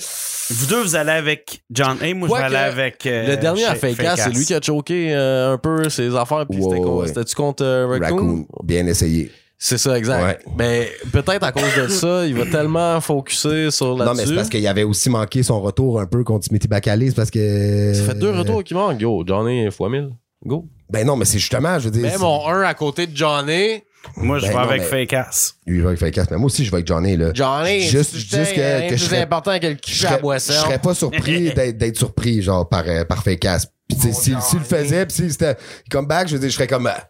[SPEAKER 2] Vous deux, vous allez avec John A. Moi, je
[SPEAKER 4] Quoique,
[SPEAKER 2] vais aller avec. euh,
[SPEAKER 4] Le dernier
[SPEAKER 2] Sha-
[SPEAKER 4] à fake ass, c'est lui qui a choqué euh, un peu ses affaires. Puis
[SPEAKER 3] Ouais,
[SPEAKER 4] c'était con-
[SPEAKER 3] ouais.
[SPEAKER 4] c'était-tu contre euh, Raccoon?
[SPEAKER 3] Raccoon, bien essayé.
[SPEAKER 4] C'est ça, exact.
[SPEAKER 3] Ouais.
[SPEAKER 4] Mais peut-être à cause de ça, il va tellement focuser sur
[SPEAKER 3] Non, mais
[SPEAKER 4] là-dessus.
[SPEAKER 3] c'est parce qu'il avait aussi manqué son retour un peu contre Smithy Bacalé. C'est parce que.
[SPEAKER 4] Ça fait deux retours qui manquent. Yo, Johnny fois 1000. Go.
[SPEAKER 3] Ben non, mais c'est justement, je veux dire.
[SPEAKER 4] Mais mon 1 à côté de Johnny.
[SPEAKER 2] Moi, je
[SPEAKER 3] Ben
[SPEAKER 2] vais
[SPEAKER 3] non,
[SPEAKER 2] avec
[SPEAKER 3] mais-
[SPEAKER 2] fake ass.
[SPEAKER 3] Lui, il va avec Fake Ass. Mais moi aussi, je vais avec Johnny, là.
[SPEAKER 4] Johnny,
[SPEAKER 3] Juste-
[SPEAKER 4] tu
[SPEAKER 3] juste
[SPEAKER 4] sais,
[SPEAKER 3] que-
[SPEAKER 4] rien
[SPEAKER 3] que
[SPEAKER 4] de
[SPEAKER 3] je
[SPEAKER 4] plus
[SPEAKER 3] serais-
[SPEAKER 4] important que le
[SPEAKER 3] Je
[SPEAKER 4] cul à
[SPEAKER 3] serais,
[SPEAKER 4] boisson.
[SPEAKER 3] je serais pas surpris d'être, d'être surpris, genre, par, euh, par Fake Ass. Puis, tu sais, s'il s'il le faisait, puis s'il c'était comeback, je veux dire, je serais comme. ah,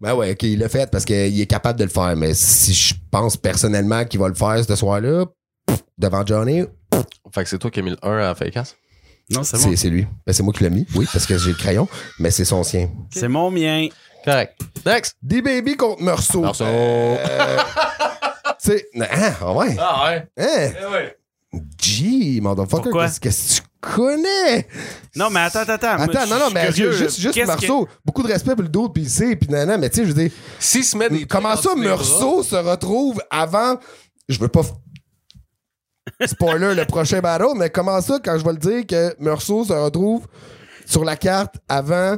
[SPEAKER 3] Ben ouais, ok, il l'a fait parce qu'il est capable de le faire. Mais si je pense personnellement qu'il va le faire ce soir-là, pff, devant Johnny,
[SPEAKER 4] Fait que c'est toi qui as mis le 1 à fake ass.
[SPEAKER 2] Non, c'est
[SPEAKER 3] c'est,
[SPEAKER 2] bon.
[SPEAKER 3] c'est lui. Ben, c'est moi qui l'ai mis, oui, parce que j'ai le crayon, mais c'est son sien.
[SPEAKER 2] C'est mon mien.
[SPEAKER 4] Correct. Next.
[SPEAKER 3] D-Baby contre Meursault.
[SPEAKER 4] Meursault.
[SPEAKER 3] Euh, tu sais, hein, ah ouais.
[SPEAKER 4] Ah ouais.
[SPEAKER 3] Hein?
[SPEAKER 4] Eh ouais.
[SPEAKER 3] Gee, motherfucker,
[SPEAKER 2] Pourquoi?
[SPEAKER 3] qu'est-ce que tu connais?
[SPEAKER 2] Non, mais attends, attends, attends. Ah, Moi,
[SPEAKER 3] Attends,
[SPEAKER 2] je
[SPEAKER 3] non, non,
[SPEAKER 2] suis
[SPEAKER 3] mais
[SPEAKER 2] curieux.
[SPEAKER 3] juste, juste
[SPEAKER 2] Qu'est-ce
[SPEAKER 3] Meursault. Beaucoup de respect pour le dos, puis il sait, puis nanana, mais tu sais, je veux dire,
[SPEAKER 4] S'il se met des.
[SPEAKER 3] comment ça Meursault se retrouve avant. Je veux pas. f- Spoiler, le prochain battle, mais comment ça, quand je vais le dire que Meursault se retrouve sur la carte avant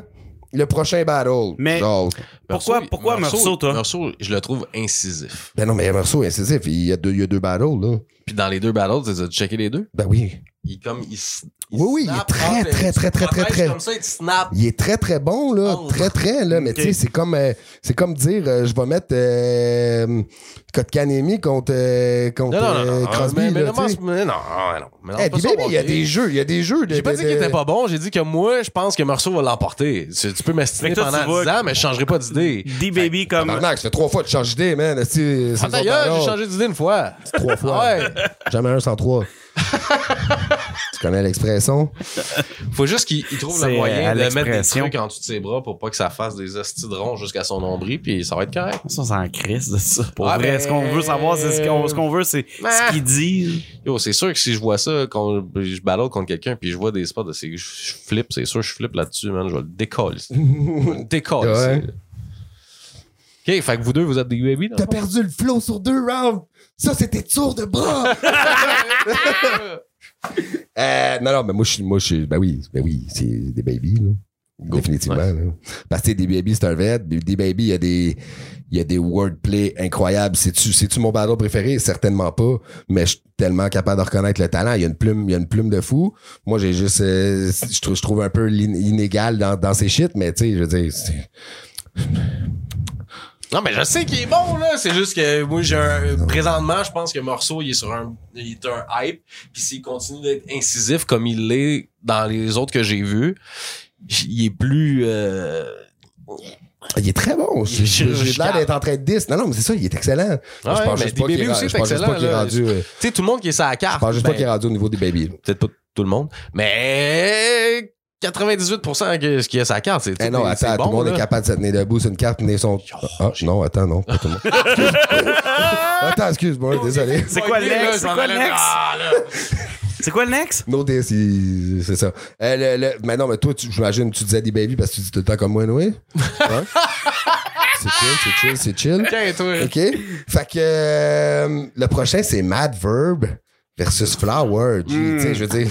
[SPEAKER 3] le prochain battle?
[SPEAKER 2] Mais-
[SPEAKER 3] Genre,
[SPEAKER 2] Pourquoi- pourquoi Meursault, toi?
[SPEAKER 4] Meursault, je le trouve incisif.
[SPEAKER 3] ben non, mais Meursault est incisif, il y a deux, il y a deux battles, là.
[SPEAKER 4] Puis dans les deux battles, t'as checké les deux.
[SPEAKER 3] Ben oui.
[SPEAKER 4] Il comme il. s-
[SPEAKER 3] Oui, oui, il est
[SPEAKER 4] snap,
[SPEAKER 3] très,
[SPEAKER 4] rentre,
[SPEAKER 3] très,
[SPEAKER 4] il
[SPEAKER 3] très, très, très,
[SPEAKER 4] protège
[SPEAKER 3] très.
[SPEAKER 4] Comme ça, il te snap.
[SPEAKER 3] Il est très très bon là,
[SPEAKER 4] Oh.
[SPEAKER 3] très très là, mais
[SPEAKER 2] Ok.
[SPEAKER 3] tu sais c'est comme euh, c'est comme dire euh, je vais mettre euh, Kotkanemi contre euh, contre
[SPEAKER 4] Non, non, non.
[SPEAKER 3] euh,
[SPEAKER 4] non, Ah,
[SPEAKER 3] Crosby
[SPEAKER 4] mais, mais
[SPEAKER 3] là,
[SPEAKER 4] non,
[SPEAKER 3] tu sais.
[SPEAKER 4] mais non, non, non. Mais non,
[SPEAKER 3] Eh,
[SPEAKER 4] pas
[SPEAKER 3] puis
[SPEAKER 4] ça,
[SPEAKER 3] baby, il y a
[SPEAKER 4] Walker.
[SPEAKER 3] des jeux, il y a des jeux de
[SPEAKER 4] J'ai pas
[SPEAKER 3] de-
[SPEAKER 4] dit qu'il
[SPEAKER 3] de-
[SPEAKER 4] était pas bon, j'ai dit que moi, je pense que Meursault va l'emporter. Tu, tu peux m'estimer
[SPEAKER 2] Fait que toi,
[SPEAKER 4] pendant
[SPEAKER 2] tu vois
[SPEAKER 4] 10 ans, mais je changerai pas <laughs> d'idée.
[SPEAKER 2] que- D-Baby comme.
[SPEAKER 3] Ben, Tabarnak, ça fait trois fois que tu changes d'idée, man. esti, c'est
[SPEAKER 4] Ah,
[SPEAKER 3] son
[SPEAKER 4] D'ailleurs, j'ai
[SPEAKER 3] ballon.
[SPEAKER 4] changé d'idée une fois.
[SPEAKER 3] trois fois.
[SPEAKER 4] Ouais.
[SPEAKER 3] Jamais un sans
[SPEAKER 4] <laughs>
[SPEAKER 3] trois. tu connais l'expression?
[SPEAKER 4] Faut juste qu'il il trouve le
[SPEAKER 2] C'est, euh, à
[SPEAKER 4] moyen de mettre des
[SPEAKER 2] l'expression.
[SPEAKER 4] trucs en dessous de ses bras pour pas que ça fasse des ostidrons jusqu'à son nombril, puis ça va être correct.
[SPEAKER 2] Ça, on s'en crisse de ça. Pour
[SPEAKER 4] Ah,
[SPEAKER 2] vrai,
[SPEAKER 4] ben-
[SPEAKER 2] ce qu'on veut savoir, c'est ce qu'on ce qu'on veut, c'est
[SPEAKER 4] Ah.
[SPEAKER 2] ce qu'il dit.
[SPEAKER 4] Yo, c'est sûr que si je vois ça, quand je balade contre quelqu'un, puis je vois des spots, de ces- je, je flippe, c'est sûr, je flippe là-dessus, man. Je vais le
[SPEAKER 3] <laughs>
[SPEAKER 4] décoller. Je vais le décoller.
[SPEAKER 3] Ouais.
[SPEAKER 4] Ok, fait que vous deux, vous êtes des baby, là?
[SPEAKER 3] T'as perdu le flow sur deux rounds! Ça, c'était tour de bras! Euh, non, non, mais moi, je suis. Moi, je suis- ben oui, ben oui, c'est des babies, là. Définitivement. là. Parce que tu sais, des babies, c'est un vet. mais Des babies, il y a des. Il y a des wordplay incroyables. C'est-tu, c'est-tu mon battle préféré? Certainement pas. Mais je suis tellement capable de reconnaître le talent. Il y a une plume, il y a une plume de fou. Moi, j'ai juste, euh, je trouve, je trouve un peu l'in- inégal dans, dans ces shit, mais tu sais, je veux dire, c'est-
[SPEAKER 4] Non, mais je sais qu'il est bon, là. C'est juste que moi, j'ai un. Présentement, je pense que Morceau, il est sur un. Il est un hype. Puis s'il continue d'être incisif comme il l'est dans les autres que j'ai vus, il est plus. euh,
[SPEAKER 3] il est très bon.
[SPEAKER 4] Il est
[SPEAKER 3] J'ai, j'ai- j'ai l'air
[SPEAKER 4] chirurgical.
[SPEAKER 3] d'être en train de 10. Non, non, mais c'est ça, il est excellent.
[SPEAKER 4] Ah ouais, mais
[SPEAKER 3] juste
[SPEAKER 4] des
[SPEAKER 3] qu'il
[SPEAKER 4] babies
[SPEAKER 3] est ra-
[SPEAKER 4] aussi,
[SPEAKER 3] je
[SPEAKER 4] c'est
[SPEAKER 3] pense juste pas
[SPEAKER 4] excellent,
[SPEAKER 3] qu'il est
[SPEAKER 4] là.
[SPEAKER 3] rendu, euh,
[SPEAKER 4] Tu sais, tout le monde qui est sur la
[SPEAKER 3] je
[SPEAKER 4] carte.
[SPEAKER 3] pense juste pas
[SPEAKER 4] ben,
[SPEAKER 3] qu'il est rendu au niveau des babies.
[SPEAKER 4] Peut-être pas tout le monde. Mais. 98% que ce qui est sa carte, c'est
[SPEAKER 3] Eh non,
[SPEAKER 4] c'est-
[SPEAKER 3] attends,
[SPEAKER 4] c'est
[SPEAKER 3] tout le
[SPEAKER 4] bon,
[SPEAKER 3] monde
[SPEAKER 4] là.
[SPEAKER 3] est capable de se tenir debout sur une carte, tenir son. Ah, non, attends, non, pas
[SPEAKER 4] <laughs>
[SPEAKER 3] tout le monde. Excuse- attends, excuse-moi, désolé.
[SPEAKER 2] C'est quoi le
[SPEAKER 4] Là,
[SPEAKER 2] next?
[SPEAKER 4] je
[SPEAKER 2] C'est
[SPEAKER 4] m'en
[SPEAKER 2] quoi le
[SPEAKER 4] allais-
[SPEAKER 2] next?
[SPEAKER 4] Ah, là.
[SPEAKER 2] C'est quoi le next?
[SPEAKER 3] No this, il- c'est ça. Euh, le- le- Mais non, mais toi, tu- j'imagine, tu disais des baby parce que tu dis tout le temps comme moi, Noé. Hein? c'est chill, c'est chill, c'est chill.
[SPEAKER 4] Tiens, toi.
[SPEAKER 3] <laughs> OK? Fait que euh, le prochain, c'est Mad Verb versus Flower. G. Tu
[SPEAKER 4] Hmm.
[SPEAKER 3] sais, je veux dire,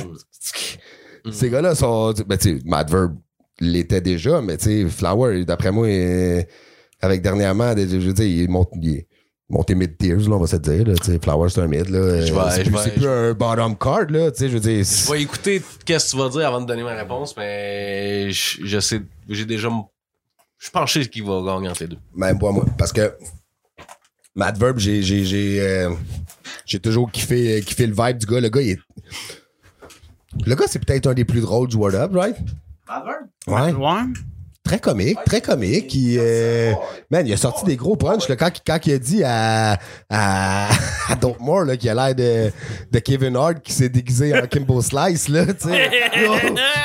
[SPEAKER 3] ces gars-là sont. Ben, tu sais, Mad Verb l'était déjà, mais tu sais, Flower, d'après moi, est- avec dernièrement, je veux dire, il monte. il est monté mid-tiers, là, on va se dire. Là, tu sais, Flower, c'est un mid. Là, Euh,
[SPEAKER 4] Je vais-
[SPEAKER 3] c'est
[SPEAKER 4] je
[SPEAKER 3] plus,
[SPEAKER 4] vais-
[SPEAKER 3] c'est plus un bottom card, là. Tu sais, je veux dire. c'est-
[SPEAKER 4] Je vais écouter qu'est-ce que tu vas dire avant de donner ma réponse, mais je, je sais, j'ai déjà, m- je pense que je sais qui va gagner entre les deux.
[SPEAKER 3] Même pas moi. Parce que Mad Verb, j'ai j'ai- j'ai, euh, j'ai toujours kiffé, euh, kiffé le vibe du gars. Le gars, il est. Le gars, c'est peut-être un des plus drôles du World Up, right? Ouais.
[SPEAKER 2] Ouais.
[SPEAKER 3] très comique, très comique. Il, euh, man, il a sorti des gros punchs là, quand, quand il a dit à, à, <laughs> à Don't More là, qu'il a l'air de, de Kevin Hart qui s'est déguisé en Kimbo Slice. Là, tu sais. Yo,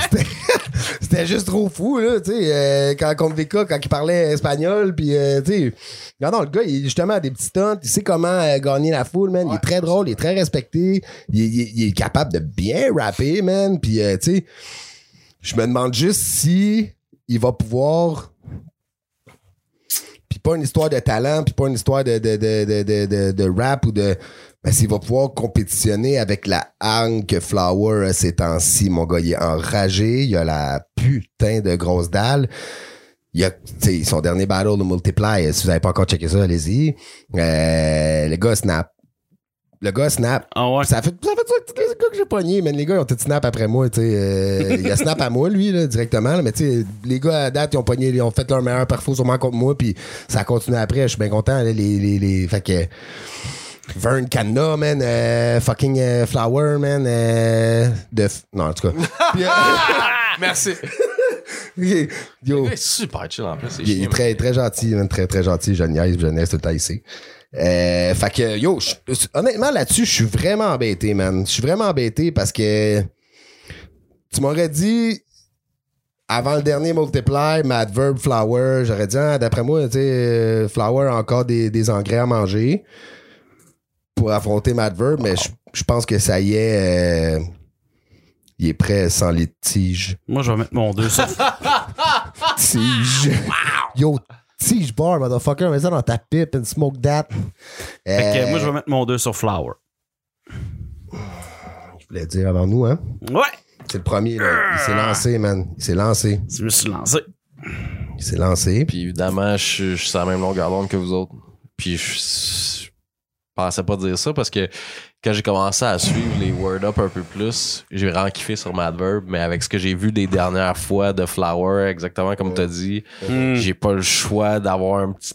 [SPEAKER 3] c'était- <laughs> C'était juste trop fou. Là, tu sais, euh, quand contre Vika, quand il parlait espagnol, puis euh, tu sais, non, non, le gars, il, justement, a des petits stunts. Il sait comment euh, gagner la foule, man. Il est très drôle, il est très respecté. Il, il- il est capable de bien rapper, man. Puis, euh, tu sais, je me demande juste si il va pouvoir. Puis pas une histoire de talent, puis pas une histoire de, de, de, de, de, de- de rap ou de. Mais s'il va pouvoir compétitionner avec la hargne que Flower a ces temps-ci, mon gars, il est enragé, il a la putain de grosse dalle. Il a, tu sais, son dernier battle de Multiply, si vous n'avez pas encore checké ça, allez-y. Euh, le gars snap. Le gars snap.
[SPEAKER 2] Ah ouais.
[SPEAKER 3] Ça fait, ça fait ça que tous les gars que j'ai pognés, man. Les gars, ils ont tout snap après moi, tu sais. euh, il y a snap à moi, lui, là, directement. là, mais tu sais, les gars, à date, ils ont pogné, ils ont fait leur meilleur perfo sûrement contre moi, puis ça a continué après. Je suis bien content, là, les, les, les- Fait que. Vern Canna, man. euh, fucking euh, Flower, man. euh, de. f- Non, en tout cas. Puis, euh,
[SPEAKER 2] Ah!
[SPEAKER 4] Merci.
[SPEAKER 3] <laughs> yo.
[SPEAKER 4] Il est <laughs> super chill en plus. c'est
[SPEAKER 3] Il
[SPEAKER 4] chiant,
[SPEAKER 3] est très, très gentil, man, très, très gentil. Je niaise, je niaise tout le temps ici. Euh, fait que, yo, je- honnêtement, là-dessus, je suis vraiment embêté, man. Je suis vraiment embêté parce que tu m'aurais dit avant le dernier multiply, ma adverb flower, j'aurais dit, ah, d'après moi, tu sais, euh, flower a encore des, des engrais à manger pour affronter ma adverb, mais je- je pense que ça y est, euh, il est prêt sans litige.
[SPEAKER 2] Moi, je vais mettre mon 2
[SPEAKER 3] <laughs>
[SPEAKER 2] sur
[SPEAKER 3] Tige.
[SPEAKER 2] Ah,
[SPEAKER 3] Yo, tige bar, motherfucker. Mets ça dans ta pipe and smoke that.
[SPEAKER 2] Fait que
[SPEAKER 3] Euh,
[SPEAKER 2] moi, je vais mettre mon 2 sur Flower.
[SPEAKER 3] Je voulais dire avant nous, hein.
[SPEAKER 2] Ouais!
[SPEAKER 3] C'est le premier, là. Il s'est
[SPEAKER 2] Ah.
[SPEAKER 3] lancé, man. Il s'est lancé.
[SPEAKER 2] Je me suis lancé.
[SPEAKER 3] Il s'est lancé. Puis
[SPEAKER 4] Puis évidemment, je, suis- je suis sur la même longueur d'onde que vous autres. Puis je, je pensais pas dire ça parce que quand j'ai commencé à suivre les Word Up un peu plus, j'ai vraiment kiffé sur ma adverb, mais avec ce que j'ai vu des dernières fois de Flower, exactement comme t'as dit, j'ai pas le choix d'avoir un petit.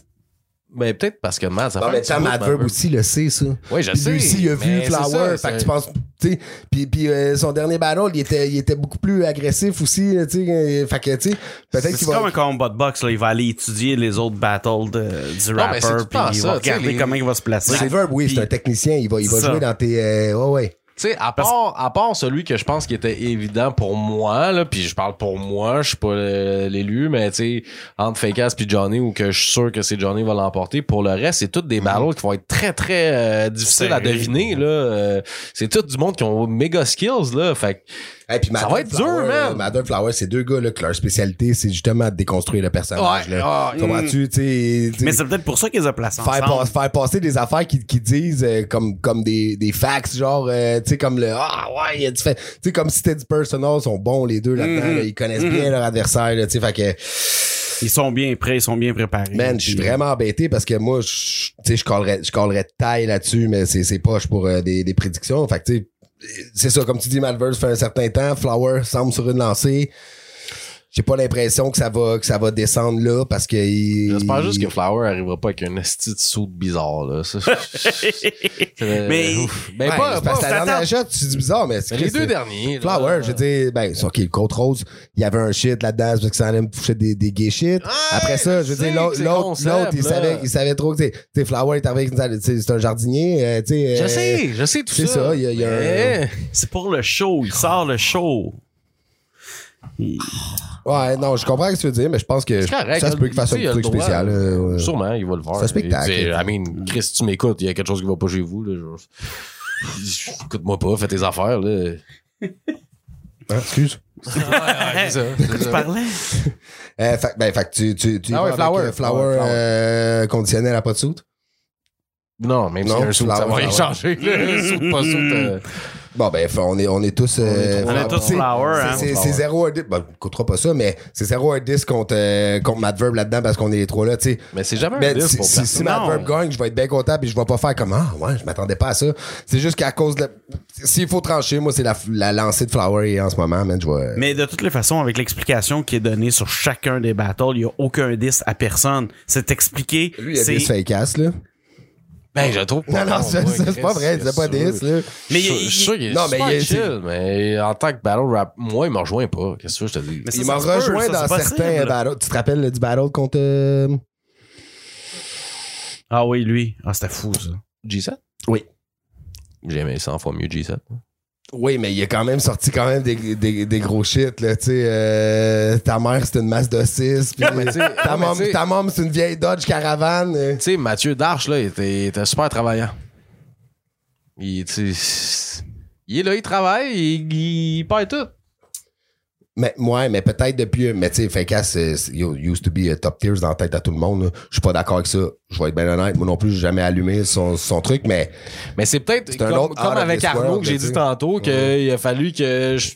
[SPEAKER 4] Ben peut-être parce que man, ça
[SPEAKER 3] dans
[SPEAKER 4] fait un
[SPEAKER 3] le
[SPEAKER 4] petit
[SPEAKER 3] temps,
[SPEAKER 4] bout,
[SPEAKER 3] Madverb
[SPEAKER 4] Madverb.
[SPEAKER 3] aussi le sait, ça.
[SPEAKER 4] Oui, je
[SPEAKER 3] Puis
[SPEAKER 4] sais.
[SPEAKER 3] lui aussi, il a vu
[SPEAKER 4] mais
[SPEAKER 3] Flower.
[SPEAKER 4] c'est ça,
[SPEAKER 3] fait
[SPEAKER 4] c'est-
[SPEAKER 3] que tu penses. tu sais, Puis, puis euh, son dernier battle, il était, il était beaucoup plus agressif aussi. là, tu sais, euh, fait que, tu sais, peut-être
[SPEAKER 2] C'est
[SPEAKER 3] qu'il
[SPEAKER 2] comme
[SPEAKER 3] va.
[SPEAKER 2] un combat de boxe, là. Il va aller étudier les autres battles de- du
[SPEAKER 4] Non, mais c'est tout
[SPEAKER 2] rapper,
[SPEAKER 4] le
[SPEAKER 2] puis
[SPEAKER 4] temps
[SPEAKER 2] il
[SPEAKER 4] ça,
[SPEAKER 2] va
[SPEAKER 4] tu sais,
[SPEAKER 2] regarder
[SPEAKER 4] les-
[SPEAKER 2] comment il va se placer.
[SPEAKER 3] Madverb, oui,
[SPEAKER 2] Puis-
[SPEAKER 3] c'est un technicien. Il va, il va
[SPEAKER 2] C'est ça.
[SPEAKER 3] jouer dans tes. euh, ouais, ouais.
[SPEAKER 4] Tu sais, à part, à part celui que je pense qui était évident pour moi, là, puis je parle pour moi, je suis pas euh, l'élu, mais tu sais, entre Fakas puis Johnny, ou que je suis sûr que c'est Johnny va l'emporter, pour le reste, c'est toutes des
[SPEAKER 3] Mhm.
[SPEAKER 4] battles qui vont être très, très euh, difficiles à
[SPEAKER 2] Serré.
[SPEAKER 4] deviner, là. Euh, c'est tout du monde qui ont méga skills, là. Fait que
[SPEAKER 3] Hey, puis
[SPEAKER 4] Ça
[SPEAKER 3] Madame
[SPEAKER 4] va être
[SPEAKER 3] Flower,
[SPEAKER 4] dur, man.
[SPEAKER 3] euh, Madame Flower, c'est deux gars là, que leur spécialité, c'est justement de déconstruire le personnage.
[SPEAKER 4] Ouais, ah, mm.
[SPEAKER 3] là.
[SPEAKER 4] ouais.
[SPEAKER 3] Comprends-tu? tu sais, tu sais,
[SPEAKER 2] Mais c'est peut-être pour ça qu'ils ont placé
[SPEAKER 3] Faire, pas-
[SPEAKER 2] ensemble.
[SPEAKER 3] faire passer des affaires qui, qui disent euh, comme, comme des, des facts, genre, euh, tu sais, comme le Ah ouais, il y a du fait. Tu sais, comme si c'était du personnel, ils sont bons les deux là-dedans,
[SPEAKER 4] Mm-hmm.
[SPEAKER 3] là, ils connaissent bien leur adversaire, là, tu sais, fait que.
[SPEAKER 2] Ils sont bien prêts, ils sont bien préparés.
[SPEAKER 3] Man, je suis
[SPEAKER 2] Puis-
[SPEAKER 3] vraiment embêté parce que moi, je- tu sais, je collerais, je collerais taille là-dessus, mais c'est, c'est poche pour euh, des, des prédictions. Fait que, tu sais, c'est ça, comme tu dis, Malverse fait un certain temps, Flower semble sur une lancée. J'ai pas l'impression que ça va, que ça va descendre là parce que il-
[SPEAKER 4] j'espère juste que Flower arrivera pas avec un esti de saut bizarre, là. Ça, c'est-
[SPEAKER 2] Mais-
[SPEAKER 4] ouf. Ben,
[SPEAKER 3] Ouais,
[SPEAKER 4] pas,
[SPEAKER 3] c'est parce
[SPEAKER 4] pas-
[SPEAKER 3] que la dernière
[SPEAKER 2] t'attends.
[SPEAKER 3] shot, tu dis bizarre, mais c'est
[SPEAKER 4] mais les
[SPEAKER 3] Christ,
[SPEAKER 4] deux
[SPEAKER 3] c'est-
[SPEAKER 4] derniers. là.
[SPEAKER 3] Flower, je veux
[SPEAKER 4] euh,
[SPEAKER 3] dire, ben, c'est OK, le Cold Rose, il y avait un shit là-dedans, c'est parce que ça allait me toucher des, des gay shit. Après ça, je veux
[SPEAKER 4] je sais
[SPEAKER 3] dire, l'autre,
[SPEAKER 4] que c'est
[SPEAKER 3] l'autre,
[SPEAKER 4] concept,
[SPEAKER 3] l'autre, il
[SPEAKER 4] là.
[SPEAKER 3] savait, il savait trop que, tu sais, tu sais, Flower est arrivé avec une- tu sais, c'est un jardinier, euh, tu sais.
[SPEAKER 4] Je
[SPEAKER 3] euh,
[SPEAKER 4] sais, je sais tout ça.
[SPEAKER 3] c'est ça, il y a- il y a un-
[SPEAKER 4] Mais-
[SPEAKER 2] C'est pour le show. Il sort le show.
[SPEAKER 3] Ouais, non, je comprends ce que tu veux dire, mais je pense que
[SPEAKER 4] C'est correct,
[SPEAKER 3] ça se peut
[SPEAKER 4] il-
[SPEAKER 3] qu'il fasse un
[SPEAKER 4] tu sais, il a
[SPEAKER 3] truc
[SPEAKER 4] le droit.
[SPEAKER 3] spécial. euh, ouais.
[SPEAKER 4] Sûrement, il va le voir.
[SPEAKER 3] C'est un spectacle.
[SPEAKER 4] Il dit, I mean, Chris, tu m'écoutes, il y a quelque chose qui va pas chez vous. Là, genre. Il dit, Écoute-moi pas, fais tes affaires.
[SPEAKER 3] <laughs>
[SPEAKER 4] Là.
[SPEAKER 3] Hein, excuse.
[SPEAKER 4] Ouais,
[SPEAKER 2] Tu parlais?
[SPEAKER 3] Euh, fait, ben, fait que tu, tu, tu y
[SPEAKER 4] Ah ouais,
[SPEAKER 3] vas avec,
[SPEAKER 4] Flower.
[SPEAKER 3] euh, flower,
[SPEAKER 4] Ouais, Flower.
[SPEAKER 3] euh, conditionnel à pas de soute.
[SPEAKER 4] Non, même si
[SPEAKER 3] Non,
[SPEAKER 4] y a un saut, ça va
[SPEAKER 3] flower,
[SPEAKER 4] rien
[SPEAKER 3] flower.
[SPEAKER 4] changer. là. Saut, pas saut. euh.
[SPEAKER 3] Bon, ben, fait, on est, on est tous. euh,
[SPEAKER 4] On
[SPEAKER 2] On
[SPEAKER 4] Ouais,
[SPEAKER 2] est
[SPEAKER 4] bah,
[SPEAKER 3] flower.
[SPEAKER 2] tous
[SPEAKER 3] C'est-
[SPEAKER 2] flower,
[SPEAKER 3] c'est-
[SPEAKER 2] hein?
[SPEAKER 3] C'est
[SPEAKER 4] Flower.
[SPEAKER 3] c'est 0 à 10. Ben, coûtera pas ça, mais c'est 0 à 10 contre, euh, contre Madverb là-dedans parce qu'on est les trois là, tu sais.
[SPEAKER 4] Mais c'est jamais un
[SPEAKER 3] Mais
[SPEAKER 4] disque
[SPEAKER 3] Ben, si,
[SPEAKER 4] pour
[SPEAKER 3] si, si ma
[SPEAKER 2] Non.
[SPEAKER 3] adverb gagne, je vais être bien content puis je vais pas faire comme Ah ouais, je m'attendais pas à ça. C'est juste qu'à cause de la- S'il faut trancher, moi c'est la, la lancée de Flower et en ce moment, man, je vais.
[SPEAKER 2] Mais de toutes les façons, avec l'explication qui est donnée sur chacun des battles, il n'y a aucun 10 à personne. C'est expliqué.
[SPEAKER 3] Lui, il a Oh
[SPEAKER 2] c'est-
[SPEAKER 3] des fake ass, là.
[SPEAKER 4] Ben, je le trouve
[SPEAKER 3] Non,
[SPEAKER 4] pas.
[SPEAKER 3] non,
[SPEAKER 4] bon,
[SPEAKER 3] c'est
[SPEAKER 4] moi,
[SPEAKER 3] c'est
[SPEAKER 4] Chris,
[SPEAKER 3] pas vrai, c'est pas
[SPEAKER 4] sûr.
[SPEAKER 3] des là.
[SPEAKER 2] Mais
[SPEAKER 4] je,
[SPEAKER 2] il-
[SPEAKER 4] suis- je
[SPEAKER 2] il-
[SPEAKER 4] suis sûr qu'il est
[SPEAKER 3] Non, mais
[SPEAKER 4] super
[SPEAKER 3] il est-
[SPEAKER 4] chill, mais en tant que battle rap, moi, il me rejoint pas. Qu'est-ce que je te dis?
[SPEAKER 2] Mais ça,
[SPEAKER 3] Il
[SPEAKER 2] ça
[SPEAKER 3] m'a
[SPEAKER 2] se peut,
[SPEAKER 3] rejoint
[SPEAKER 2] ça,
[SPEAKER 3] dans
[SPEAKER 2] c'est possible.
[SPEAKER 3] certains battles. Tu te rappelles du battle contre. euh,
[SPEAKER 2] Ah oui, lui. Ah, c'était fou, ça.
[SPEAKER 4] G7?
[SPEAKER 3] Oui.
[SPEAKER 4] J'aimais 100 fois mieux G7.
[SPEAKER 3] Oui, mais il a quand même sorti quand même des, des, des gros shit, là, tu sais. euh, ta mère, c'est une masse de 6. <laughs>
[SPEAKER 4] mais <laughs> tu sais-
[SPEAKER 3] ta
[SPEAKER 4] mais
[SPEAKER 3] mom,
[SPEAKER 4] tu sais-
[SPEAKER 3] ta mom, c'est une vieille Dodge Caravane. euh.
[SPEAKER 4] Tu sais, Mathieu Darche, là, il était, il était super travaillant. Il, tu sais, il est là, il travaille, il, il perd tout.
[SPEAKER 3] Mais, ouais, mais peut-être depuis. Mais tu sais, Fencas, c'est- c'est- yo, used to be a top tiers dans la tête à tout le monde. là. Je suis pas d'accord avec ça. Je vais être bien honnête. Moi non plus, j'ai jamais allumé son, son truc, mais
[SPEAKER 4] Mais c'est peut-être
[SPEAKER 3] C'est un
[SPEAKER 4] comme,
[SPEAKER 3] autre
[SPEAKER 4] comme
[SPEAKER 3] out of
[SPEAKER 4] avec
[SPEAKER 3] this world,
[SPEAKER 4] Arnaud que j'ai
[SPEAKER 3] tu
[SPEAKER 4] dit
[SPEAKER 3] sais.
[SPEAKER 4] tantôt qu'il a fallu que je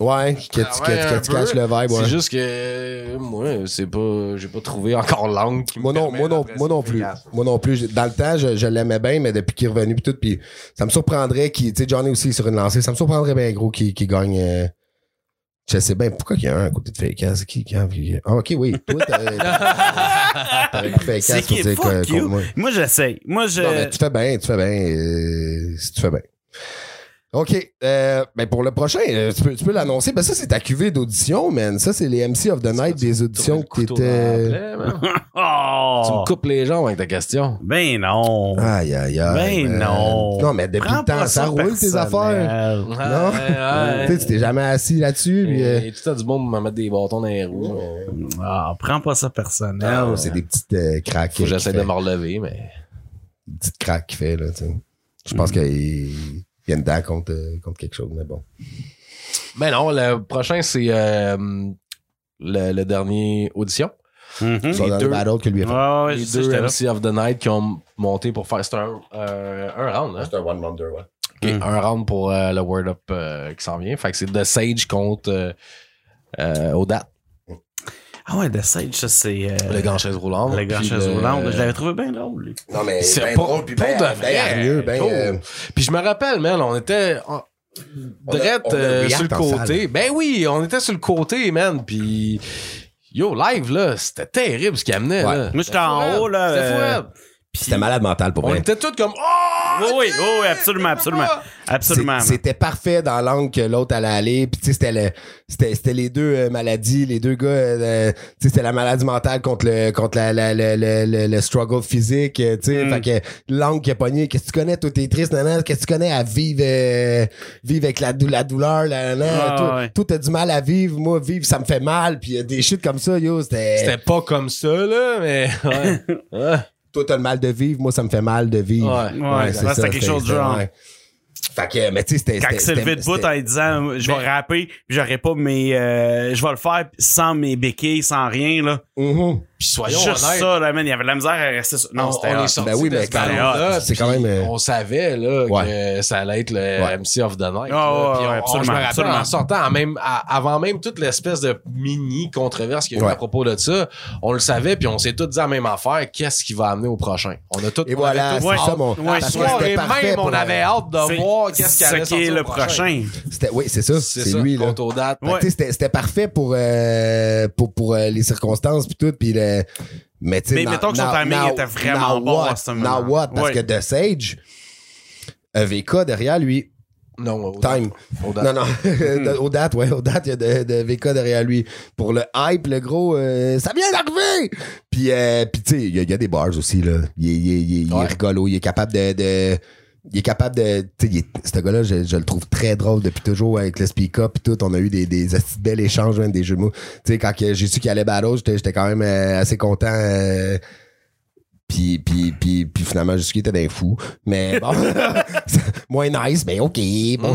[SPEAKER 3] ouais, que tu, que, tu-
[SPEAKER 4] travaille un
[SPEAKER 3] que tu catches
[SPEAKER 4] peu.
[SPEAKER 3] le vibe.
[SPEAKER 4] C'est
[SPEAKER 3] ouais.
[SPEAKER 4] juste que euh, moi, c'est pas. J'ai pas trouvé encore l'angle qui me
[SPEAKER 3] Moi non,
[SPEAKER 4] permet
[SPEAKER 3] moi non,
[SPEAKER 4] d'apprécier
[SPEAKER 3] moi non
[SPEAKER 4] le
[SPEAKER 3] plus.
[SPEAKER 4] Vegas.
[SPEAKER 3] Moi non plus. J'ai- Dans le temps, je, je l'aimais bien, mais depuis qu'il est revenu pis tout, puis ça me surprendrait qu'il. Tu sais, Johnny aussi est sur une lancée. Ça me surprendrait bien gros qu'il qu'il gagne. euh, je sais bien pourquoi il y a un à côté de Faker. C'est qui qui a- qui- Ah, ok, oui. Toi, t'avais- t'avais pris Faker
[SPEAKER 2] C'est
[SPEAKER 3] pour
[SPEAKER 2] qui?
[SPEAKER 3] dire
[SPEAKER 2] Fuck
[SPEAKER 3] que-
[SPEAKER 2] you.
[SPEAKER 3] contre moi.
[SPEAKER 2] Moi, j'essaye. Moi, je.
[SPEAKER 4] Euh,
[SPEAKER 3] Non, mais tu fais bien, tu fais bien. euh, si tu fais bien. OK. Euh, ben pour le prochain, euh, tu peux, tu peux l'annoncer. Ben ça, c'est ta cuvée d'audition, man. Ça, c'est les MC of the Night des auditions
[SPEAKER 4] Tourner
[SPEAKER 3] qui
[SPEAKER 4] le couteau dans la
[SPEAKER 3] étaient.
[SPEAKER 4] plaie, man. Tu
[SPEAKER 2] Oh!
[SPEAKER 4] me coupes les jambes avec ta question.
[SPEAKER 2] Ben non.
[SPEAKER 3] Aïe, aïe, aïe.
[SPEAKER 2] Ben
[SPEAKER 3] man.
[SPEAKER 2] non.
[SPEAKER 3] Non, mais depuis
[SPEAKER 2] Prends
[SPEAKER 3] le temps,
[SPEAKER 2] pas
[SPEAKER 3] ça roule tes
[SPEAKER 2] personnel.
[SPEAKER 3] affaires. Non. Tu sais, tu t'es jamais assis là-dessus. puis, euh,
[SPEAKER 4] Et tout à du monde me mettre des bâtons dans les roues.
[SPEAKER 2] Ah, prends pas ça personnel.
[SPEAKER 3] Ah, non, c'est des petites euh, craques.
[SPEAKER 4] Faut que
[SPEAKER 3] qu'il
[SPEAKER 4] j'essaie
[SPEAKER 3] fait.
[SPEAKER 4] de me relever, mais.
[SPEAKER 3] Des petites craques qu'il fait, là, tu sais. Je
[SPEAKER 4] Mm.
[SPEAKER 3] pense qu'il y a une dent contre, euh, contre quelque chose, mais bon.
[SPEAKER 4] Mais Ben non, le prochain, c'est euh, le, le dernier audition.
[SPEAKER 2] Mhm.
[SPEAKER 3] C'est dans le
[SPEAKER 4] deux-
[SPEAKER 3] battle que lui a fait.
[SPEAKER 2] Ouais, ouais, je
[SPEAKER 4] Mm-hmm. les
[SPEAKER 2] sais,
[SPEAKER 4] deux
[SPEAKER 2] j'étais là.
[SPEAKER 4] MC of the Night qui ont monté pour faire. C'était un, euh, un round, hein?
[SPEAKER 3] un one wonder, ouais.
[SPEAKER 4] Ok,
[SPEAKER 2] Mm.
[SPEAKER 4] Un round pour euh, le Word Up euh, qui s'en vient. Fait que c'est The Sage contre euh, euh, Odat,
[SPEAKER 2] Ah ouais, The Sage, ça c'est. euh,
[SPEAKER 4] le grand chaise roulante.
[SPEAKER 2] Le grand
[SPEAKER 4] Puis
[SPEAKER 2] chaise
[SPEAKER 4] le-
[SPEAKER 2] roulante. Je l'avais trouvé bien drôle, lui.
[SPEAKER 3] Non, mais
[SPEAKER 4] C'est
[SPEAKER 3] ben
[SPEAKER 4] pas-
[SPEAKER 3] drôle, puis
[SPEAKER 4] pas
[SPEAKER 3] ben-
[SPEAKER 4] de
[SPEAKER 3] ben
[SPEAKER 4] vrai.
[SPEAKER 3] hargneux, ben,
[SPEAKER 4] Oh.
[SPEAKER 3] euh,
[SPEAKER 4] Puis je me rappelle, man, on était. en-
[SPEAKER 3] a-
[SPEAKER 4] Drette
[SPEAKER 3] on a
[SPEAKER 4] euh,
[SPEAKER 3] react
[SPEAKER 4] sur le
[SPEAKER 3] en
[SPEAKER 4] côté. Ben oui, on était sur le côté, man. Puis. Yo, live, là, c'était terrible ce qu'il amenait,
[SPEAKER 3] Ouais.
[SPEAKER 4] là.
[SPEAKER 2] Moi, j'étais en
[SPEAKER 4] C'était
[SPEAKER 2] haut, là,
[SPEAKER 4] C'était fou,
[SPEAKER 2] euh,
[SPEAKER 4] raide.
[SPEAKER 2] Puis-
[SPEAKER 3] C'était malade mental pour
[SPEAKER 4] On
[SPEAKER 3] moi.
[SPEAKER 4] était tous comme. Oh!
[SPEAKER 2] Oui, oui,
[SPEAKER 4] ok,
[SPEAKER 2] oui, oui, absolument, absolument. Absolument.
[SPEAKER 3] C'est- C'était parfait dans l'angle que l'autre allait aller. Puis, tu sais, c'était le- c'était c'était les deux euh, maladies, les deux gars. euh, tu sais, c'était la maladie mentale contre le, contre la, la- la- la- la- le struggle physique. euh, tu sais,
[SPEAKER 2] Mm.
[SPEAKER 3] fait que l'angle qui a pogné, qu'est-ce que tu connais, toi, t'es triste, nanana, qu'est-ce que tu connais à vivre, euh, vivre avec la, dou- la douleur, nanana,
[SPEAKER 2] Ah,
[SPEAKER 3] toi,
[SPEAKER 2] ouais.
[SPEAKER 3] toi, t'as du mal à vivre, moi, vivre, ça me fait mal. Puis, euh, des shit comme ça, yo, c'était.
[SPEAKER 4] C'était pas comme ça, là, mais.
[SPEAKER 2] <laughs>
[SPEAKER 4] Ouais. Ouais.
[SPEAKER 3] Toi, t'as le mal de vivre, moi, ça me fait mal de vivre.
[SPEAKER 4] Ouais.
[SPEAKER 2] Ouais,
[SPEAKER 3] c'est
[SPEAKER 2] ça,
[SPEAKER 3] ça,
[SPEAKER 2] c'était quelque chose de
[SPEAKER 3] c'était-
[SPEAKER 2] genre.
[SPEAKER 3] ouais. Fait que, mais tu sais, c'était.
[SPEAKER 2] Quand il
[SPEAKER 3] c'était-
[SPEAKER 2] s'est levé de
[SPEAKER 3] c'était-
[SPEAKER 2] bout en disant je vais rapper, puis j'aurai pas mes. euh, je vais le faire sans mes béquilles, sans rien, là.
[SPEAKER 3] Mhm.
[SPEAKER 4] Puis soyons
[SPEAKER 2] Juste
[SPEAKER 4] honnêtes.
[SPEAKER 2] ça, là, man. Il y avait de la misère à rester sur. Non,
[SPEAKER 4] on-
[SPEAKER 2] c'était.
[SPEAKER 4] on est
[SPEAKER 2] hot.
[SPEAKER 4] sortis
[SPEAKER 3] Ben oui,
[SPEAKER 4] de
[SPEAKER 3] mais
[SPEAKER 4] ce
[SPEAKER 3] quand
[SPEAKER 2] même,
[SPEAKER 4] ballon-là,
[SPEAKER 3] c'est
[SPEAKER 4] puis
[SPEAKER 3] quand même, euh,
[SPEAKER 4] On savait là,
[SPEAKER 3] Ouais.
[SPEAKER 4] que ça allait être le MC of the Night.
[SPEAKER 2] Ah,
[SPEAKER 4] là. Puis
[SPEAKER 2] ouais,
[SPEAKER 4] on-
[SPEAKER 2] ouais,
[SPEAKER 4] on-
[SPEAKER 2] absolument,
[SPEAKER 4] je me rappelle
[SPEAKER 2] absolument.
[SPEAKER 4] en sortant, en même, à- avant même toute l'espèce de mini controverse qu'il y a eu
[SPEAKER 3] Ouais.
[SPEAKER 4] à propos de ça, on le savait, puis on s'est tous dit la même affaire. Qu'est-ce qui va amener au prochain On a tout.
[SPEAKER 3] Et voilà, c'est
[SPEAKER 2] Ouais.
[SPEAKER 3] ça mon.
[SPEAKER 2] Ouais.
[SPEAKER 3] parce que
[SPEAKER 4] soir
[SPEAKER 3] c'était
[SPEAKER 4] et
[SPEAKER 3] parfait
[SPEAKER 4] même,
[SPEAKER 3] pour euh,
[SPEAKER 4] on
[SPEAKER 3] la-
[SPEAKER 4] avait hâte de
[SPEAKER 2] C'est-
[SPEAKER 4] voir qu'est-ce qui allait
[SPEAKER 2] ce qui est
[SPEAKER 4] sortir
[SPEAKER 2] le
[SPEAKER 4] au
[SPEAKER 2] prochain.
[SPEAKER 3] c'était- Oui, c'est ça. C'est lui là.
[SPEAKER 4] contre aux dates.
[SPEAKER 3] Fait que, tu sais, C'était c'était parfait pour euh, pour pour euh, les circonstances puis tout puis le. Mais, tu sais,
[SPEAKER 2] Mais
[SPEAKER 3] now-
[SPEAKER 2] mettons que son
[SPEAKER 3] now-
[SPEAKER 2] timing
[SPEAKER 3] now-
[SPEAKER 2] était vraiment
[SPEAKER 3] now
[SPEAKER 2] bon
[SPEAKER 3] what?
[SPEAKER 2] à ce moment.
[SPEAKER 3] Now what? Parce
[SPEAKER 2] Ouais.
[SPEAKER 3] que The Sage, EVK derrière lui,
[SPEAKER 4] Non, aux dates.
[SPEAKER 3] time.
[SPEAKER 4] Aux dates.
[SPEAKER 3] Non, non. De- aux dates, ouais. Aux dates, il y a de, de VK derrière lui. Pour le hype, le gros, euh, ça vient d'arriver! Puis, euh, puis tu sais, il y, a- il y a des bars aussi, là. Il est, il est- il est- il est
[SPEAKER 4] Ouais.
[SPEAKER 3] rigolo. Il est capable de... de- il est capable de. Tu sais, il est- ce gars-là, je, je le trouve très drôle depuis toujours avec le speak-up et tout. On a eu des, des, asti de belles échanges, même des jeux de mots. Tu sais, quand que j'ai su qu'il allait battle, j'étais j'étais quand même euh, assez content. euh, puis, puis, puis, puis finalement, jusqu'il était d'un fou. Mais bon, <laughs> moins nice, mais OK, bon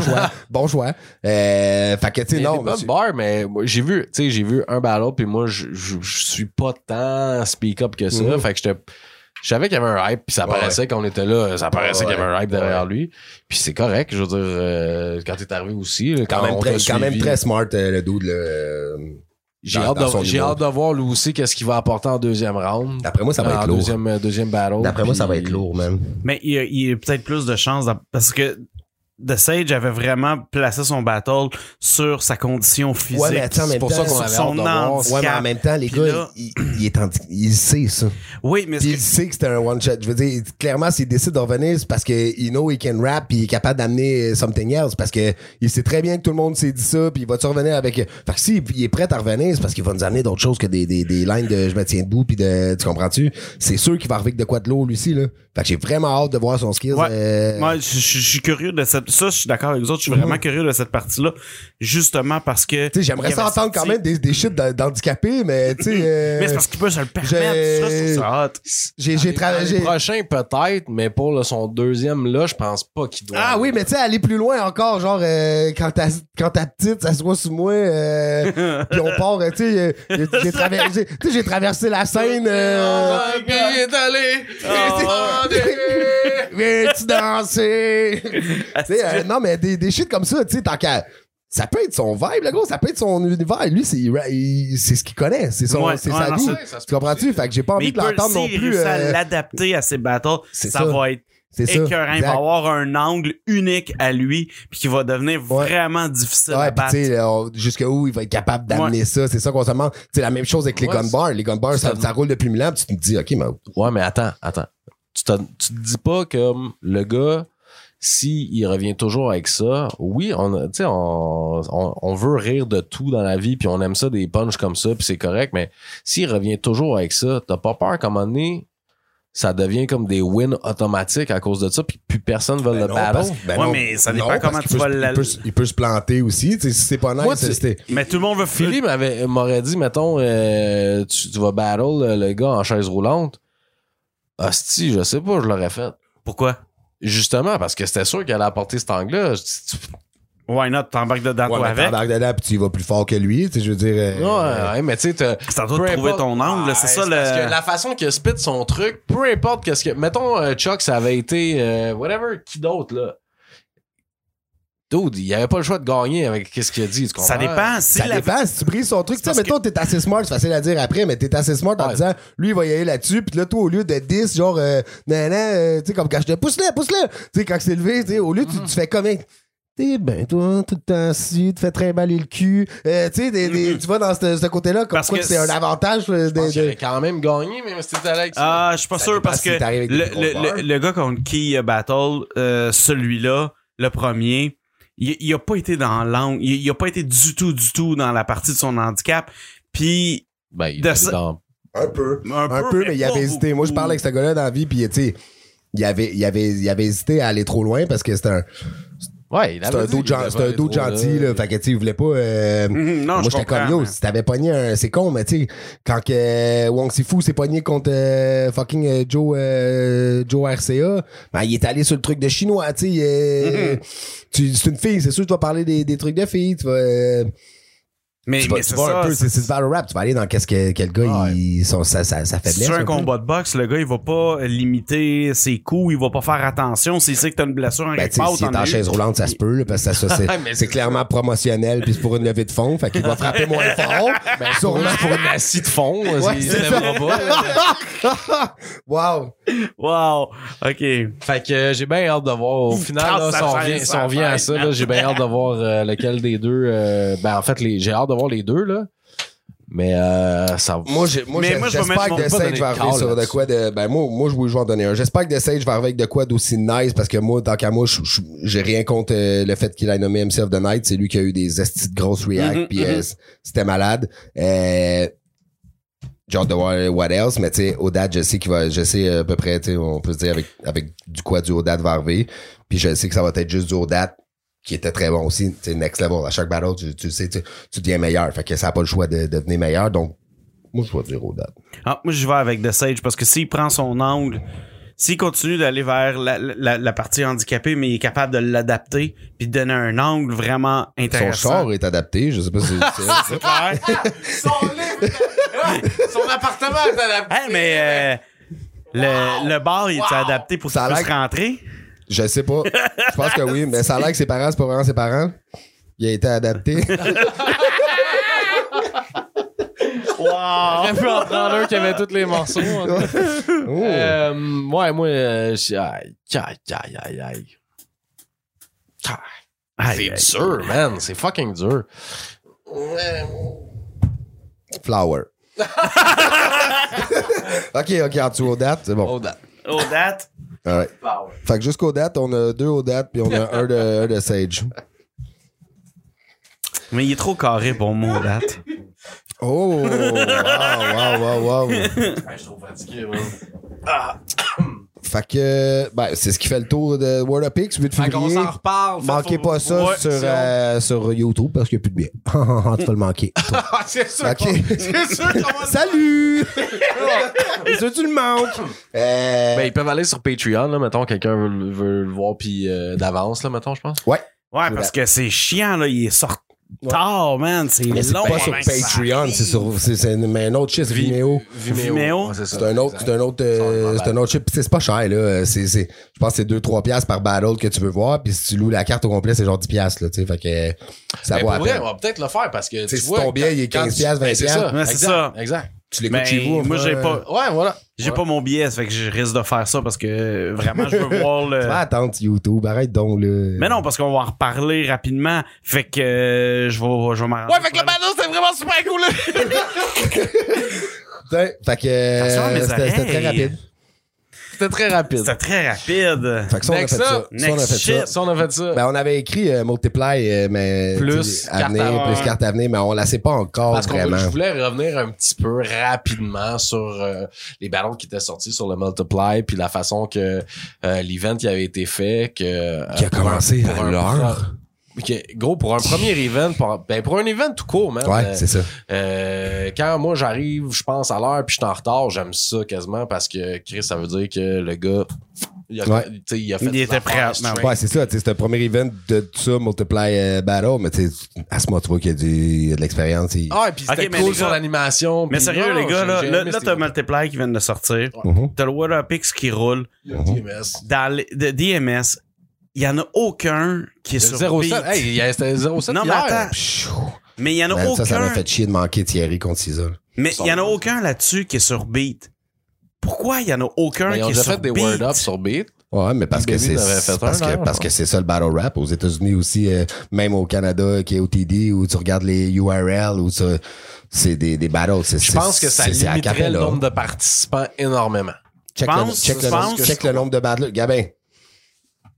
[SPEAKER 4] <laughs>
[SPEAKER 3] choix, bon choix. Euh, fait que, tu sais,
[SPEAKER 4] Il y a
[SPEAKER 3] non,
[SPEAKER 4] des bonnes
[SPEAKER 3] monsieur-
[SPEAKER 4] barres, mais moi, j'ai vu, tu sais, j'ai vu un battle, puis moi, je, je, je suis pas tant speak up que ça.
[SPEAKER 3] Mhm.
[SPEAKER 4] Fait que j'étais- je savais qu'il y avait un hype, puis ça
[SPEAKER 3] Ouais.
[SPEAKER 4] paraissait qu'on était là, ça paraissait qu'il y avait un hype derrière
[SPEAKER 3] Ouais.
[SPEAKER 4] lui. Puis c'est correct, je veux dire, euh, quand t'es arrivé aussi, là, quand,
[SPEAKER 3] quand, même
[SPEAKER 4] on
[SPEAKER 3] très,
[SPEAKER 4] t'a
[SPEAKER 3] quand même
[SPEAKER 4] suivi,
[SPEAKER 3] très smart, euh, le dude. là, euh,
[SPEAKER 4] J'ai
[SPEAKER 3] dans-
[SPEAKER 4] hâte,
[SPEAKER 3] dans son
[SPEAKER 4] de- j'ai
[SPEAKER 3] humour.
[SPEAKER 4] hâte de voir lui aussi qu'est-ce qu'il va apporter en deuxième round.
[SPEAKER 3] D'après moi, ça va
[SPEAKER 4] en
[SPEAKER 3] être lourd.
[SPEAKER 4] Ah, Deuxième, euh, deuxième battle.
[SPEAKER 3] D'après moi, ça va
[SPEAKER 4] puis-
[SPEAKER 3] être lourd, même.
[SPEAKER 2] Mais il y a, il y a peut-être plus de chance d'en- parce que The Sage avait vraiment placé son battle sur sa condition physique.
[SPEAKER 3] Ouais, mais attends, mais
[SPEAKER 4] C'est pour ça qu'on
[SPEAKER 2] sur
[SPEAKER 4] avait
[SPEAKER 2] son
[SPEAKER 4] hâte de voir.
[SPEAKER 2] handicap.
[SPEAKER 3] Ouais, mais en même temps, les
[SPEAKER 2] Puis
[SPEAKER 3] gars,
[SPEAKER 2] là-
[SPEAKER 3] il, il est handi- il sait ça.
[SPEAKER 2] Oui, mais
[SPEAKER 3] Puis
[SPEAKER 2] c'est
[SPEAKER 3] il sait que c'était un one-shot. Je veux dire, clairement, s'il décide de revenir, c'est parce que he know he can rap puis il est capable d'amener euh, something else parce que il sait très bien que tout le monde s'est dit ça puis il va-tu revenir avec... euh, Fait que s'il il est prêt à revenir, c'est parce qu'il va nous amener d'autres choses que des, des, des lines de « je me tiens debout » puis de « tu comprends-tu? » C'est sûr qu'il va arriver avec de quoi de l'eau, lui aussi, là. Fait que j'ai vraiment hâte de voir son skill.
[SPEAKER 2] Ouais.
[SPEAKER 3] euh, Mhm.
[SPEAKER 2] Moi, je, je- je suis curieux de cette. Ça, je suis d'accord avec vous autres. Je suis vraiment curieux de cette partie-là. Justement parce que.
[SPEAKER 3] Tu sais, j'aimerais
[SPEAKER 2] il
[SPEAKER 3] ça
[SPEAKER 2] avait
[SPEAKER 3] entendre quand
[SPEAKER 2] sorti-
[SPEAKER 3] même des, des shit d'ha- d'handicapés, mais tu sais... euh,
[SPEAKER 2] <laughs> Mais c'est parce qu'il peut se le permettre.
[SPEAKER 3] j'ai-
[SPEAKER 2] Ça, je trouve ça hot.
[SPEAKER 3] j'ai j'ai travaillé...
[SPEAKER 4] Le prochain, peut-être, mais pour le- son deuxième, là, je pense pas qu'il doit.
[SPEAKER 3] Ah oui, mais tu sais, aller plus loin encore, genre, euh, quand, ta, quand ta petite s'assoit sous
[SPEAKER 4] <laughs>
[SPEAKER 3] moi, euh, puis on part, euh, tu sais, euh, j'ai- j'ai traversé, tu sais, j'ai traversé la Seine, euh,
[SPEAKER 4] Oh
[SPEAKER 3] Oh
[SPEAKER 4] Puis il est allé, il s'est demandé.
[SPEAKER 3] viens-tu danser? Tu
[SPEAKER 2] <laughs>
[SPEAKER 3] sais, euh, non, mais des, des shit comme ça, tu sais, tant qu'à... Ça peut être son vibe, le gros, ça peut être son univers. Lui, c'est il- c'est ce qu'il connaît, c'est son,
[SPEAKER 2] Ouais,
[SPEAKER 3] c'est
[SPEAKER 2] ouais,
[SPEAKER 3] sa
[SPEAKER 2] non,
[SPEAKER 3] vie.
[SPEAKER 4] ça- ça se
[SPEAKER 3] tu comprends-tu?
[SPEAKER 4] peut.
[SPEAKER 3] Fait que j'ai pas
[SPEAKER 2] Mais
[SPEAKER 3] envie
[SPEAKER 2] il
[SPEAKER 3] de
[SPEAKER 2] peut,
[SPEAKER 3] l'entendre non
[SPEAKER 2] s'il
[SPEAKER 3] plus.
[SPEAKER 2] réussit à
[SPEAKER 3] euh,
[SPEAKER 2] l'adapter à ses battles,
[SPEAKER 3] c'est
[SPEAKER 2] ça
[SPEAKER 3] ça.
[SPEAKER 2] va être
[SPEAKER 3] c'est ça.
[SPEAKER 2] écœurant. Il
[SPEAKER 3] exact.
[SPEAKER 2] va avoir un angle unique à lui, puis qui va devenir
[SPEAKER 3] Ouais.
[SPEAKER 2] vraiment difficile à
[SPEAKER 3] Ouais, puis
[SPEAKER 2] battre.
[SPEAKER 3] tu sais, on- jusqu'où il va être capable d'amener ça. C'est ça qu'on se demande. Tu sais, la même chose avec les
[SPEAKER 4] Ouais,
[SPEAKER 3] gun bars. Les gun bars, ça,
[SPEAKER 4] ça-
[SPEAKER 3] ça roule depuis mille ans. Puis tu te dis, OK, mais
[SPEAKER 4] Ouais, mais attends, attends. Tu te, tu te dis pas comme le gars, si il revient toujours avec ça, oui, on, a- tu sais, on, on, on veut rire de tout dans la vie, puis on aime ça des punches comme ça, puis c'est correct, mais s'il revient toujours avec ça, t'as pas peur qu'à un moment donné, ça devient comme des wins automatiques à cause de ça, puis plus personne veut le
[SPEAKER 3] non,
[SPEAKER 4] battle.
[SPEAKER 3] parce que- ben
[SPEAKER 2] Ouais,
[SPEAKER 3] non,
[SPEAKER 2] mais ça dépend
[SPEAKER 3] non, parce
[SPEAKER 2] comment
[SPEAKER 3] qu'il
[SPEAKER 2] tu
[SPEAKER 3] peut
[SPEAKER 2] vas
[SPEAKER 3] se-
[SPEAKER 2] la-
[SPEAKER 3] il peut, se- il peut se planter aussi. Tu sais, si c'est pas nice,
[SPEAKER 4] Moi, tu-
[SPEAKER 3] c'était.
[SPEAKER 2] mais tout le monde veut filer.
[SPEAKER 4] Philippe m'avait- m'aurait dit, mettons, euh, tu, tu vas battle euh, le gars en chaise roulante. Hostie, je sais pas, je l'aurais fait.
[SPEAKER 2] Pourquoi?
[SPEAKER 4] Justement, parce que c'était sûr qu'elle allait apporter cet angle-là. Je dis, tu-
[SPEAKER 2] Why not? T'embarques dedans,
[SPEAKER 3] Ouais,
[SPEAKER 2] toi,
[SPEAKER 3] mais
[SPEAKER 2] avec.
[SPEAKER 3] t'embarques dedans, puis tu y vas plus fort que lui. Tu sais, je veux dire.
[SPEAKER 4] Ouais,
[SPEAKER 3] euh,
[SPEAKER 4] ouais, hein, mais tu sais, t'as-
[SPEAKER 2] C'est à toi
[SPEAKER 4] peu
[SPEAKER 2] de trouver
[SPEAKER 4] importe-
[SPEAKER 2] ton angle.
[SPEAKER 4] Ouais,
[SPEAKER 2] c'est ça,
[SPEAKER 4] Parce
[SPEAKER 2] le...
[SPEAKER 4] que la façon qu'il spit son truc, peu importe qu'est-ce que. Mettons, euh, Chuck, ça avait été. euh, whatever, qui d'autre, là. Dude, il avait pas le choix de gagner avec qu'est-ce qu'il a dit. tu
[SPEAKER 2] Ça
[SPEAKER 4] comprends?
[SPEAKER 2] dépend. Si
[SPEAKER 3] Ça
[SPEAKER 2] la-
[SPEAKER 3] dépend, si tu brises son truc, tu sais,
[SPEAKER 2] parce
[SPEAKER 3] mettons, t'es assez smart, c'est facile à dire après, mais t'es assez smart en
[SPEAKER 4] Ouais.
[SPEAKER 3] disant, lui, il va y aller là-dessus, puis là, toi, au lieu de 10, genre, euh, nan, nan, euh, tu sais, comme quand je te pousse-le, pousse-le, tu sais, quand c'est levé, tu sais, au lieu, tu, tu fais comme, Hey, t'es ben, toi, tout le temps, si, tu fais trimballer le cul, euh, tu sais, des- des- tu vas dans ce, ce côté-là, comme
[SPEAKER 2] Parce
[SPEAKER 3] quoi
[SPEAKER 2] que
[SPEAKER 3] que c'est un
[SPEAKER 2] c'est-
[SPEAKER 3] avantage euh,
[SPEAKER 4] Je pense
[SPEAKER 3] de.
[SPEAKER 4] qu'il
[SPEAKER 3] de-
[SPEAKER 4] aurait quand même gagné, mais c'était Alex.
[SPEAKER 2] Ah, je suis pas
[SPEAKER 3] Ça
[SPEAKER 2] sûr
[SPEAKER 3] dépend
[SPEAKER 2] parce
[SPEAKER 3] si
[SPEAKER 2] que le,
[SPEAKER 3] t'arrives avec des gros
[SPEAKER 2] le-
[SPEAKER 3] joueurs.
[SPEAKER 2] le- le gars contre qui il a battle, euh, celui-là, le premier, il, il a pas été dans l'angle, il, il a pas été du tout, du tout dans la partie de son handicap. Puis
[SPEAKER 4] ben, il
[SPEAKER 2] de
[SPEAKER 4] était
[SPEAKER 2] ça-
[SPEAKER 4] dans-
[SPEAKER 3] Un peu.
[SPEAKER 2] un,
[SPEAKER 3] Un peu, mais il
[SPEAKER 2] pas
[SPEAKER 3] avait hésité. Moi, je
[SPEAKER 2] beaucoup.
[SPEAKER 3] parle avec ce gars-là dans la vie, puis, tu sais, il avait, il, avait, il avait hésité à aller trop loin parce que c'était un,
[SPEAKER 4] Ouais, il
[SPEAKER 3] c'était
[SPEAKER 4] avait
[SPEAKER 3] un
[SPEAKER 4] dit
[SPEAKER 3] dude
[SPEAKER 4] qu'il
[SPEAKER 3] gen-
[SPEAKER 4] avait
[SPEAKER 3] c'était un
[SPEAKER 4] les
[SPEAKER 3] dude
[SPEAKER 4] trois,
[SPEAKER 3] gentil, là, fait que, tu sais, il voulait pas. euh,
[SPEAKER 2] Mhm, non,
[SPEAKER 3] Moi,
[SPEAKER 2] je
[SPEAKER 3] j'étais
[SPEAKER 2] comprends.
[SPEAKER 3] comme yo, si t'avais pogné un. C'est con, mais tu sais, quand que Wong Sifu s'est pogné contre euh, fucking euh, Joe, euh, Joe RCA, ben, il est allé sur le truc de chinois, tu sais. euh, tu- C'est une fille, c'est sûr, tu vas parler des, des trucs de filles, tu vas. euh,
[SPEAKER 2] mais
[SPEAKER 3] tu vas,
[SPEAKER 2] mais
[SPEAKER 3] tu
[SPEAKER 2] c'est
[SPEAKER 3] vas un
[SPEAKER 2] ça.
[SPEAKER 3] peu, c'est c'est du battle rap, tu vas aller dans qu'est-ce que, quel gars,
[SPEAKER 4] Ouais.
[SPEAKER 3] il, son, ça, ça, ça
[SPEAKER 2] Si
[SPEAKER 3] faiblesse.
[SPEAKER 2] tu fais
[SPEAKER 3] un
[SPEAKER 2] un
[SPEAKER 3] peu.
[SPEAKER 2] combat de boxe, le gars, il va pas limiter ses coups, il va pas faire attention. S'il sait que t'as une blessure en
[SPEAKER 3] Ben,
[SPEAKER 2] quelque
[SPEAKER 3] tu sais,
[SPEAKER 2] part,
[SPEAKER 3] si
[SPEAKER 2] t'en
[SPEAKER 3] en
[SPEAKER 2] as eu.
[SPEAKER 3] chaise roulante, ça se peut, là, parce que ça, ça, c'est-
[SPEAKER 4] mais
[SPEAKER 3] c'est
[SPEAKER 4] c'est
[SPEAKER 3] clairement promotionnel, puis c'est pour une levée de fonds, fait qu'il va frapper moins fort.
[SPEAKER 4] Ben, pour
[SPEAKER 3] sûrement.
[SPEAKER 4] pour une assise de
[SPEAKER 3] <laughs>
[SPEAKER 4] fond,
[SPEAKER 3] Ouais,
[SPEAKER 4] il se
[SPEAKER 3] c'est
[SPEAKER 4] lèvera pas.
[SPEAKER 3] wow!
[SPEAKER 2] Wow. OK.
[SPEAKER 4] Fait que euh, j'ai bien hâte de voir. Au
[SPEAKER 2] Il
[SPEAKER 4] final,
[SPEAKER 2] casse
[SPEAKER 4] là,
[SPEAKER 2] sa
[SPEAKER 4] si on
[SPEAKER 2] chaise,
[SPEAKER 4] vient, si on
[SPEAKER 2] sa
[SPEAKER 4] vient à
[SPEAKER 2] chaise,
[SPEAKER 4] ça, là, j'ai bien hâte de voir euh, lequel des deux. euh, ben, en fait, les, j'ai hâte de voir les deux, là. Mais euh, ça va.
[SPEAKER 3] Moi, j'ai- moi,
[SPEAKER 2] Mais
[SPEAKER 3] j'ai-
[SPEAKER 2] moi, je vais
[SPEAKER 3] j'espère
[SPEAKER 2] mettre
[SPEAKER 3] que
[SPEAKER 2] mon
[SPEAKER 3] The
[SPEAKER 4] pas
[SPEAKER 3] Sage
[SPEAKER 4] donner
[SPEAKER 3] va
[SPEAKER 4] de
[SPEAKER 3] arriver
[SPEAKER 4] call
[SPEAKER 3] sur de
[SPEAKER 4] là-dessus.
[SPEAKER 3] quoi de. Ben, moi, moi, je vais- je vais en donner un. J'espère que The Sage va arriver avec de quoi d'aussi nice parce que moi, tant qu'à moi, je- je- j'ai rien contre euh, le fait qu'il a nommé himself The Night. C'est lui qui a eu des estis de grosses reacts
[SPEAKER 2] Mhm,
[SPEAKER 3] puis euh, c'était malade. Euh, genre de voir euh, what else, mais tu sais, Odad, je sais qu'il va, je sais euh, à peu près, tu sais, on peut se dire avec, avec du quoi du Odad va arriver. Puis je sais que ça va être juste du Odad qui était très bon aussi, tu sais, next level. À chaque battle, tu, tu sais, tu, tu deviens meilleur. Fait que ça n'a pas le choix de, de devenir meilleur. Donc, moi, je vais dire Odad.
[SPEAKER 2] Ah, moi, je vais avec The Sage parce que s'il prend son angle, s'il continue d'aller vers la, la- la partie handicapée, mais il est capable de l'adapter puis de donner un angle vraiment
[SPEAKER 3] Son
[SPEAKER 2] intéressant.
[SPEAKER 3] char hein. est adapté, je sais pas si c'est ça.
[SPEAKER 4] Son appartement est adapté.
[SPEAKER 2] Hey, mais euh, le, le bar, il est adapté pour
[SPEAKER 3] Ça a
[SPEAKER 2] qu'il puisse
[SPEAKER 3] l'air-
[SPEAKER 2] rentrer?
[SPEAKER 3] Je sais pas. Je pense que oui, mais ça a l'air que ses parents, c'est pas vraiment ses parents. Il a été <laughs> adapté.
[SPEAKER 2] Wow!
[SPEAKER 4] <laughs> J'aurais pu en prendre un qui avait tous les morceaux. hein. en tout cas.
[SPEAKER 3] Oh.
[SPEAKER 4] Euh, ouais, moi, euh, j'ai- aïe, aïe, aïe, aïe, aïe.
[SPEAKER 2] Aïe,
[SPEAKER 4] C'est
[SPEAKER 2] aïe.
[SPEAKER 4] dur, man. C'est fucking dur. Ouais.
[SPEAKER 3] Flower. <laughs> ok, ok, en dessous aux dates, c'est bon.
[SPEAKER 4] Oh, that.
[SPEAKER 2] Oh, that.
[SPEAKER 3] All right. Fait que jusqu'aux dates, on a deux aux dates, puis on a un de, un de Sage.
[SPEAKER 2] Mais il est trop carré pour moi, oh, that.
[SPEAKER 3] Oh, wow,
[SPEAKER 4] <laughs>
[SPEAKER 3] wow, wow, wow.
[SPEAKER 4] Ouais, Ben, je trouve fatigué, man.
[SPEAKER 3] Fait que, ben, c'est ce qui fait le tour de World of Pix, 8
[SPEAKER 4] Fait qu'on
[SPEAKER 3] février.
[SPEAKER 4] s'en reparle.
[SPEAKER 3] Manquez pas ça
[SPEAKER 2] Ouais,
[SPEAKER 3] sur,
[SPEAKER 2] si on-
[SPEAKER 3] euh, sur YouTube parce qu'il n'y a plus <laughs> de billets. tu peux le manquer. toi.
[SPEAKER 4] <laughs> Ah, c'est sûr.
[SPEAKER 3] Ok.
[SPEAKER 4] qu'on- C'est sûr qu'on va le- <laughs>
[SPEAKER 3] Salut! Est-ce que tu le manques? Euh,
[SPEAKER 4] Ben, ils peuvent aller sur Patreon, là, mettons, quelqu'un veut, le- veut le voir, puis euh, d'avance, là, mettons, je pense.
[SPEAKER 2] Ouais, parce que c'est chiant, là. Il est sorti
[SPEAKER 3] Ouais.
[SPEAKER 2] tard, man. C'est long.
[SPEAKER 3] mais c'est pas
[SPEAKER 2] avant
[SPEAKER 3] sur
[SPEAKER 2] que ça
[SPEAKER 3] Patreon,
[SPEAKER 2] arrive.
[SPEAKER 3] c'est sur c'est- c'est- mais un autre shit, c'est Vimeo.
[SPEAKER 4] Vimeo.
[SPEAKER 2] Vimeo.
[SPEAKER 4] Ouais, c'est ça.
[SPEAKER 3] C'est un autre, c'est un autre, euh, c'est un autre chip. Puis C'est pas cher, là. C'est, c'est, je pense que c'est 2-3 piastres par battle que tu peux voir. Puis si tu loues la carte au complet, c'est genre 10 piastres, là, tu sais. Fait que euh, ça
[SPEAKER 4] Ben,
[SPEAKER 3] vaut
[SPEAKER 4] pour
[SPEAKER 3] à
[SPEAKER 4] vrai,
[SPEAKER 3] peine.
[SPEAKER 4] on va peut-être le faire parce que.
[SPEAKER 3] T'sais,
[SPEAKER 4] Tu
[SPEAKER 3] si
[SPEAKER 4] vois,
[SPEAKER 3] ton billet, il est
[SPEAKER 4] quand-
[SPEAKER 3] 15 piastres,
[SPEAKER 4] ben, c'est
[SPEAKER 3] 20
[SPEAKER 4] ça. Ben, Ah,
[SPEAKER 2] Ouais, c'est
[SPEAKER 4] exact,
[SPEAKER 2] ça.
[SPEAKER 4] Exact.
[SPEAKER 3] Tu l'écoutes
[SPEAKER 2] Mais
[SPEAKER 3] chez vous.
[SPEAKER 2] Ben, moi,
[SPEAKER 3] enfin,
[SPEAKER 2] j'ai
[SPEAKER 3] euh,
[SPEAKER 2] pas,
[SPEAKER 4] Ouais, voilà.
[SPEAKER 2] j'ai pas mon billet, ça fait que je risque de faire ça parce que euh, vraiment, je
[SPEAKER 3] <laughs>
[SPEAKER 2] veux voir le.
[SPEAKER 3] Tu
[SPEAKER 4] euh,
[SPEAKER 3] vas attendre YouTube. Arrête donc, là.
[SPEAKER 2] Mais non, parce qu'on va en reparler rapidement. Fait que euh, je vais, je vais m'arranger.
[SPEAKER 4] Ouais, fait que le bateau, c'est vraiment super cool, là.
[SPEAKER 3] Putain, Fait que euh,
[SPEAKER 2] Attention à mes
[SPEAKER 3] c'était, c'était
[SPEAKER 2] oreilles.
[SPEAKER 3] très rapide.
[SPEAKER 4] <laughs> C'était très rapide.
[SPEAKER 2] C'était très rapide.
[SPEAKER 3] Fait que ça, on a fait
[SPEAKER 4] Next
[SPEAKER 3] ça.
[SPEAKER 4] up.
[SPEAKER 3] Ça, on a
[SPEAKER 2] Next
[SPEAKER 3] fait ça.
[SPEAKER 2] shit.
[SPEAKER 4] Si on a fait ça.
[SPEAKER 3] Ben, on avait écrit euh, Multiply, euh, mais.
[SPEAKER 4] Plus
[SPEAKER 3] tu sais,
[SPEAKER 4] carte
[SPEAKER 3] avenir,
[SPEAKER 4] à vendre.
[SPEAKER 3] plus carte à venir, mais on la sait pas encore
[SPEAKER 4] Parce qu'on
[SPEAKER 3] oh, vraiment.
[SPEAKER 4] veut- je voulais revenir un petit peu rapidement sur euh, les ballons qui étaient sortis sur le Multiply, puis la façon que euh, l'event y avait été fait, que euh,
[SPEAKER 3] Qui a
[SPEAKER 4] pour un-
[SPEAKER 3] commencé
[SPEAKER 4] pour
[SPEAKER 3] à
[SPEAKER 4] un-
[SPEAKER 3] l'heure.
[SPEAKER 4] Ok, gros, pour un
[SPEAKER 3] <laughs>
[SPEAKER 4] premier event, pour, un- ben, pour un event tout court, man.
[SPEAKER 3] Ouais,
[SPEAKER 4] euh,
[SPEAKER 3] c'est ça.
[SPEAKER 4] euh, quand moi j'arrive, je pense à l'heure puis je suis en retard, j'aime ça quasiment parce que Chris, ça veut dire que le gars, il a,
[SPEAKER 3] Ouais.
[SPEAKER 4] tu sais, il a fait
[SPEAKER 2] Il
[SPEAKER 4] des
[SPEAKER 2] était
[SPEAKER 4] affaires
[SPEAKER 2] prêt à-
[SPEAKER 4] straight.
[SPEAKER 3] Ouais, c'est ça. tu sais, C'est un premier event de tout ça, Multiply euh, Battle, mais tu sais, à ce moment, tu vois qu'il y a, du, il y a de l'expérience. il-
[SPEAKER 4] Ah, et puis
[SPEAKER 2] Ok,
[SPEAKER 4] c'était
[SPEAKER 2] mais
[SPEAKER 4] cool
[SPEAKER 2] les
[SPEAKER 4] sur
[SPEAKER 2] gars-
[SPEAKER 4] l'animation.
[SPEAKER 2] Mais
[SPEAKER 4] puis
[SPEAKER 2] sérieux,
[SPEAKER 4] non,
[SPEAKER 2] les gars,
[SPEAKER 4] j'ai-
[SPEAKER 2] là,
[SPEAKER 4] j'ai
[SPEAKER 2] là,
[SPEAKER 4] aimé
[SPEAKER 2] là,
[SPEAKER 4] cet
[SPEAKER 2] t'as
[SPEAKER 4] event.
[SPEAKER 2] Multiply qui vient de sortir.
[SPEAKER 3] Mhm.
[SPEAKER 2] T'as le Waterpix qui roule.
[SPEAKER 4] Le
[SPEAKER 3] Uh-huh.
[SPEAKER 4] DMS.
[SPEAKER 2] Dans les- de DMS, il y en a aucun qui est sur
[SPEAKER 4] 0,7.
[SPEAKER 2] beat.
[SPEAKER 4] Hey, il y a- c'était 0,7
[SPEAKER 2] Non, mais
[SPEAKER 4] hier.
[SPEAKER 2] attends.
[SPEAKER 3] Pshou.
[SPEAKER 2] Mais il y en a
[SPEAKER 3] Man,
[SPEAKER 2] aucun.
[SPEAKER 3] ça, ça m'a fait chier de manquer Thierry contre Cisa. là.
[SPEAKER 2] Mais il y en a aucun là-dessus qui est sur beat. Pourquoi il y en a aucun qui
[SPEAKER 4] Mais Ben, ils ont
[SPEAKER 2] est
[SPEAKER 4] déjà
[SPEAKER 2] sur
[SPEAKER 4] fait des
[SPEAKER 2] beat?
[SPEAKER 4] word up sur beat.
[SPEAKER 3] Ouais, mais parce que
[SPEAKER 4] Bébé
[SPEAKER 3] c'est
[SPEAKER 4] en avait fait
[SPEAKER 3] parce
[SPEAKER 4] un,
[SPEAKER 3] que
[SPEAKER 4] d'ailleurs.
[SPEAKER 3] parce que c'est ça le battle rap aux États-Unis aussi, euh, même au Canada, qui est au TD, où tu regardes les URL, où ça- c'est des, des battles. c'est-
[SPEAKER 4] Je
[SPEAKER 3] c'est-
[SPEAKER 4] pense que ça
[SPEAKER 3] c'est- c'est à
[SPEAKER 4] limiterait le
[SPEAKER 3] cappella.
[SPEAKER 4] nombre de participants énormément.
[SPEAKER 3] Check, le,
[SPEAKER 2] Pense-
[SPEAKER 3] check, le,
[SPEAKER 2] pense
[SPEAKER 3] nombre-
[SPEAKER 2] que
[SPEAKER 3] check
[SPEAKER 2] je
[SPEAKER 3] le nombre de battles. Gabin,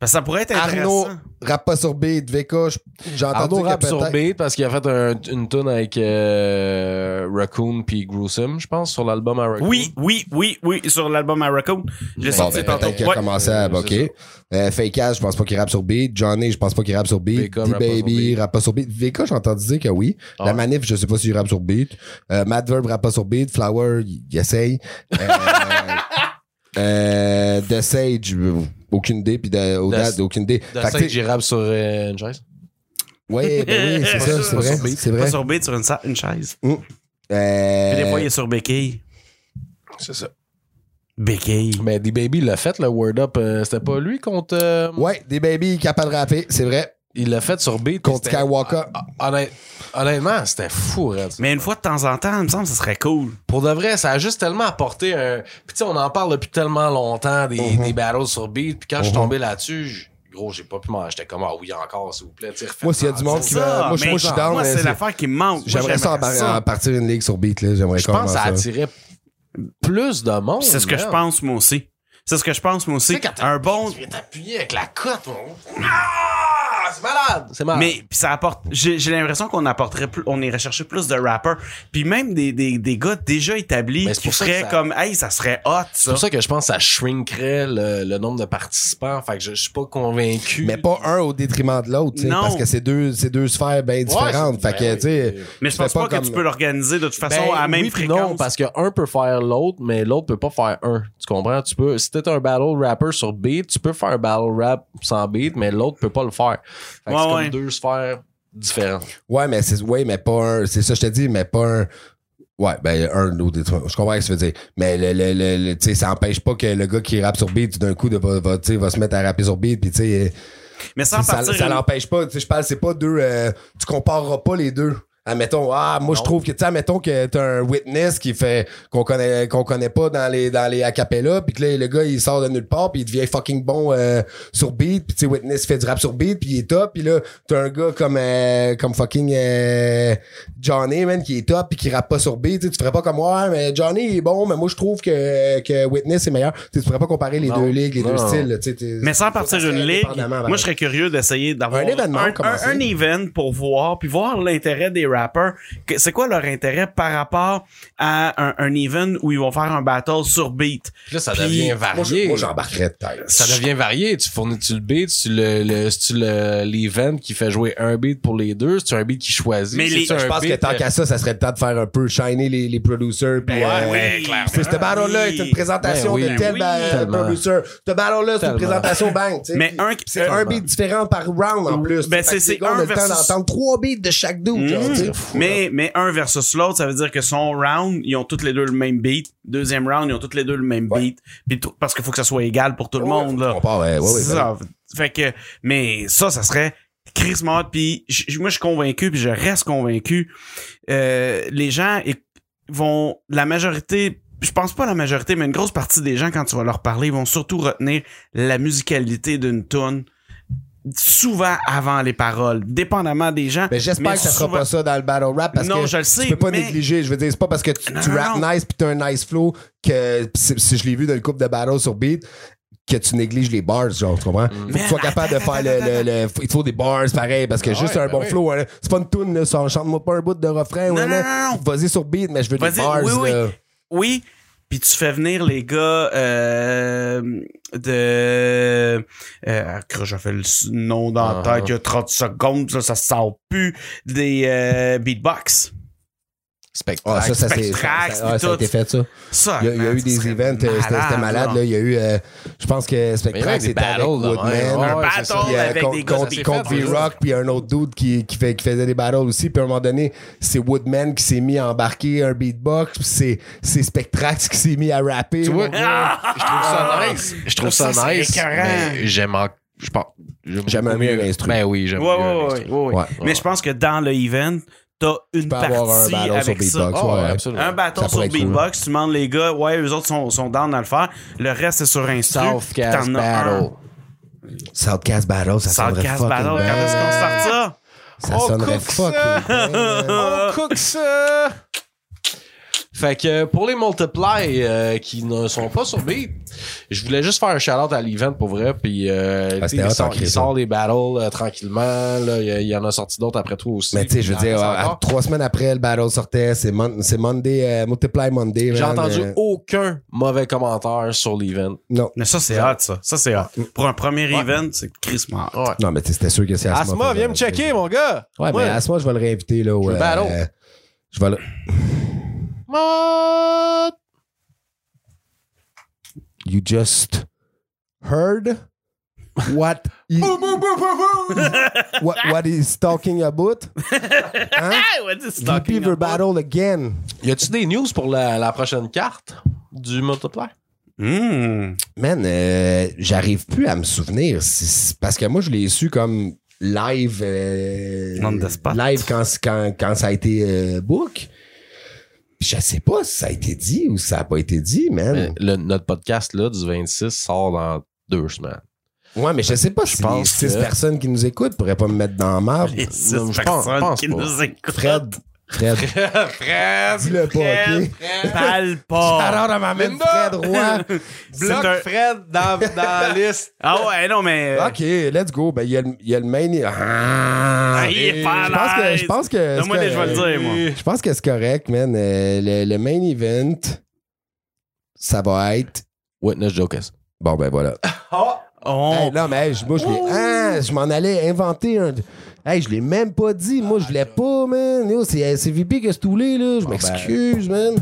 [SPEAKER 2] Parce que ça pourrait être
[SPEAKER 3] Arnaud,
[SPEAKER 2] intéressant.
[SPEAKER 3] rap pas sur beat, Veka, je- j'ai entendu
[SPEAKER 4] Arnaud
[SPEAKER 3] que
[SPEAKER 4] rap sur
[SPEAKER 3] peut-être-
[SPEAKER 4] beat parce qu'il a fait un- une tune avec euh, Raccoon puis Gruesome, je pense, sur l'album à Raccoon.
[SPEAKER 2] Oui, oui, oui, oui, sur l'album I Raccoon. Je l'ai
[SPEAKER 4] Bon,
[SPEAKER 3] Bon,
[SPEAKER 2] sorti
[SPEAKER 3] ben,
[SPEAKER 2] tantôt.
[SPEAKER 3] peut-être qu'il a
[SPEAKER 2] Ouais.
[SPEAKER 3] commencé à.
[SPEAKER 4] c'est
[SPEAKER 3] OK. Euh, Fakeaz, je pense pas qu'il rappe sur beat. Johnny, je pense pas qu'il rappe sur beat.
[SPEAKER 4] Veka rappe pas sur
[SPEAKER 3] D-Baby,
[SPEAKER 4] beat.
[SPEAKER 3] rappe pas sur beat. Veka, j'ai entendu dire que oui.
[SPEAKER 4] Ah
[SPEAKER 3] La
[SPEAKER 4] ouais.
[SPEAKER 3] manif, je sais pas s'il rappe sur beat. Euh, Mad Verb rappe pas sur beat. Flower, il il essaye. Euh, <laughs> euh, The Sage, euh, aucune idée. Puis de- Audaz,
[SPEAKER 4] The-
[SPEAKER 3] aucune idée.
[SPEAKER 4] Dans
[SPEAKER 3] Fait
[SPEAKER 4] ça
[SPEAKER 3] que
[SPEAKER 4] que j'ai rap sur euh, Enjoy.
[SPEAKER 3] ouais, ben oui, c'est ça, c'est
[SPEAKER 2] Pas
[SPEAKER 3] vrai.
[SPEAKER 2] sur beat.
[SPEAKER 3] C'est vrai.
[SPEAKER 2] Pas sur beat, sur une, sa- une chaise.
[SPEAKER 3] Euh,
[SPEAKER 2] Puis des fois, il est sur béquille.
[SPEAKER 4] C'est ça.
[SPEAKER 2] Béquille.
[SPEAKER 4] Mais D-Baby l'a fait, le word up. euh, c'était pas lui contre. euh,
[SPEAKER 3] Ouais, des baby capable de rapper, c'est vrai.
[SPEAKER 4] Il l'a fait sur beat.
[SPEAKER 3] Contre
[SPEAKER 4] c'était-
[SPEAKER 3] Skywalker.
[SPEAKER 4] Ah, ah, honnêt- Honnêtement, c'était fou, Red.
[SPEAKER 2] Mais une fois de temps en temps, il me semble que ce serait cool.
[SPEAKER 4] Pour de vrai, ça a juste tellement apporté un. Puis tu sais, on en parle depuis tellement longtemps des,
[SPEAKER 3] Mhm.
[SPEAKER 4] des battles sur beat. Puis quand je suis tombé là-dessus, j- gros, j'ai pas pu m'en. J'étais comme ah oui encore, s'il vous plaît. tu sais, refaites-en.
[SPEAKER 3] Moi, s'il y a du monde
[SPEAKER 2] C'est
[SPEAKER 3] qui va. Moi, je
[SPEAKER 2] mais
[SPEAKER 3] moi, je suis down.
[SPEAKER 2] Moi,
[SPEAKER 3] hein,
[SPEAKER 2] c'est
[SPEAKER 3] c'est-
[SPEAKER 2] l'affaire qui me manque. Moi,
[SPEAKER 3] J'aimerais ça, en par- en partir une ligue sur beat, là. J'aimerais
[SPEAKER 4] Je pense que ça
[SPEAKER 3] commencer.
[SPEAKER 4] attirait plus de monde.
[SPEAKER 2] C'est ce que je
[SPEAKER 4] man.
[SPEAKER 2] pense, moi aussi. C'est ce que je pense, moi aussi.
[SPEAKER 4] Tu sais, quand t'as-
[SPEAKER 2] Un bon.
[SPEAKER 4] Tu viens t'appuyer avec la cote, mon. Ah, c'est malade! C'est malade.
[SPEAKER 2] Mais puis ça apporte. J'ai j'ai l'impression qu'on apporterait plus. On irait chercher plus de rappers. Puis même des, des, des gars déjà établis
[SPEAKER 4] Mais Ben, c'est
[SPEAKER 2] qui
[SPEAKER 4] pour ça que
[SPEAKER 2] feraient
[SPEAKER 4] ça-
[SPEAKER 2] comme Hey, ça serait hot,
[SPEAKER 4] c'est
[SPEAKER 2] ça.
[SPEAKER 4] pour ça que je pense que ça shrinkerait le, le nombre de participants. Fait que je, je suis pas convaincu.
[SPEAKER 3] Mais pas un au détriment de l'autre, tu sais,
[SPEAKER 2] Non.
[SPEAKER 3] parce que c'est deux, c'est deux sphères bien différentes.
[SPEAKER 4] c'est-
[SPEAKER 3] fait que,
[SPEAKER 4] ben
[SPEAKER 3] tu sais,
[SPEAKER 4] oui.
[SPEAKER 2] Mais je
[SPEAKER 3] tu
[SPEAKER 2] pense
[SPEAKER 3] fais
[SPEAKER 2] pas, que
[SPEAKER 3] comme-
[SPEAKER 2] tu peux l'organiser de toute
[SPEAKER 4] Ben,
[SPEAKER 2] façon à la même
[SPEAKER 4] oui puis
[SPEAKER 2] fréquence.
[SPEAKER 4] Non, parce que un peut faire l'autre, mais l'autre peut pas faire un. Tu comprends? Tu peux, si t'es un battle rapper sur beat, tu peux faire un battle rap sans beat, mais l'autre peut pas le faire. Fait que
[SPEAKER 2] Ouais,
[SPEAKER 4] c'est
[SPEAKER 2] ouais.
[SPEAKER 4] comme deux sphères différentes.
[SPEAKER 3] Ouais, mais c'est, ouais, mais pas un, c'est ça, je te dis, mais pas un, ouais, ben, un au détriment. Je comprends ce que tu veux dire. Mais le, le, le, le- tu sais, ça empêche pas que le gars qui rappe sur beat, d'un coup, de, va, va, tu sais, va se mettre à rapper sur beat, puis tu sais,
[SPEAKER 2] mais sans
[SPEAKER 3] ça,
[SPEAKER 2] partir.
[SPEAKER 3] ça
[SPEAKER 2] une-
[SPEAKER 3] l'empêche pas. Tu sais, je parle, c'est pas deux, euh, tu compareras pas les deux. admettons, ah, moi, je trouve que, tu sais, admettons que t'as un witness qui fait, qu'on connaît, qu'on connaît pas dans les, dans les acapellas, puis que là, le gars, il sort de nulle part, puis il devient fucking bon euh, sur beat, puis tu sais, witness fait du rap sur beat, puis il est top, puis là, t'as un gars comme, euh, comme fucking euh, Johnny, man, qui est top, puis qui rappe pas sur beat, tu sais, tu ferais pas comme, ouais, mais Johnny est bon, mais moi, je trouve que, que witness est meilleur. Tu sais, tu pourrais pas comparer les
[SPEAKER 4] Non.
[SPEAKER 3] deux ligues, les
[SPEAKER 4] Non.
[SPEAKER 3] deux styles, là, tu sais. t'es-
[SPEAKER 2] Mais sans
[SPEAKER 3] faut
[SPEAKER 2] partir
[SPEAKER 3] que ça
[SPEAKER 2] d'une
[SPEAKER 3] soit
[SPEAKER 2] ligue,
[SPEAKER 3] indépendamment, ben.
[SPEAKER 2] moi
[SPEAKER 4] ben.
[SPEAKER 3] pareil.
[SPEAKER 2] je serais curieux d'essayer d'avoir
[SPEAKER 3] Un événement,
[SPEAKER 2] un,
[SPEAKER 3] comment ça?
[SPEAKER 2] un event pour voir, puis voir l'intérêt des rappers. Que- C'est quoi leur intérêt par rapport à un, un event où ils vont faire un battle sur beat?
[SPEAKER 4] Puis là, ça
[SPEAKER 2] Puis,
[SPEAKER 4] devient
[SPEAKER 3] Moi, je-
[SPEAKER 4] varié.
[SPEAKER 3] moi, j'embarquerais de tête.
[SPEAKER 4] ça devient varié. Tu fournis-tu le beat? Tu le, le, tu le, l'event qui fait jouer un beat pour les deux? C'est-tu un beat qui choisit?
[SPEAKER 2] Mais les-
[SPEAKER 4] C'est-tu
[SPEAKER 3] Je
[SPEAKER 4] un
[SPEAKER 3] pense que
[SPEAKER 4] beat-
[SPEAKER 3] tant qu'à ça, ça serait le temps de faire un peu shiner les, les producers. Puis, euh,
[SPEAKER 2] euh, Ben ouais, clairement.
[SPEAKER 3] puis ce battle-là est une présentation
[SPEAKER 4] Ben oui,
[SPEAKER 3] de
[SPEAKER 4] ben
[SPEAKER 3] tel
[SPEAKER 2] oui.
[SPEAKER 3] ba-
[SPEAKER 4] Tellement.
[SPEAKER 3] producer. Ce battle-là, c'est une
[SPEAKER 4] Tellement.
[SPEAKER 3] présentation bang. tu sais.
[SPEAKER 2] Mais
[SPEAKER 3] Puis
[SPEAKER 2] un-
[SPEAKER 3] c'est un
[SPEAKER 4] tellement.
[SPEAKER 3] beat différent par round en plus.
[SPEAKER 2] Ben,
[SPEAKER 3] Fait que
[SPEAKER 2] c'est-
[SPEAKER 3] les
[SPEAKER 2] c'est
[SPEAKER 3] gars, on
[SPEAKER 2] un
[SPEAKER 3] a le temps
[SPEAKER 2] versus- Mm.
[SPEAKER 3] d'entendre trois beats de chaque dude. genre, tu sais.
[SPEAKER 2] Mais, mais un versus l'autre, ça veut dire que son round, ils ont toutes les deux le même beat. Deuxième round, ils ont toutes les deux le même
[SPEAKER 3] Ouais.
[SPEAKER 2] beat. Puis tout- parce qu'il faut que ça soit égal pour tout le monde. Là.
[SPEAKER 3] On part, ouais, ouais, ouais,
[SPEAKER 2] C'est
[SPEAKER 3] ben
[SPEAKER 2] ça. Fait que, mais ça, ça serait Chris Mott. Puis j- j- moi, je suis convaincu, puis je reste convaincu. Euh, les gens éc- vont, la majorité, je pense pas la majorité, mais une grosse partie des gens, quand tu vas leur parler, ils vont surtout retenir la musicalité d'une tune souvent avant les paroles, dépendamment des gens.
[SPEAKER 3] Mais Ben, j'espère
[SPEAKER 2] mais
[SPEAKER 3] que ça fera
[SPEAKER 2] souvent-
[SPEAKER 3] pas ça dans le battle rap parce
[SPEAKER 2] Non,
[SPEAKER 3] que
[SPEAKER 2] je le sais,
[SPEAKER 3] tu peux pas
[SPEAKER 2] mais-
[SPEAKER 3] négliger. Je veux dire, c'est pas parce que tu,
[SPEAKER 2] Non,
[SPEAKER 3] tu
[SPEAKER 2] non,
[SPEAKER 3] rap
[SPEAKER 2] non.
[SPEAKER 3] nice puis t'as un nice flow que si, si je l'ai vu dans le couple de battle sur beat que tu négliges les bars, genre, tu comprends? Faut que tu sois
[SPEAKER 2] Mais
[SPEAKER 3] capable de
[SPEAKER 2] attends,
[SPEAKER 3] faire le, le- le- Il te faut des bars pareil parce que juste
[SPEAKER 4] ouais,
[SPEAKER 3] un
[SPEAKER 4] ben
[SPEAKER 3] bon
[SPEAKER 4] oui.
[SPEAKER 3] flow, hein, c'est pas une tune, là, ça chante-moi pas un bout de refrain.
[SPEAKER 2] Non,
[SPEAKER 3] ouais,
[SPEAKER 2] non,
[SPEAKER 3] là.
[SPEAKER 2] non,
[SPEAKER 3] Vas-y sur beat, mais je veux des
[SPEAKER 2] Vas-y,
[SPEAKER 3] bars.
[SPEAKER 2] oui, oui.
[SPEAKER 3] là.
[SPEAKER 2] Oui. Puis tu fais venir les gars euh, de... Euh, que je fais le s- nom dans la
[SPEAKER 4] Ah.
[SPEAKER 2] tête, il y a 30 secondes, ça, ça sort plus. Des euh, beatbox.
[SPEAKER 3] Ah,
[SPEAKER 4] Spectacle.
[SPEAKER 3] ça, ça, c'est- ça,
[SPEAKER 2] Spectrax,
[SPEAKER 3] ça, ah,
[SPEAKER 2] puis
[SPEAKER 3] ça a
[SPEAKER 2] tout.
[SPEAKER 3] été fait, ça.
[SPEAKER 2] Ça,
[SPEAKER 3] Il y a, il y a
[SPEAKER 2] man,
[SPEAKER 3] eu
[SPEAKER 2] ça
[SPEAKER 3] des
[SPEAKER 2] serait
[SPEAKER 3] events, euh, c'était c'était malade.
[SPEAKER 2] là.
[SPEAKER 3] Là. Il y a eu, euh, je pense que
[SPEAKER 4] Mais ouais,
[SPEAKER 3] Spectrax
[SPEAKER 4] des
[SPEAKER 3] c'était avec
[SPEAKER 4] battles de
[SPEAKER 3] Woodman.
[SPEAKER 4] même.
[SPEAKER 3] un
[SPEAKER 4] Ouais,
[SPEAKER 2] ouais,
[SPEAKER 3] battle
[SPEAKER 2] c'est ça.
[SPEAKER 3] avec
[SPEAKER 2] Puis, euh,
[SPEAKER 3] contre-
[SPEAKER 2] des gars, ça
[SPEAKER 3] contre-
[SPEAKER 4] s'est
[SPEAKER 3] Contre
[SPEAKER 4] fait,
[SPEAKER 3] V-Rock, puis un autre dude qui, qui, fait, qui faisait des battles aussi. Puis à un moment donné, c'est Woodman qui s'est mis à embarquer un beatbox. Puis c'est- c'est Spectrax qui s'est mis à rapper.
[SPEAKER 4] Tu vois,
[SPEAKER 3] Mon gars.
[SPEAKER 2] Ah!
[SPEAKER 4] je trouve ça nice. Je trouve ça,
[SPEAKER 2] Ça, c'est
[SPEAKER 4] nice.
[SPEAKER 2] écœurant.
[SPEAKER 4] Mais j'aime en- je pense- j'aime
[SPEAKER 3] J'aime
[SPEAKER 4] beaucoup
[SPEAKER 3] mieux l'instru.
[SPEAKER 4] Ben oui,
[SPEAKER 2] Ouais,
[SPEAKER 4] j'aime
[SPEAKER 2] ouais,
[SPEAKER 4] mieux
[SPEAKER 2] ouais,
[SPEAKER 4] l'instru.
[SPEAKER 2] ouais, ouais.
[SPEAKER 3] Ouais.
[SPEAKER 2] Mais je pense que dans le event, t'as une
[SPEAKER 3] peux avoir un
[SPEAKER 2] partie
[SPEAKER 3] battle sur
[SPEAKER 2] avec ça.
[SPEAKER 3] beatbox.
[SPEAKER 4] Ah, ouais,
[SPEAKER 3] ouais.
[SPEAKER 4] absolument.
[SPEAKER 2] Un
[SPEAKER 3] Ça
[SPEAKER 2] bâton sur
[SPEAKER 3] pourrait être cool.
[SPEAKER 2] beatbox, tu demandes les gars, ouais, eux autres sont, sont down à le faire. Le reste, c'est sur Insta.
[SPEAKER 4] Southcast Battle.
[SPEAKER 3] Southcast Battle, ça sonnerait
[SPEAKER 2] Southcast
[SPEAKER 3] fucking
[SPEAKER 2] Battle, quand
[SPEAKER 3] bien.
[SPEAKER 2] est-ce qu'on start ça?
[SPEAKER 3] Ça
[SPEAKER 4] On
[SPEAKER 3] sonnerait
[SPEAKER 4] coupe
[SPEAKER 3] fucking
[SPEAKER 4] ça.
[SPEAKER 3] bien.
[SPEAKER 2] Euh,
[SPEAKER 4] On cook ça! Fait que pour les Multiply euh, qui ne sont pas sur Beat, je voulais juste faire un shout-out à l'event pour vrai. Puis euh,
[SPEAKER 3] Ah,
[SPEAKER 4] tu sais,
[SPEAKER 3] c'était
[SPEAKER 4] il,
[SPEAKER 3] hot en
[SPEAKER 4] sort,
[SPEAKER 3] crise,
[SPEAKER 4] il sort les battles euh, tranquillement. là. il, y a- il y en a sorti d'autres après toi aussi.
[SPEAKER 3] Mais tu sais, je veux
[SPEAKER 4] Il y en
[SPEAKER 3] dire,
[SPEAKER 4] reste
[SPEAKER 3] à- à
[SPEAKER 4] encore.
[SPEAKER 3] trois semaines après, le battle sortait. C'est mon- c'est Monday, euh, Multiply Monday.
[SPEAKER 4] j'ai
[SPEAKER 3] man,
[SPEAKER 4] entendu
[SPEAKER 3] euh,
[SPEAKER 4] aucun mauvais commentaire sur l'event.
[SPEAKER 3] Non.
[SPEAKER 2] Mais ça, c'est hot, ça. Ça, c'est hot. Pour un premier event, c'est Chris hot.
[SPEAKER 4] Ouais.
[SPEAKER 3] Non, mais tu sais, c'était sûr que c'est Asma.
[SPEAKER 4] Asma, viens me checker, mon gars!
[SPEAKER 3] Ouais, mais Asma, je vais le réinviter, là. au,
[SPEAKER 4] veux le
[SPEAKER 3] euh,
[SPEAKER 4] battle.
[SPEAKER 3] je vais le.
[SPEAKER 4] Mode.
[SPEAKER 3] You just heard what he, <laughs> what, what he's talking about. Hein? VP the battle again.
[SPEAKER 4] Y a-tu des news pour la, la prochaine carte du Multiply?
[SPEAKER 2] Mmh.
[SPEAKER 3] Man, euh, j'arrive plus à me souvenir. si- si- Parce que moi, je l'ai su comme live. euh,
[SPEAKER 2] On the spot.
[SPEAKER 3] Live quand, quand, quand ça a été euh, book. Je sais pas si ça a été dit ou si ça a pas été dit,
[SPEAKER 4] Mais
[SPEAKER 3] man.
[SPEAKER 4] le- notre podcast là, du 26 sort dans deux semaines.
[SPEAKER 3] ouais, mais je sais pas si
[SPEAKER 4] pense
[SPEAKER 3] les six
[SPEAKER 4] que-
[SPEAKER 3] personnes qui nous écoutent pourraient pas me mettre dans la marbre.
[SPEAKER 2] Les six
[SPEAKER 4] Non, je pense-
[SPEAKER 2] personnes
[SPEAKER 4] pense
[SPEAKER 2] qui
[SPEAKER 4] pas.
[SPEAKER 2] nous écoutent.
[SPEAKER 3] Fred.
[SPEAKER 2] <laughs>
[SPEAKER 3] Fred.
[SPEAKER 4] Fred!
[SPEAKER 3] Dis-le pas, ok?
[SPEAKER 2] Parle pas.
[SPEAKER 3] Shout-out à ma man
[SPEAKER 4] Linda.
[SPEAKER 3] Ah. Fred Roy.
[SPEAKER 2] <laughs> C'est un-
[SPEAKER 4] Fred dans, dans la liste.
[SPEAKER 2] <laughs> Ah ouais, non, mais.
[SPEAKER 3] OK, let's go. Ben, il y, a le- il y a le main. Ah.
[SPEAKER 2] Ah, il est pas
[SPEAKER 3] je pense
[SPEAKER 2] à
[SPEAKER 3] que.
[SPEAKER 2] l'aise.
[SPEAKER 3] Je pense que.
[SPEAKER 2] Donne-moi
[SPEAKER 3] c'est
[SPEAKER 2] des- je vais le
[SPEAKER 3] correct.
[SPEAKER 2] dire, moi.
[SPEAKER 3] Je pense que c'est correct, man. Euh, le, le main event, ça va être.
[SPEAKER 4] Witness Jokers.
[SPEAKER 3] Bon,
[SPEAKER 2] <laughs>
[SPEAKER 3] ben voilà.
[SPEAKER 2] On- <laughs>
[SPEAKER 3] Hey, non, mais hey, je- moi, je
[SPEAKER 2] Oh.
[SPEAKER 3] l'ai. Ah, je m'en allais inventer un. Hey, je l'ai même pas dit. Moi, je voulais pas, man. Yo, C'est c'est VP que c'est toulé,
[SPEAKER 2] ben.
[SPEAKER 3] là. Je m'excuse, man.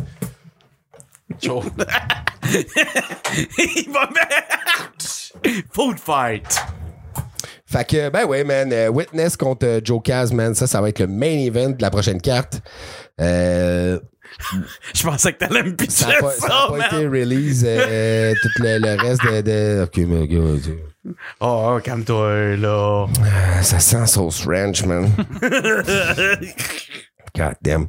[SPEAKER 2] il va mettre. Food fight.
[SPEAKER 3] Fait que, ben ouais, man, euh, Witness contre euh, Joe Caz, man, ça, ça va être le main event de la prochaine carte. Euh,
[SPEAKER 2] Je pensais que t'allais me pitcher
[SPEAKER 3] ça n'a
[SPEAKER 2] ça,
[SPEAKER 3] pas, ça a pas
[SPEAKER 2] man.
[SPEAKER 3] été release euh, tout le, le reste de... de- Ok, mais gars, tu-
[SPEAKER 2] Oh, calme-toi, là.
[SPEAKER 3] Ah, ça sent sauce ranch, man. God damn.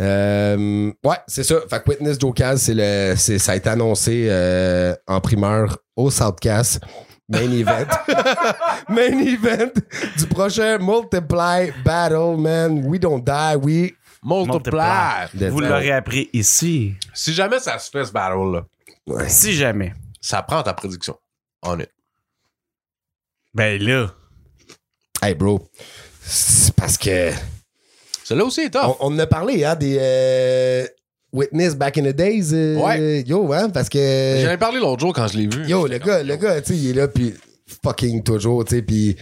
[SPEAKER 3] Euh, ouais, c'est ça. Fait que Witness Jokaz, c'est le, c'est, ça a été annoncé euh, en primeur au Southcast. Main event. <laughs> Main event du prochain Multiply Battle, man. We don't die, we.
[SPEAKER 4] Multiply.
[SPEAKER 3] Multiply.
[SPEAKER 2] Vous l'aurez appris ici.
[SPEAKER 4] Si jamais ça se fait, ce battle-là,
[SPEAKER 3] Ouais.
[SPEAKER 2] Si jamais.
[SPEAKER 4] ça prend ta prédiction. On est.
[SPEAKER 2] Ben là.
[SPEAKER 3] Hey, bro. C'est parce que.
[SPEAKER 4] Celui-là aussi est
[SPEAKER 3] On,
[SPEAKER 4] tough.
[SPEAKER 3] on en a parlé, hein, des euh, Witness back in the days. euh,
[SPEAKER 4] Ouais.
[SPEAKER 3] Yo, hein, parce que.
[SPEAKER 4] J'en ai parlé l'autre jour quand je l'ai vu.
[SPEAKER 3] Yo, le gars, le gars, tu sais, il est là, puis fucking toujours, tu sais, puis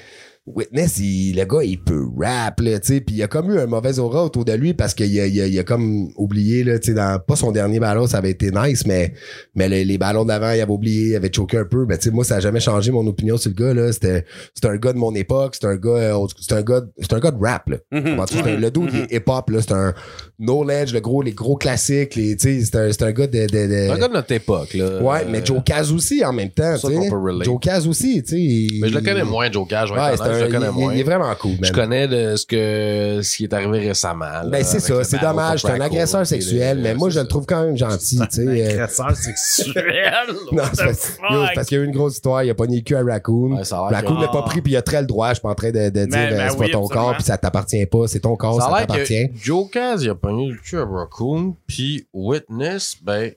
[SPEAKER 3] Witness, il- le gars, il peut rap, là, tu sais, puis il a comme eu un mauvais aura autour de lui parce qu'il a, il a, il a comme oublié, là, tu sais, dans, pas son dernier ballon, ça avait été nice, mais, mais les, les ballons d'avant, il avait oublié, il avait choqué un peu, mais tu sais, moi, ça a jamais changé mon opinion sur le gars, là, c'était, c'était un gars de mon époque, c'était un gars, euh, old- c'était un gars, c'était un gars de rap, là. Comprends-tu? C'est un- le dude, il est hip-hop, là, c'est un knowledge, le gros, les gros classiques, les, tu sais, c'est un, c'est un gars de, de, de-
[SPEAKER 4] Le gars de notre époque, là.
[SPEAKER 3] Ouais, mais Joe Caz aussi en même temps.
[SPEAKER 4] ça
[SPEAKER 3] tu sais.
[SPEAKER 4] qu'on peut relate.
[SPEAKER 3] Joe Caz aussi, tu sais. il-
[SPEAKER 4] Mais je le connais moins, Joe Cage. je vais
[SPEAKER 3] Ouais,
[SPEAKER 4] être
[SPEAKER 3] c'est
[SPEAKER 4] honnête,
[SPEAKER 3] un-
[SPEAKER 4] je le connais
[SPEAKER 3] il-
[SPEAKER 4] moins.
[SPEAKER 3] Il est vraiment cool, man.
[SPEAKER 4] Je connais de ce, que, ce qui est arrivé récemment. là,
[SPEAKER 3] Ben, c'est
[SPEAKER 4] avec le
[SPEAKER 3] ça, c'est
[SPEAKER 4] battle contre
[SPEAKER 3] dommage. C'est un
[SPEAKER 4] Franco,
[SPEAKER 3] agresseur
[SPEAKER 4] puis les-
[SPEAKER 3] sexuel, mais moi,
[SPEAKER 4] c'est
[SPEAKER 3] je le
[SPEAKER 4] ça.
[SPEAKER 3] trouve quand même gentil, <laughs> tu sais. euh, Ben,
[SPEAKER 2] Agresseur
[SPEAKER 3] <laughs>
[SPEAKER 2] sexuel.
[SPEAKER 3] Non,
[SPEAKER 2] What the
[SPEAKER 3] c'est parce, yo, c'est
[SPEAKER 2] fuck?
[SPEAKER 3] parce qu'il y a eu une grosse histoire, il a pogné le cul à Raccoon.
[SPEAKER 4] Ouais, ça a l'air
[SPEAKER 3] Raccoon
[SPEAKER 4] que-
[SPEAKER 3] l'a pas pris, puis il a très le droit, je suis pas en train de, de dire
[SPEAKER 2] ben
[SPEAKER 3] euh, c'est
[SPEAKER 2] oui,
[SPEAKER 3] pas ton
[SPEAKER 2] absolument.
[SPEAKER 3] corps, puis ça t'appartient pas, c'est ton corps, ça,
[SPEAKER 4] Ça a l'air
[SPEAKER 3] t'appartient.
[SPEAKER 4] que Joe Caz, il a pogné le cul à Raccoon, puis Witness, ben,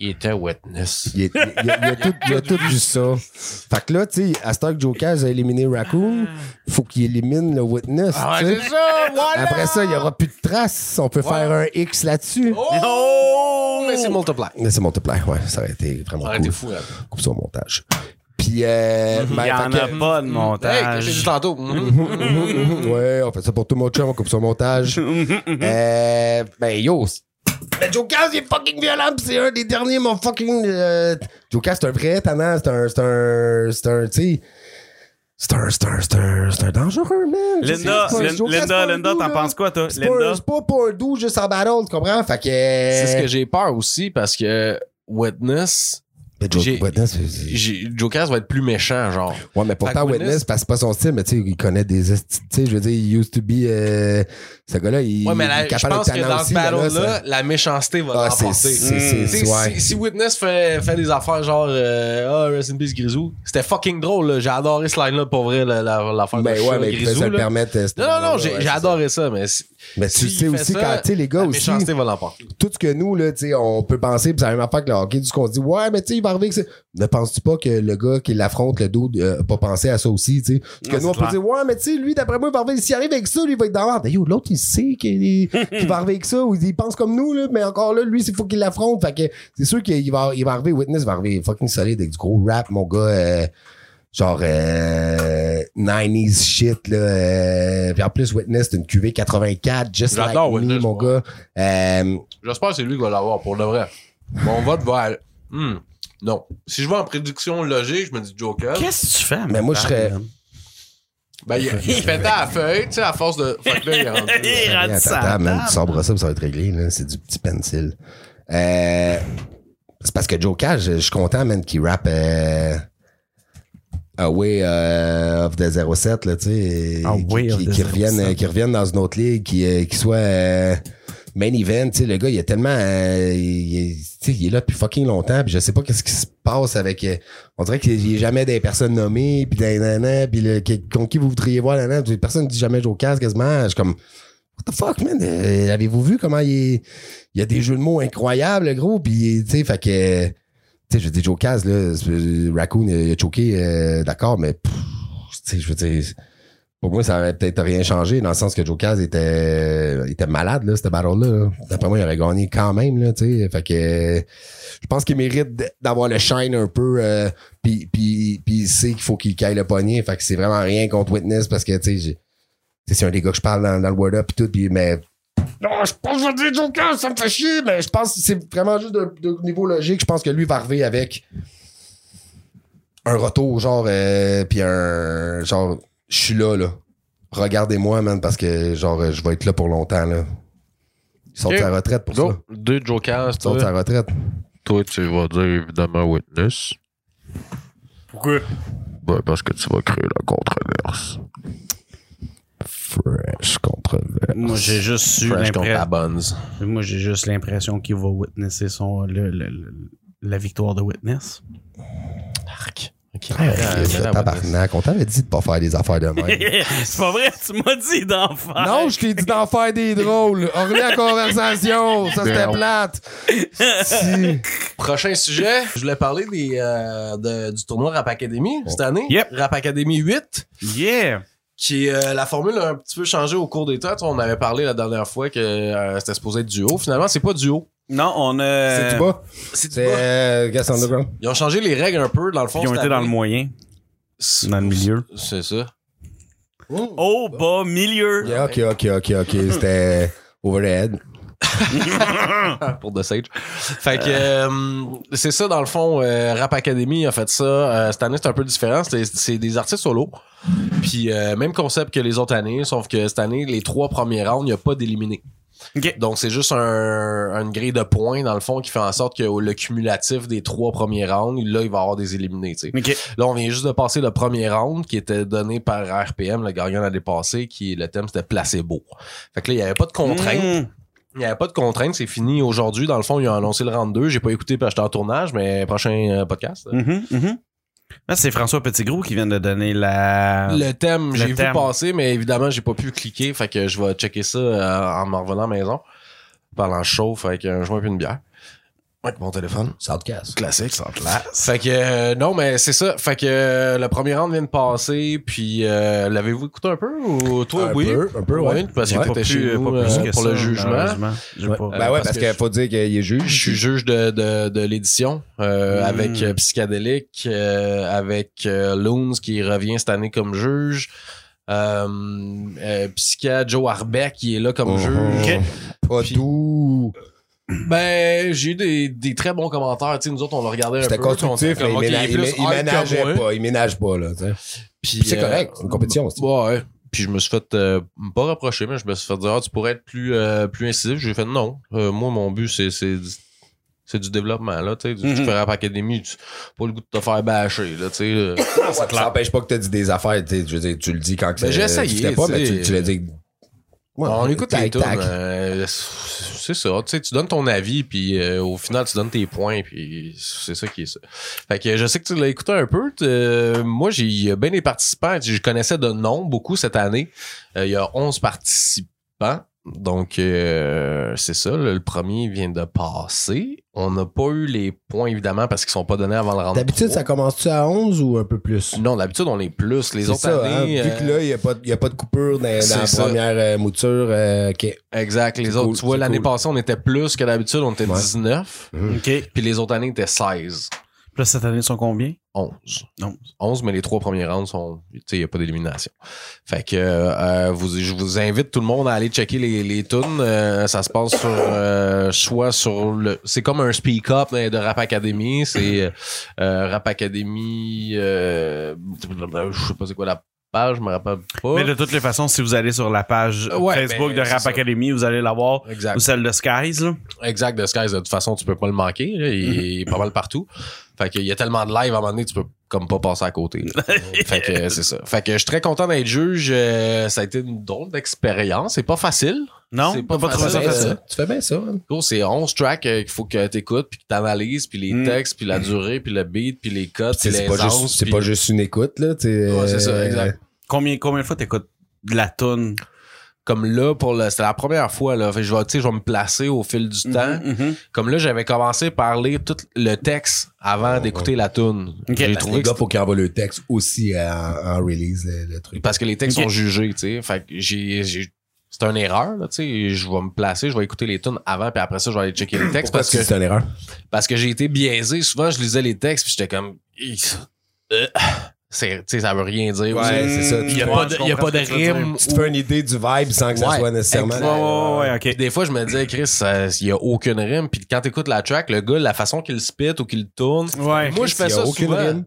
[SPEAKER 4] il était Witness.
[SPEAKER 3] Il, est- il- il- il a tout, il a tout vu ça. Fait que là, tu sais, à ce temps que Joe Caz a éliminé Raccoon, faut qu'il élimine le Witness.
[SPEAKER 4] Ah,
[SPEAKER 3] tu sais.
[SPEAKER 4] c'est ça, voilà!
[SPEAKER 3] Après ça, il n'y aura plus de traces. On peut faire un X là-dessus.
[SPEAKER 4] Oh! Mais c'est Multiply.
[SPEAKER 3] Mais c'est Multiply, ouais. Ça aurait été vraiment
[SPEAKER 4] Ah, t'es
[SPEAKER 3] cool.
[SPEAKER 4] fou, là.
[SPEAKER 3] Coupe ça au montage. Puis, euh,
[SPEAKER 2] Mhm. Il
[SPEAKER 3] ben,
[SPEAKER 2] n'y
[SPEAKER 3] fait
[SPEAKER 2] en
[SPEAKER 3] que-
[SPEAKER 2] a pas de
[SPEAKER 4] Hey, j'ai dit
[SPEAKER 2] montage.
[SPEAKER 3] <laughs>
[SPEAKER 4] tantôt. Mm-hmm.
[SPEAKER 3] mhm, ouais, on fait ça pour tout mon chum, on coupe son
[SPEAKER 2] Mhm,
[SPEAKER 3] montage. euh, ben yo. c'est- Mais Joe Caz, il est fucking violent, pis c'est un des derniers, mon fucking. euh, Joe Caz, c'est un vrai tannant, c'est un. C'est un. C'est un. Tu sais. C'est un. C'est un. C'est un. C'est un dangereux, man. Je sais
[SPEAKER 2] Linda,
[SPEAKER 3] pas,
[SPEAKER 2] Lin-
[SPEAKER 3] Joe Caz, c'est
[SPEAKER 2] Linda,
[SPEAKER 3] pas un
[SPEAKER 2] Linda,
[SPEAKER 3] doux,
[SPEAKER 2] t'en
[SPEAKER 3] là.
[SPEAKER 2] penses quoi, toi?
[SPEAKER 3] C'est pas,
[SPEAKER 2] Linda?
[SPEAKER 3] un- c'est pas pour un doux juste en battle, tu comprends? Fait que.
[SPEAKER 4] C'est ce que j'ai peur aussi parce que Witness,
[SPEAKER 3] Mais Joe,
[SPEAKER 4] j'ai-
[SPEAKER 3] Witness, c'est-
[SPEAKER 4] j'ai- Joe Caz va être plus méchant, genre.
[SPEAKER 3] Ouais, mais pourtant,
[SPEAKER 4] Fait que
[SPEAKER 3] Witness,
[SPEAKER 4] Witness-
[SPEAKER 3] parce que c'est pas son style, mais tu sais, il connaît des. esti- Tu sais, je veux dire, il used to be. euh, ce gars-là, il,
[SPEAKER 4] Ouais, mais
[SPEAKER 3] il
[SPEAKER 4] là,
[SPEAKER 3] est
[SPEAKER 4] je
[SPEAKER 3] capable
[SPEAKER 4] pense
[SPEAKER 3] d'être
[SPEAKER 4] que
[SPEAKER 3] talent
[SPEAKER 4] dans ce
[SPEAKER 3] aussi, mais là,
[SPEAKER 4] battle-là,
[SPEAKER 3] ça-
[SPEAKER 4] la méchanceté va
[SPEAKER 3] Ah, c'est.
[SPEAKER 4] l'emporter.
[SPEAKER 3] C'est.
[SPEAKER 4] Tu sais,
[SPEAKER 3] c'est- ouais.
[SPEAKER 4] Si, si Witness fait, fait des affaires genre euh, Ah, Rest in Peace Grisou, c'était fucking drôle. là. J'ai adoré ce line-là pour vrai, la- la- l'affaire
[SPEAKER 3] Ben
[SPEAKER 4] de
[SPEAKER 3] ouais,
[SPEAKER 4] chat
[SPEAKER 3] mais il pouvait
[SPEAKER 4] Grisou.
[SPEAKER 3] se le
[SPEAKER 4] là.
[SPEAKER 3] permettre. euh, ce
[SPEAKER 4] non, non, non,
[SPEAKER 3] moment-là,
[SPEAKER 4] j'ai
[SPEAKER 3] ouais,
[SPEAKER 4] j'ai
[SPEAKER 3] c'est
[SPEAKER 4] adoré ça, mais.
[SPEAKER 3] ça. Mais tu sais aussi, quand, tu sais, les gars
[SPEAKER 4] la
[SPEAKER 3] aussi.
[SPEAKER 4] méchanceté va l'emporter.
[SPEAKER 3] Tout ce que nous, là, tu sais, on peut penser, pis c'est la même affaire que le hockey, tout ce qu'on se dit, ouais, mais tu sais, il va arriver que c'est. Ne penses-tu pas que le gars qui l'affronte, le dos, euh, a pas pensé à ça aussi, tu sais? Parce
[SPEAKER 2] Ouais,
[SPEAKER 3] que nous, on
[SPEAKER 2] c'est
[SPEAKER 3] peut dire, ouais, mais tu sais, lui, d'après moi, il va arriver, s'il arrive avec ça, lui, il va être dans la merde. Mais yo, l'autre, il sait
[SPEAKER 4] <laughs>
[SPEAKER 3] qu'il est- qu'il va arriver avec ça, ou il pense comme nous, là, mais encore là, lui, il faut qu'il l'affronte. Fait que c'est sûr qu'il va, il va arriver, Witness va arriver fucking solide avec du gros rap, mon gars, euh, genre, euh, 90s shit, là. euh, puis en plus, Witness, c'est une QV 84, just like
[SPEAKER 4] J'adore
[SPEAKER 3] me,
[SPEAKER 4] Witness,
[SPEAKER 3] mon
[SPEAKER 4] moi.
[SPEAKER 3] gars. Euh,
[SPEAKER 4] J'espère que c'est lui qui va l'avoir pour de vrai. Mon vote va aller. Hmm. Non. Si je vais en prédiction logique, je me dis Joker.
[SPEAKER 2] Qu'est-ce que tu fais,
[SPEAKER 3] Mais moi, je serais-
[SPEAKER 4] Ben, il, il pétait à la feuille, tu sais, à force de. Fait que là, il <laughs> est rendu.
[SPEAKER 2] Il
[SPEAKER 3] Attends,
[SPEAKER 2] rentre ça.
[SPEAKER 3] attends, man, hein. tu sabres ça, puis ça va être réglé. là. C'est du petit pencil. Euh, c'est parce que Joe Cash, je je suis content, man, qu'il rappe euh, Away euh, of the 07, là, tu sais.
[SPEAKER 2] Away
[SPEAKER 3] qui-
[SPEAKER 2] of
[SPEAKER 3] qui-
[SPEAKER 2] the
[SPEAKER 3] qui reviennent,
[SPEAKER 2] 07.
[SPEAKER 3] euh, qui reviennent dans une autre ligue, qui, euh, qui soit euh, main event, tu sais. Le gars, il est tellement. euh, il, est- tu sais, il est là depuis fucking longtemps, puis je sais pas qu'est-ce qui se passe avec. euh, on dirait qu'il est jamais des personnes nommées, puis des nanas, puis le- que- contre qui vous voudriez voir, nanan, puis personne ne dit jamais Joe Cash quasiment. Je suis comme. What the fuck, man? Euh, Avez-vous vu comment il est- Il y a des jeux de mots incroyables, le gros, puis tu sais, fait que. Tu sais, je veux dire, Joe Caz, là, c'est- euh, Raccoon, il a choqué, euh, d'accord, mais. pff, Tu sais, je veux dire. Pour moi, ça aurait peut-être rien changé, dans le sens que Joe Caz était, était malade, là, cette battle-là. là. D'après moi, il aurait gagné quand même, là, tu sais. Fait que. euh, Je pense qu'il mérite d- d'avoir le shine un peu, euh, puis puis- puis il sait qu'il faut qu'il caille le poignet. Fait que c'est vraiment rien contre Witness, parce que, tu sais, j'ai- tu sais, c'est un des gars que je parle dans, dans le Word Up et tout, puis mais. Non, je pense que je vais dire Joker, ça me fait chier, mais je pense que c'est vraiment juste de, de niveau logique. Je pense que lui va arriver avec un retour, genre, euh, puis un. Genre, je suis là, là. Regardez-moi, man, parce que, genre, euh, je vais être là pour longtemps, là. Ils sont
[SPEAKER 4] Ok.
[SPEAKER 3] de sa retraite pour ça.
[SPEAKER 4] deux Jokers,
[SPEAKER 3] Ils sont de sa retraite.
[SPEAKER 5] Toi, tu vas dire évidemment Witness.
[SPEAKER 2] Pourquoi?
[SPEAKER 5] Ben, parce que tu vas créer la controverse. Fresh contre
[SPEAKER 2] Moi, j'ai juste eu
[SPEAKER 4] Fresh contre la
[SPEAKER 2] l'impression.
[SPEAKER 4] Buns.
[SPEAKER 2] Moi, j'ai juste l'impression qu'il va witnesser son, le- le- le- la victoire de Witness.
[SPEAKER 4] Arc. Ok.
[SPEAKER 3] Arrête, Tabarnak, on t'avait dit de pas faire des affaires
[SPEAKER 4] <laughs>
[SPEAKER 3] de même.
[SPEAKER 2] <laughs> C'est pas vrai, tu m'as dit d'en faire.
[SPEAKER 3] Non, je t'ai dit d'en faire des drôles. On revient à la conversation. Ça, c'était
[SPEAKER 5] Non.
[SPEAKER 3] plate.
[SPEAKER 4] <laughs>
[SPEAKER 3] Si.
[SPEAKER 4] Prochain sujet, je voulais parler des, euh, de- du tournoi Rap Academy cette année.
[SPEAKER 2] Yep.
[SPEAKER 4] Rap Academy 8.
[SPEAKER 2] Yeah!
[SPEAKER 4] qui euh, la formule a un petit peu changé au cours des temps. Tu vois, On avait parlé la dernière fois que euh, c'était supposé être duo. Finalement, c'est pas duo.
[SPEAKER 2] Non, on a.
[SPEAKER 3] C'est tout bas.
[SPEAKER 4] C'est du
[SPEAKER 3] C'est
[SPEAKER 4] bas.
[SPEAKER 3] euh, Gas Underground.
[SPEAKER 4] Ils ont changé les règles un peu dans le fond.
[SPEAKER 2] Ils ont
[SPEAKER 4] cette
[SPEAKER 2] été dans
[SPEAKER 4] année.
[SPEAKER 2] le moyen,
[SPEAKER 4] C'est-
[SPEAKER 2] dans le milieu.
[SPEAKER 4] C'est ça.
[SPEAKER 2] Au bas milieu!
[SPEAKER 3] Yeah, ok, ok, ok, ok. C'était overhead.
[SPEAKER 4] pour The Sage. Fait que euh, c'est ça dans le fond. euh, Rap Academy a fait ça. Euh, cette année c'est un peu différent. C'est- C'est des artistes solo. Puis euh, même concept que les autres années, sauf que cette année les trois premiers rounds il n'y a pas d'éliminé.
[SPEAKER 2] Ok.
[SPEAKER 4] Donc c'est juste un, une grille de points dans le fond qui fait en sorte que le cumulatif des trois premiers rounds là il va y avoir des éliminés. tu sais.
[SPEAKER 2] Ok.
[SPEAKER 4] Là, on vient juste de passer le premier round qui était donné par RPM, le gagnant l'année passée, qui le thème c'était placebo. Fait que là, il n'y avait pas de contrainte.
[SPEAKER 2] Mm.
[SPEAKER 4] Il n'y avait pas de contrainte. C'est fini aujourd'hui. Dans le fond, ils ont annoncé le round 2. J'ai pas écouté parce que j'étais en tournage, mais prochain euh, podcast.
[SPEAKER 2] Mhm, mhm. Là, c'est François Petitgros qui vient de donner la.
[SPEAKER 4] Le thème,
[SPEAKER 2] Le
[SPEAKER 4] j'ai vu
[SPEAKER 2] thème.
[SPEAKER 4] passer, mais évidemment, j'ai pas pu cliquer. Fait que je vais checker ça euh, en me revenant à la maison. Pendant le show, fait que euh, je vois plus une bière. Avec mon téléphone.
[SPEAKER 3] Soundcast.
[SPEAKER 4] Classique, sans classe. Fait que, euh, non, mais c'est ça. Fait que euh, le premier round vient de passer, puis euh, l'avez-vous écouté un peu ou toi,
[SPEAKER 3] Un
[SPEAKER 4] oui?
[SPEAKER 3] peu, un peu, ouais.
[SPEAKER 4] parce que
[SPEAKER 3] Ouais.
[SPEAKER 4] t'étais chez nous
[SPEAKER 2] pas
[SPEAKER 4] euh,
[SPEAKER 2] que
[SPEAKER 4] pour
[SPEAKER 2] ça,
[SPEAKER 4] le jugement.
[SPEAKER 2] malheureusement. J'ai pas-
[SPEAKER 3] Ben ouais,
[SPEAKER 4] Euh, parce
[SPEAKER 3] parce
[SPEAKER 4] que
[SPEAKER 3] qu'il
[SPEAKER 4] je-
[SPEAKER 3] faut dire qu'il est juge.
[SPEAKER 4] Je suis juge de, de, de l'édition euh,
[SPEAKER 3] Hmm.
[SPEAKER 2] Mm.
[SPEAKER 4] avec euh, Psychadélique, euh, avec euh, Loons qui revient cette année comme juge. Euh, euh, Psycha, Joe Arbeck qui est là comme
[SPEAKER 3] Mhm.
[SPEAKER 4] juge.
[SPEAKER 2] Ok.
[SPEAKER 3] Pas
[SPEAKER 4] Puis-
[SPEAKER 3] doux.
[SPEAKER 4] Ben, j'ai eu des, des très bons commentaires. Tu sais, nous autres, on le regardait un peu.
[SPEAKER 3] C'était constructif,
[SPEAKER 4] puis on
[SPEAKER 3] mais
[SPEAKER 4] était
[SPEAKER 3] il
[SPEAKER 4] comme, OK,
[SPEAKER 3] ména-
[SPEAKER 4] est
[SPEAKER 3] il
[SPEAKER 4] plus
[SPEAKER 3] mé- il
[SPEAKER 4] hard que
[SPEAKER 3] ménageait
[SPEAKER 4] moi.
[SPEAKER 3] pas. Il ménage pas, là. tu sais.
[SPEAKER 4] Puis, euh,
[SPEAKER 3] Puis c'est correct, c'est une compétition, c'est-
[SPEAKER 4] Ouais. Puis je me suis fait euh, pas reprocher, mais je me suis fait dire Ah, tu pourrais être plus, euh, plus incisif. J'ai fait non. Euh, moi, mon but, c'est, c'est, c'est du développement. Là, tu sais.
[SPEAKER 2] Mhm.
[SPEAKER 4] Tu fais rap académie, tu pas le goût de te faire bâcher. Là, tu sais, là.
[SPEAKER 3] Ouais, Ah, Ça n'empêche pas que tu dit des affaires. tu sais, Je veux dire, tu le dis quand que
[SPEAKER 4] Ben,
[SPEAKER 3] c'est-
[SPEAKER 4] j'ai essayé,
[SPEAKER 3] Tu le fais pas,
[SPEAKER 4] tu
[SPEAKER 3] mais
[SPEAKER 4] sais.
[SPEAKER 3] tu, tu l'as dit. Ouais,
[SPEAKER 4] on écoute les
[SPEAKER 3] tac,
[SPEAKER 4] tunes,
[SPEAKER 3] tac.
[SPEAKER 4] euh, c'est ça. Tu sais, tu donnes ton avis, puis euh, au final, tu donnes tes points, puis c'est ça qui est ça. Fait que je sais que tu l'as écouté un peu. t- euh, moi, j'ai il y a bien des participants. Je connaissais de nom beaucoup cette année. Euh, Il y a 11 participants. Donc, euh, c'est ça. Le, le premier vient de passer. On n'a pas eu les points, évidemment, parce qu'ils sont pas donnés avant le round
[SPEAKER 3] D'habitude,
[SPEAKER 4] trois.
[SPEAKER 3] ça commence-tu à 11 ou un peu plus?
[SPEAKER 4] Non, d'habitude, on est plus. Les
[SPEAKER 3] C'est
[SPEAKER 4] autres
[SPEAKER 3] ça, hein,
[SPEAKER 4] années...
[SPEAKER 3] Vu que là, il n'y a, pas de- y a pas de coupure dans, dans
[SPEAKER 4] c'est
[SPEAKER 3] la
[SPEAKER 4] ça.
[SPEAKER 3] première euh, mouture. euh, ok.
[SPEAKER 4] Exact. Les
[SPEAKER 3] C'est
[SPEAKER 4] autres,
[SPEAKER 3] cool,
[SPEAKER 4] tu vois,
[SPEAKER 3] c'est
[SPEAKER 4] l'année
[SPEAKER 3] cool.
[SPEAKER 4] passée, on était plus que d'habitude, on était
[SPEAKER 3] Ouais.
[SPEAKER 4] 19.
[SPEAKER 2] Ok. Puis
[SPEAKER 4] Puis les autres années étaient 16.
[SPEAKER 2] là, cette année, ils sont combien?
[SPEAKER 4] 11.
[SPEAKER 2] Non.
[SPEAKER 4] 11, mais les trois premiers rounds sont. Tu sais, il n'y a pas d'élimination. Fait que euh, euh, vous, je vous invite tout le monde à aller checker les, les tunes. Euh, ça se passe sur euh, soit sur le. C'est comme un speak up mais de Rap Academy. C'est euh, Rap Academy. euh, je sais pas c'est quoi la page, je me rappelle pas.
[SPEAKER 2] Mais de toutes les façons, si vous allez sur la page
[SPEAKER 4] Ouais,
[SPEAKER 2] Facebook
[SPEAKER 4] ben,
[SPEAKER 2] de
[SPEAKER 4] c'est
[SPEAKER 2] Rap
[SPEAKER 4] ça.
[SPEAKER 2] Academy, vous allez l'avoir.
[SPEAKER 4] Exact.
[SPEAKER 2] Ou celle de Skies, là.
[SPEAKER 4] Exact, de Skies, de toute façon, tu peux pas le manquer. là.
[SPEAKER 3] Mhm.
[SPEAKER 4] Il est pas mal partout. Fait qu'il y a tellement de live à un moment donné, tu peux comme pas passer à côté.
[SPEAKER 3] <laughs>
[SPEAKER 4] là. fait que euh, c'est ça. Fait que je suis très content d'être juge. Euh, Ça a été une drôle d'expérience. C'est pas facile.
[SPEAKER 2] Non?
[SPEAKER 4] C'est
[SPEAKER 2] T'as
[SPEAKER 4] pas
[SPEAKER 2] pas trouvé ça
[SPEAKER 4] facile,
[SPEAKER 2] facile?
[SPEAKER 4] euh,
[SPEAKER 3] Tu fais bien ça. hein.
[SPEAKER 4] Gros, c'est 11 tracks euh, qu'il faut que t'écoutes, puis que t'analyses, puis les
[SPEAKER 2] Mm.
[SPEAKER 4] textes, puis la durée, puis le beat, puis les codes, puis
[SPEAKER 3] C'est
[SPEAKER 4] les
[SPEAKER 3] pas, juste- c'est pas juste une écoute. Là, tu sais,
[SPEAKER 4] Ouais, c'est ça,
[SPEAKER 3] euh,
[SPEAKER 4] exact.
[SPEAKER 2] Combien, combien de fois t'écoutes de la toune?
[SPEAKER 4] Comme là, pour le, c'était la première fois, là. Fait que je vais, tu sais, je vais me placer au fil
[SPEAKER 3] Mm-hmm.
[SPEAKER 4] du temps.
[SPEAKER 2] Mhm, mhm.
[SPEAKER 4] Comme là, j'avais commencé par lire tout le texte avant d'écouter la tune.
[SPEAKER 2] Ok.
[SPEAKER 4] J'ai
[SPEAKER 2] Parce
[SPEAKER 4] trouvé
[SPEAKER 3] Ben, Les
[SPEAKER 4] que
[SPEAKER 3] gars, faut qu'ils envoient le texte aussi en, en release, le, le truc.
[SPEAKER 4] parce que les textes
[SPEAKER 2] Ok.
[SPEAKER 4] sont jugés, tu sais. Fait que j'ai, j'ai- c'est une erreur, là, tu sais. Je vais me placer, je vais écouter les tunes avant, puis après ça, je vais aller checker les textes
[SPEAKER 3] Pourquoi
[SPEAKER 4] parce
[SPEAKER 3] tu
[SPEAKER 4] que,
[SPEAKER 3] dis c'est une erreur?
[SPEAKER 4] parce que j'ai été biaisé. Souvent, je lisais les textes, puis j'étais comme, Ih, euh, c'est, tu sais, ça veut rien dire.
[SPEAKER 3] Ouais,
[SPEAKER 4] Ou
[SPEAKER 3] c'est ça.
[SPEAKER 4] Il n'y
[SPEAKER 3] Tu
[SPEAKER 4] a,
[SPEAKER 3] te-
[SPEAKER 4] pas de-
[SPEAKER 2] je
[SPEAKER 4] il y a
[SPEAKER 2] comprends
[SPEAKER 4] pas de
[SPEAKER 2] ce que tu veux
[SPEAKER 4] rime.
[SPEAKER 3] Tu te fais une idée du vibe sans que ça
[SPEAKER 4] Ouais,
[SPEAKER 3] soit nécessairement.
[SPEAKER 2] Ouais, ouais, ouais, ok.
[SPEAKER 4] Puis des fois, je me disais, Chris, ça- il n'y a aucune rime. Puis quand t'écoutes la track, le gars, la façon qu'il spit ou qu'il tourne.
[SPEAKER 2] Ouais.
[SPEAKER 4] Moi, je fais
[SPEAKER 3] Il y a
[SPEAKER 4] ça
[SPEAKER 3] aucune
[SPEAKER 4] souvent.
[SPEAKER 3] rime.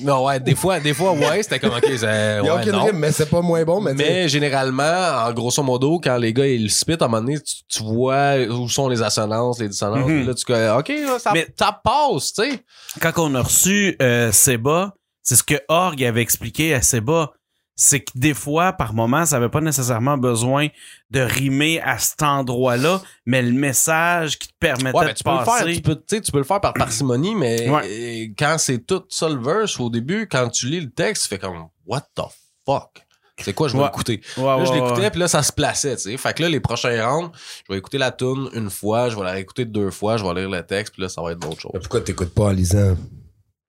[SPEAKER 4] Non, ouais, des fois, des fois, ouais, c'était comme, OK, ça,
[SPEAKER 3] Il y
[SPEAKER 4] Ben
[SPEAKER 3] a
[SPEAKER 4] ouais,
[SPEAKER 3] aucune
[SPEAKER 4] non.
[SPEAKER 3] rime, mais c'est pas moins bon. Mais,
[SPEAKER 4] Mais,
[SPEAKER 3] tu sais,
[SPEAKER 4] généralement, en grosso modo, quand les gars ils le spit, à un moment donné, tu, tu vois où sont les assonances, les dissonances.
[SPEAKER 2] Mhm.
[SPEAKER 4] Puis Là, tu connais, OK, là, ça,
[SPEAKER 2] Mais-
[SPEAKER 4] ça passe, tu sais.
[SPEAKER 2] Quand on a reçu euh, Seba, c'est ce que Org avait expliqué à Seba. c'est que des fois, par moment, ça avait pas nécessairement besoin de rimer à cet endroit-là, mais le message qui te permettait
[SPEAKER 4] Ouais, mais
[SPEAKER 2] de
[SPEAKER 4] tu peux, le
[SPEAKER 2] passer.
[SPEAKER 4] faire, tu, peux, tu sais, tu peux le faire par parcimonie, mais
[SPEAKER 2] Ouais.
[SPEAKER 4] euh, quand c'est tout ça le verse au début, quand tu lis le texte, tu fais comme What the fuck? C'est quoi, je vais
[SPEAKER 2] Ouais.
[SPEAKER 4] écouter?
[SPEAKER 2] Ouais,
[SPEAKER 4] Là, je
[SPEAKER 2] ouais,
[SPEAKER 4] l'écoutais,
[SPEAKER 2] ouais.
[SPEAKER 4] puis là, ça se plaçait, tu sais. Fait que là, les prochains rounds, je vais écouter la tune une fois, je vais la réécouter deux fois, je vais lire le texte, puis là, ça va être d'autres choses.
[SPEAKER 3] Mais pourquoi t'écoutes pas en lisant?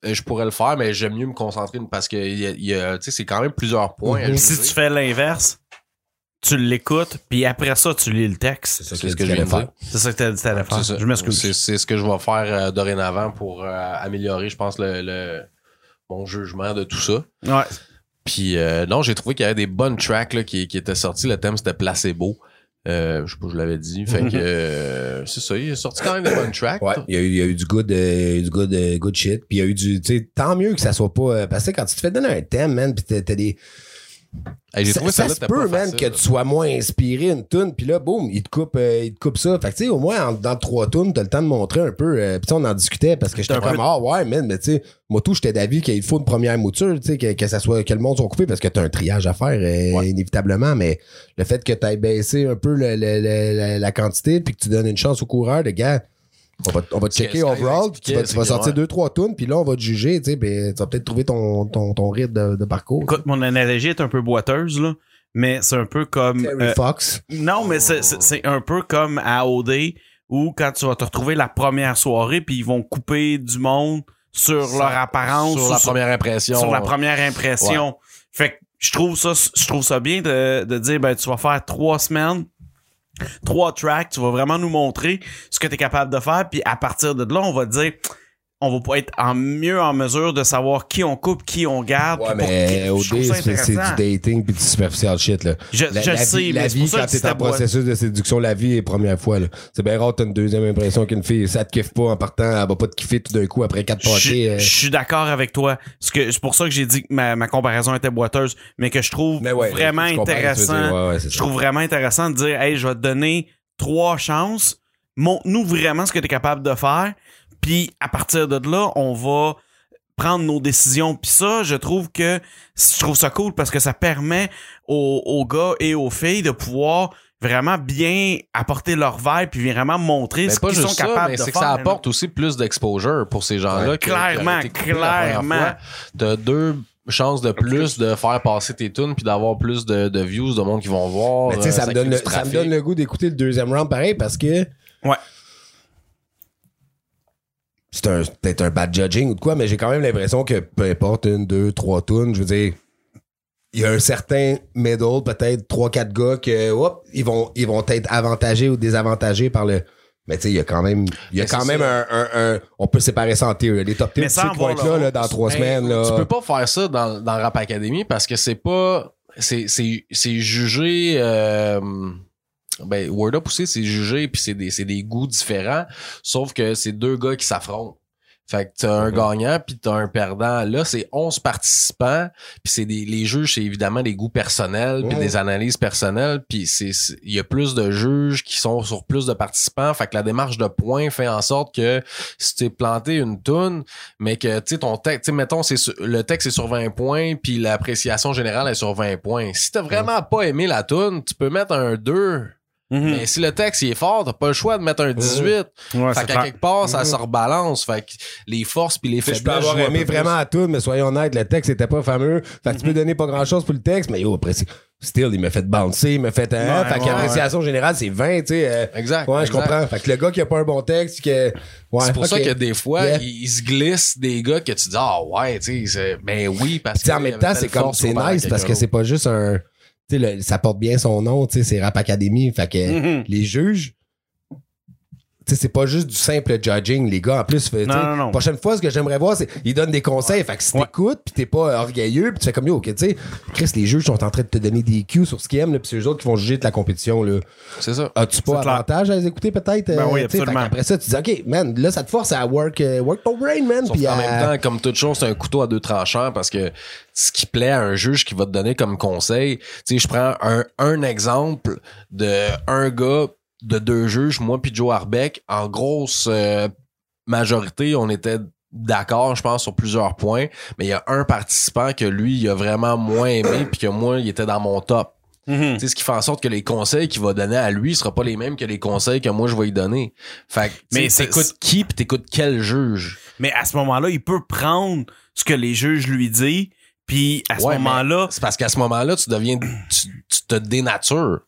[SPEAKER 4] Euh, Je pourrais le faire, mais j'aime mieux me concentrer parce que il y a- il y a- tu sais, c'est quand même plusieurs points. à
[SPEAKER 3] Mhm.
[SPEAKER 2] Puis
[SPEAKER 4] jouer.
[SPEAKER 2] Si tu fais l'inverse, tu l'écoutes, puis après ça, tu lis le texte.
[SPEAKER 4] C'est ce que je viens de
[SPEAKER 3] faire.
[SPEAKER 4] faire.
[SPEAKER 2] C'est ça que t'as dit t'allais faire.
[SPEAKER 4] C'est ça.
[SPEAKER 2] Je m'excuse.
[SPEAKER 4] C'est- C'est ce que je vais faire euh, dorénavant pour euh, améliorer, je pense, le, le- mon jugement de tout ça.
[SPEAKER 2] Ouais.
[SPEAKER 4] Puis euh, non, j'ai trouvé qu'il y avait des bonnes tracks là, qui, qui étaient sorties. Le thème, c'était Placebo. Euh, je sais pas, je l'avais dit. Fait que euh, c'est ça, il est sorti quand même des bonnes tracks.
[SPEAKER 3] Ouais, il y, a eu, il y a eu du good, euh, du good, euh, good shit. Puis il y a eu du. Tu sais, tant mieux que ça soit pas. euh, parce que quand tu te fais donner un thème, man, puis t'as t'as des.
[SPEAKER 4] Hey, j'ai
[SPEAKER 3] Ça,
[SPEAKER 4] trouvé
[SPEAKER 3] ça
[SPEAKER 4] celle-là,
[SPEAKER 3] se
[SPEAKER 4] c'était
[SPEAKER 3] peut,
[SPEAKER 4] pas
[SPEAKER 3] man,
[SPEAKER 4] facile,
[SPEAKER 3] que
[SPEAKER 4] là.
[SPEAKER 3] tu sois moins inspiré une tune, puis là, boum, il te coupe, euh, il te coupe ça. Fait que, tu sais, au moins, en- dans trois tunes, t'as le temps de montrer un peu. euh, puis tu sais, on en discutait parce que j'étais
[SPEAKER 2] un peu-
[SPEAKER 3] comme, ah ouais, man, mais tu sais, moi, tout, j'étais d'avis qu'il faut une première mouture, tu sais, que, que ça soit, que le monde soit coupé parce que t'as un triage à faire, euh, inévitablement. Mais le fait que t'ailles baissé un peu le- le- le- la, la quantité, puis que tu donnes une chance au coureur, de gars, on va, on va te
[SPEAKER 4] Ce que-
[SPEAKER 3] checker
[SPEAKER 4] ce que
[SPEAKER 3] overall, puis tu vas,
[SPEAKER 4] j'expliquais,
[SPEAKER 3] tu vas
[SPEAKER 4] c'est que,
[SPEAKER 3] sortir
[SPEAKER 4] ouais.
[SPEAKER 3] deux, trois tunes, puis là, on va te juger, tu sais, puis tu vas peut-être trouver ton, ton, ton rythme de, de parcours.
[SPEAKER 2] Écoute, mon analogie est un peu boiteuse, là, mais c'est un peu comme.
[SPEAKER 3] Terry
[SPEAKER 2] euh,
[SPEAKER 3] Fox.
[SPEAKER 2] non, mais c'est-
[SPEAKER 3] Oh.
[SPEAKER 2] c'est c'est un peu comme à OD où quand tu vas te retrouver la première soirée, puis ils vont couper du monde sur
[SPEAKER 4] Sur-
[SPEAKER 2] leur apparence,
[SPEAKER 4] sur
[SPEAKER 2] ou
[SPEAKER 4] la
[SPEAKER 2] sur,
[SPEAKER 4] première impression.
[SPEAKER 2] sur la première impression. Fait que je trouve ça, je trouve ça bien de, de dire, ben, tu vas faire trois semaines, trois tracks, tu vas vraiment nous montrer ce que tu es capable de faire, puis à partir de là, on va te dire, on va pas être en mieux en mesure de savoir qui on coupe, qui on garde.
[SPEAKER 3] Ouais,
[SPEAKER 2] puis pour
[SPEAKER 3] mais
[SPEAKER 2] qui.
[SPEAKER 3] au
[SPEAKER 2] Je trouve
[SPEAKER 3] dé,
[SPEAKER 2] ça
[SPEAKER 3] c'est c'est du
[SPEAKER 2] intéressant.
[SPEAKER 3] dating puis du superficial shit, là.
[SPEAKER 2] Je,
[SPEAKER 3] La,
[SPEAKER 2] je
[SPEAKER 3] la
[SPEAKER 2] sais,
[SPEAKER 3] vie,
[SPEAKER 2] mais
[SPEAKER 3] la
[SPEAKER 2] c'est pour
[SPEAKER 3] vie
[SPEAKER 2] ça
[SPEAKER 3] quand
[SPEAKER 2] que c'est
[SPEAKER 3] t'es
[SPEAKER 2] ta
[SPEAKER 3] en processus de séduction, la vie est première fois, là. C'est bien rare, t'as une deuxième impression qu'une fille, ça te kiffe pas en partant, elle va pas te kiffer tout d'un coup après quatre
[SPEAKER 2] Je
[SPEAKER 3] pâtés. euh.
[SPEAKER 2] je suis d'accord avec toi. Parce que C'est pour ça que j'ai dit que ma, ma comparaison était boiteuse, mais que je trouve
[SPEAKER 3] Mais ouais,
[SPEAKER 2] vraiment
[SPEAKER 3] je comprends ce que tu veux
[SPEAKER 2] intéressant.
[SPEAKER 3] dire. Ouais, ouais, c'est
[SPEAKER 2] Je
[SPEAKER 3] ça.
[SPEAKER 2] trouve vraiment intéressant de dire, hey, je vais te donner trois chances. Montre-nous vraiment ce que tu es capable de faire. Puis à partir de là, on va prendre nos décisions. Puis ça, je trouve que je trouve ça cool parce que ça permet aux, aux gars et aux filles de pouvoir vraiment bien apporter leur vibe puis vraiment montrer
[SPEAKER 4] Mais
[SPEAKER 2] ce
[SPEAKER 4] pas
[SPEAKER 2] qu'ils
[SPEAKER 4] juste
[SPEAKER 2] sont
[SPEAKER 4] ça,
[SPEAKER 2] capables
[SPEAKER 4] mais
[SPEAKER 2] de
[SPEAKER 4] c'est
[SPEAKER 2] faire.
[SPEAKER 4] que ça apporte aussi plus d'exposure pour ces gens-là.
[SPEAKER 3] Ouais.
[SPEAKER 4] que-
[SPEAKER 2] Clairement,
[SPEAKER 4] qui auraient été coupés la première
[SPEAKER 2] clairement.
[SPEAKER 4] fois. T'as deux chances de plus de faire passer tes tunes puis d'avoir plus de, de views de monde qui vont voir.
[SPEAKER 3] Mais tu sais,
[SPEAKER 4] euh,
[SPEAKER 3] ça, me
[SPEAKER 4] crée
[SPEAKER 3] donne le-
[SPEAKER 4] du
[SPEAKER 3] ça me
[SPEAKER 4] trafic.
[SPEAKER 3] donne le goût d'écouter le deuxième round pareil parce que.
[SPEAKER 2] Ouais.
[SPEAKER 3] C'est un- peut-être un bad judging ou de quoi, mais j'ai quand même l'impression que peu importe une, deux, trois tunes, je veux dire, il y a un certain middle, peut-être trois, quatre gars que, hop, ils vont, ils vont être avantagés ou désavantagés par le. Mais tu sais, il y a quand même, il y a
[SPEAKER 4] Mais
[SPEAKER 3] quand
[SPEAKER 4] c'est
[SPEAKER 3] même un, un- un- On peut séparer ça en tier. Les top
[SPEAKER 2] Mais
[SPEAKER 3] tiers,
[SPEAKER 2] sans
[SPEAKER 3] ceux qui vont
[SPEAKER 2] avoir
[SPEAKER 3] être
[SPEAKER 2] le- Ben,
[SPEAKER 3] là, là, dans trois
[SPEAKER 4] Hey,
[SPEAKER 3] semaines. Là.
[SPEAKER 4] Ben, Tu peux pas faire ça dans, dans Rap Academy parce que c'est pas. C'est c'est- c'est jugé. euh, ben, Word Up aussi, c'est jugé, puis c'est des, c'est des goûts différents. Sauf que c'est deux gars qui s'affrontent. Fait que t'as un gagnant puis t'as un perdant. Là, c'est 11 participants, puis c'est des les juges, c'est évidemment des goûts personnels puis
[SPEAKER 3] Ouais.
[SPEAKER 4] des analyses personnelles, puis c'est c'est- il y a plus de juges qui sont sur plus de participants, fait que la démarche de points fait en sorte que si t'es planté une toune, mais que tu sais ton texte, tu sais, mettons c'est sur- le texte est sur 20 points puis l'appréciation générale est sur 20 points. Si t'as vraiment pas aimé la toune, tu peux mettre un 2.
[SPEAKER 2] Mhm.
[SPEAKER 4] Mais si le texte il est fort, t'as pas le choix de mettre un 18.
[SPEAKER 2] Ouais, c'est
[SPEAKER 4] Fait qu'à
[SPEAKER 2] clair.
[SPEAKER 4] quelque part, ça
[SPEAKER 3] Mhm.
[SPEAKER 4] se rebalance. Fait que les forces puis les
[SPEAKER 3] Tu sais,
[SPEAKER 4] faiblesses.
[SPEAKER 3] je peux avoir
[SPEAKER 4] jouent un
[SPEAKER 3] aimé
[SPEAKER 4] peu
[SPEAKER 3] vraiment
[SPEAKER 4] plus. Mm-hmm.
[SPEAKER 3] à tout, mais soyons honnêtes, le texte était pas fameux. Fait que tu peux donner pas grand chose pour le texte, mais yo, après, c'est- still, il m'a fait bouncer, il m'a fait un.
[SPEAKER 2] Ouais,
[SPEAKER 3] fait
[SPEAKER 2] ouais,
[SPEAKER 3] qu'appréciation générale, c'est 20, tu sais. euh,
[SPEAKER 4] Exact.
[SPEAKER 3] ouais, je
[SPEAKER 4] exact.
[SPEAKER 3] comprends. Fait que le gars qui a pas un bon texte, que. Ouais,
[SPEAKER 4] c'est pour ça
[SPEAKER 3] ok.
[SPEAKER 4] que des fois,
[SPEAKER 3] Yeah.
[SPEAKER 4] ils, ils se glissent des gars que tu dis Ah ouais, tu sais, c'est- ben oui, parce
[SPEAKER 3] Puis
[SPEAKER 4] que.
[SPEAKER 3] en
[SPEAKER 4] il y
[SPEAKER 3] même
[SPEAKER 4] avait
[SPEAKER 3] temps,
[SPEAKER 4] telle
[SPEAKER 3] c'est comme,
[SPEAKER 4] force
[SPEAKER 3] c'est
[SPEAKER 4] comparée à
[SPEAKER 3] nice parce que
[SPEAKER 4] quelqu'un
[SPEAKER 3] c'est pas juste un. Tu sais, le- ça porte bien son nom, tu sais, c'est Rap Academy. Fait que
[SPEAKER 2] Mhm.
[SPEAKER 4] Mm-hmm.
[SPEAKER 3] les juges, tu sais, c'est pas juste du simple judging, les gars. En plus, tu sais,
[SPEAKER 2] Non, non, non.
[SPEAKER 3] prochaine fois, ce que j'aimerais voir, c'est ils donnent des conseils. Fait que si
[SPEAKER 2] Ouais.
[SPEAKER 3] t'écoutes, puis t'es pas orgueilleux, puis tu fais comme yo, ok, tu sais, Chris, les juges sont en train de te donner des cues sur ce qu'ils aiment, là, puis c'est eux autres qui vont juger de la compétition, là.
[SPEAKER 4] d'autre. C'est ça.
[SPEAKER 3] As-tu pas
[SPEAKER 2] C'est clair.
[SPEAKER 3] avantage à les écouter, peut-être?
[SPEAKER 2] Ben oui, absolument.
[SPEAKER 3] Après ça, tu dis, OK, man, là, ça te force à work, euh, work ton brain, man.
[SPEAKER 4] Sauf
[SPEAKER 3] Puis
[SPEAKER 4] qu'en
[SPEAKER 2] euh,
[SPEAKER 3] à-
[SPEAKER 4] même temps, comme toute chose, c'est un couteau à deux tranchants parce que ce qui plaît à un juge qui va te donner comme conseil, tu sais, je prends un, un exemple de un gars de deux juges, moi puis Joe Arbeck, en grosse euh, majorité, on était d'accord, je pense, sur plusieurs points, mais il y a un participant que lui, il a vraiment moins aimé, puis que moi, il était dans mon top.
[SPEAKER 2] Mhm.
[SPEAKER 4] Tu sais, ce qui fait en sorte que les conseils qu'il va donner à lui ne seront pas les mêmes que les conseils que moi je vais lui donner. Fait que,
[SPEAKER 2] Mais
[SPEAKER 4] mais
[SPEAKER 2] c'est-
[SPEAKER 4] t'écoutes qui pis t'écoutes quel juge.
[SPEAKER 2] Mais à ce moment-là, il peut prendre ce que les juges lui disent, puis à ce
[SPEAKER 4] Ouais,
[SPEAKER 2] moment-là,
[SPEAKER 4] mais C'est parce qu'à ce moment-là, tu deviens, tu, tu te dénatures.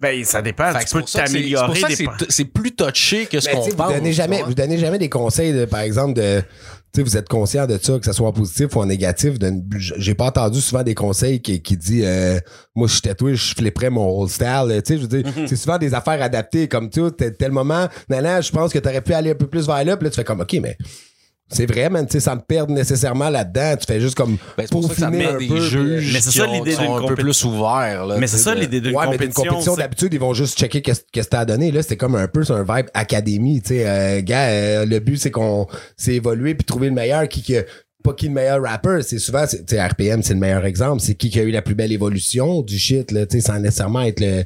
[SPEAKER 2] ben, ça dépend.
[SPEAKER 4] Fait que
[SPEAKER 2] tu
[SPEAKER 4] c'est
[SPEAKER 2] peux
[SPEAKER 4] pour ça que c'est-
[SPEAKER 2] t'améliorer.
[SPEAKER 4] c'est pour ça que
[SPEAKER 2] des-
[SPEAKER 4] c'est t- C'est plus touché que ce
[SPEAKER 3] Mais, tu
[SPEAKER 4] qu'on
[SPEAKER 3] sais, vous
[SPEAKER 4] pense.
[SPEAKER 3] donnez jamais,
[SPEAKER 4] tu vois.
[SPEAKER 3] vous donnez jamais des conseils, de, par exemple, de, tu sais, vous êtes conscient de ça, que ce soit en positif ou en négatif. de- J'ai pas entendu souvent des conseils qui, qui dit, euh, moi, je suis tatoué, je flipperais mon old style. Tu sais, je veux dire,
[SPEAKER 4] Mhm.
[SPEAKER 3] c'est souvent des affaires adaptées, comme tu sais, tel- tel moment, nan, nan, je pense que t'aurais pu aller un peu plus vers là, puis là, tu fais comme, ok, mais. C'est vrai, man, tu sais, sans me perdre nécessairement là-dedans. Tu fais juste comme
[SPEAKER 4] Ben, c'est pour ça que ça
[SPEAKER 3] peaufiner
[SPEAKER 4] met
[SPEAKER 3] un
[SPEAKER 4] des
[SPEAKER 3] peu,
[SPEAKER 4] juges
[SPEAKER 2] Mais c'est
[SPEAKER 4] qui
[SPEAKER 2] ça
[SPEAKER 4] ont-
[SPEAKER 2] l'idée
[SPEAKER 4] qui sont
[SPEAKER 2] d'une
[SPEAKER 4] un peu
[SPEAKER 2] compé-
[SPEAKER 4] plus ouverts. là,
[SPEAKER 2] Mais
[SPEAKER 4] tu
[SPEAKER 2] c'est
[SPEAKER 4] sais,
[SPEAKER 2] ça
[SPEAKER 4] de-
[SPEAKER 2] l'idée d'une
[SPEAKER 3] ouais, mais d'une
[SPEAKER 2] compétition.
[SPEAKER 3] compétition,
[SPEAKER 2] c'est-
[SPEAKER 3] d'habitude, ils vont juste checker qu'est-ce que t'as à donner. Là, c'était comme un peu sur un vibe académie. Tu sais, euh, gars, euh, le but, c'est qu'on c'est évoluer puis trouver le meilleur qui, qui a- pas qui le meilleur rapper. C'est souvent, c'est- tu sais, RPM, c'est le meilleur exemple. C'est qui qui a eu la plus belle évolution du shit, là, tu sais, sans nécessairement être le.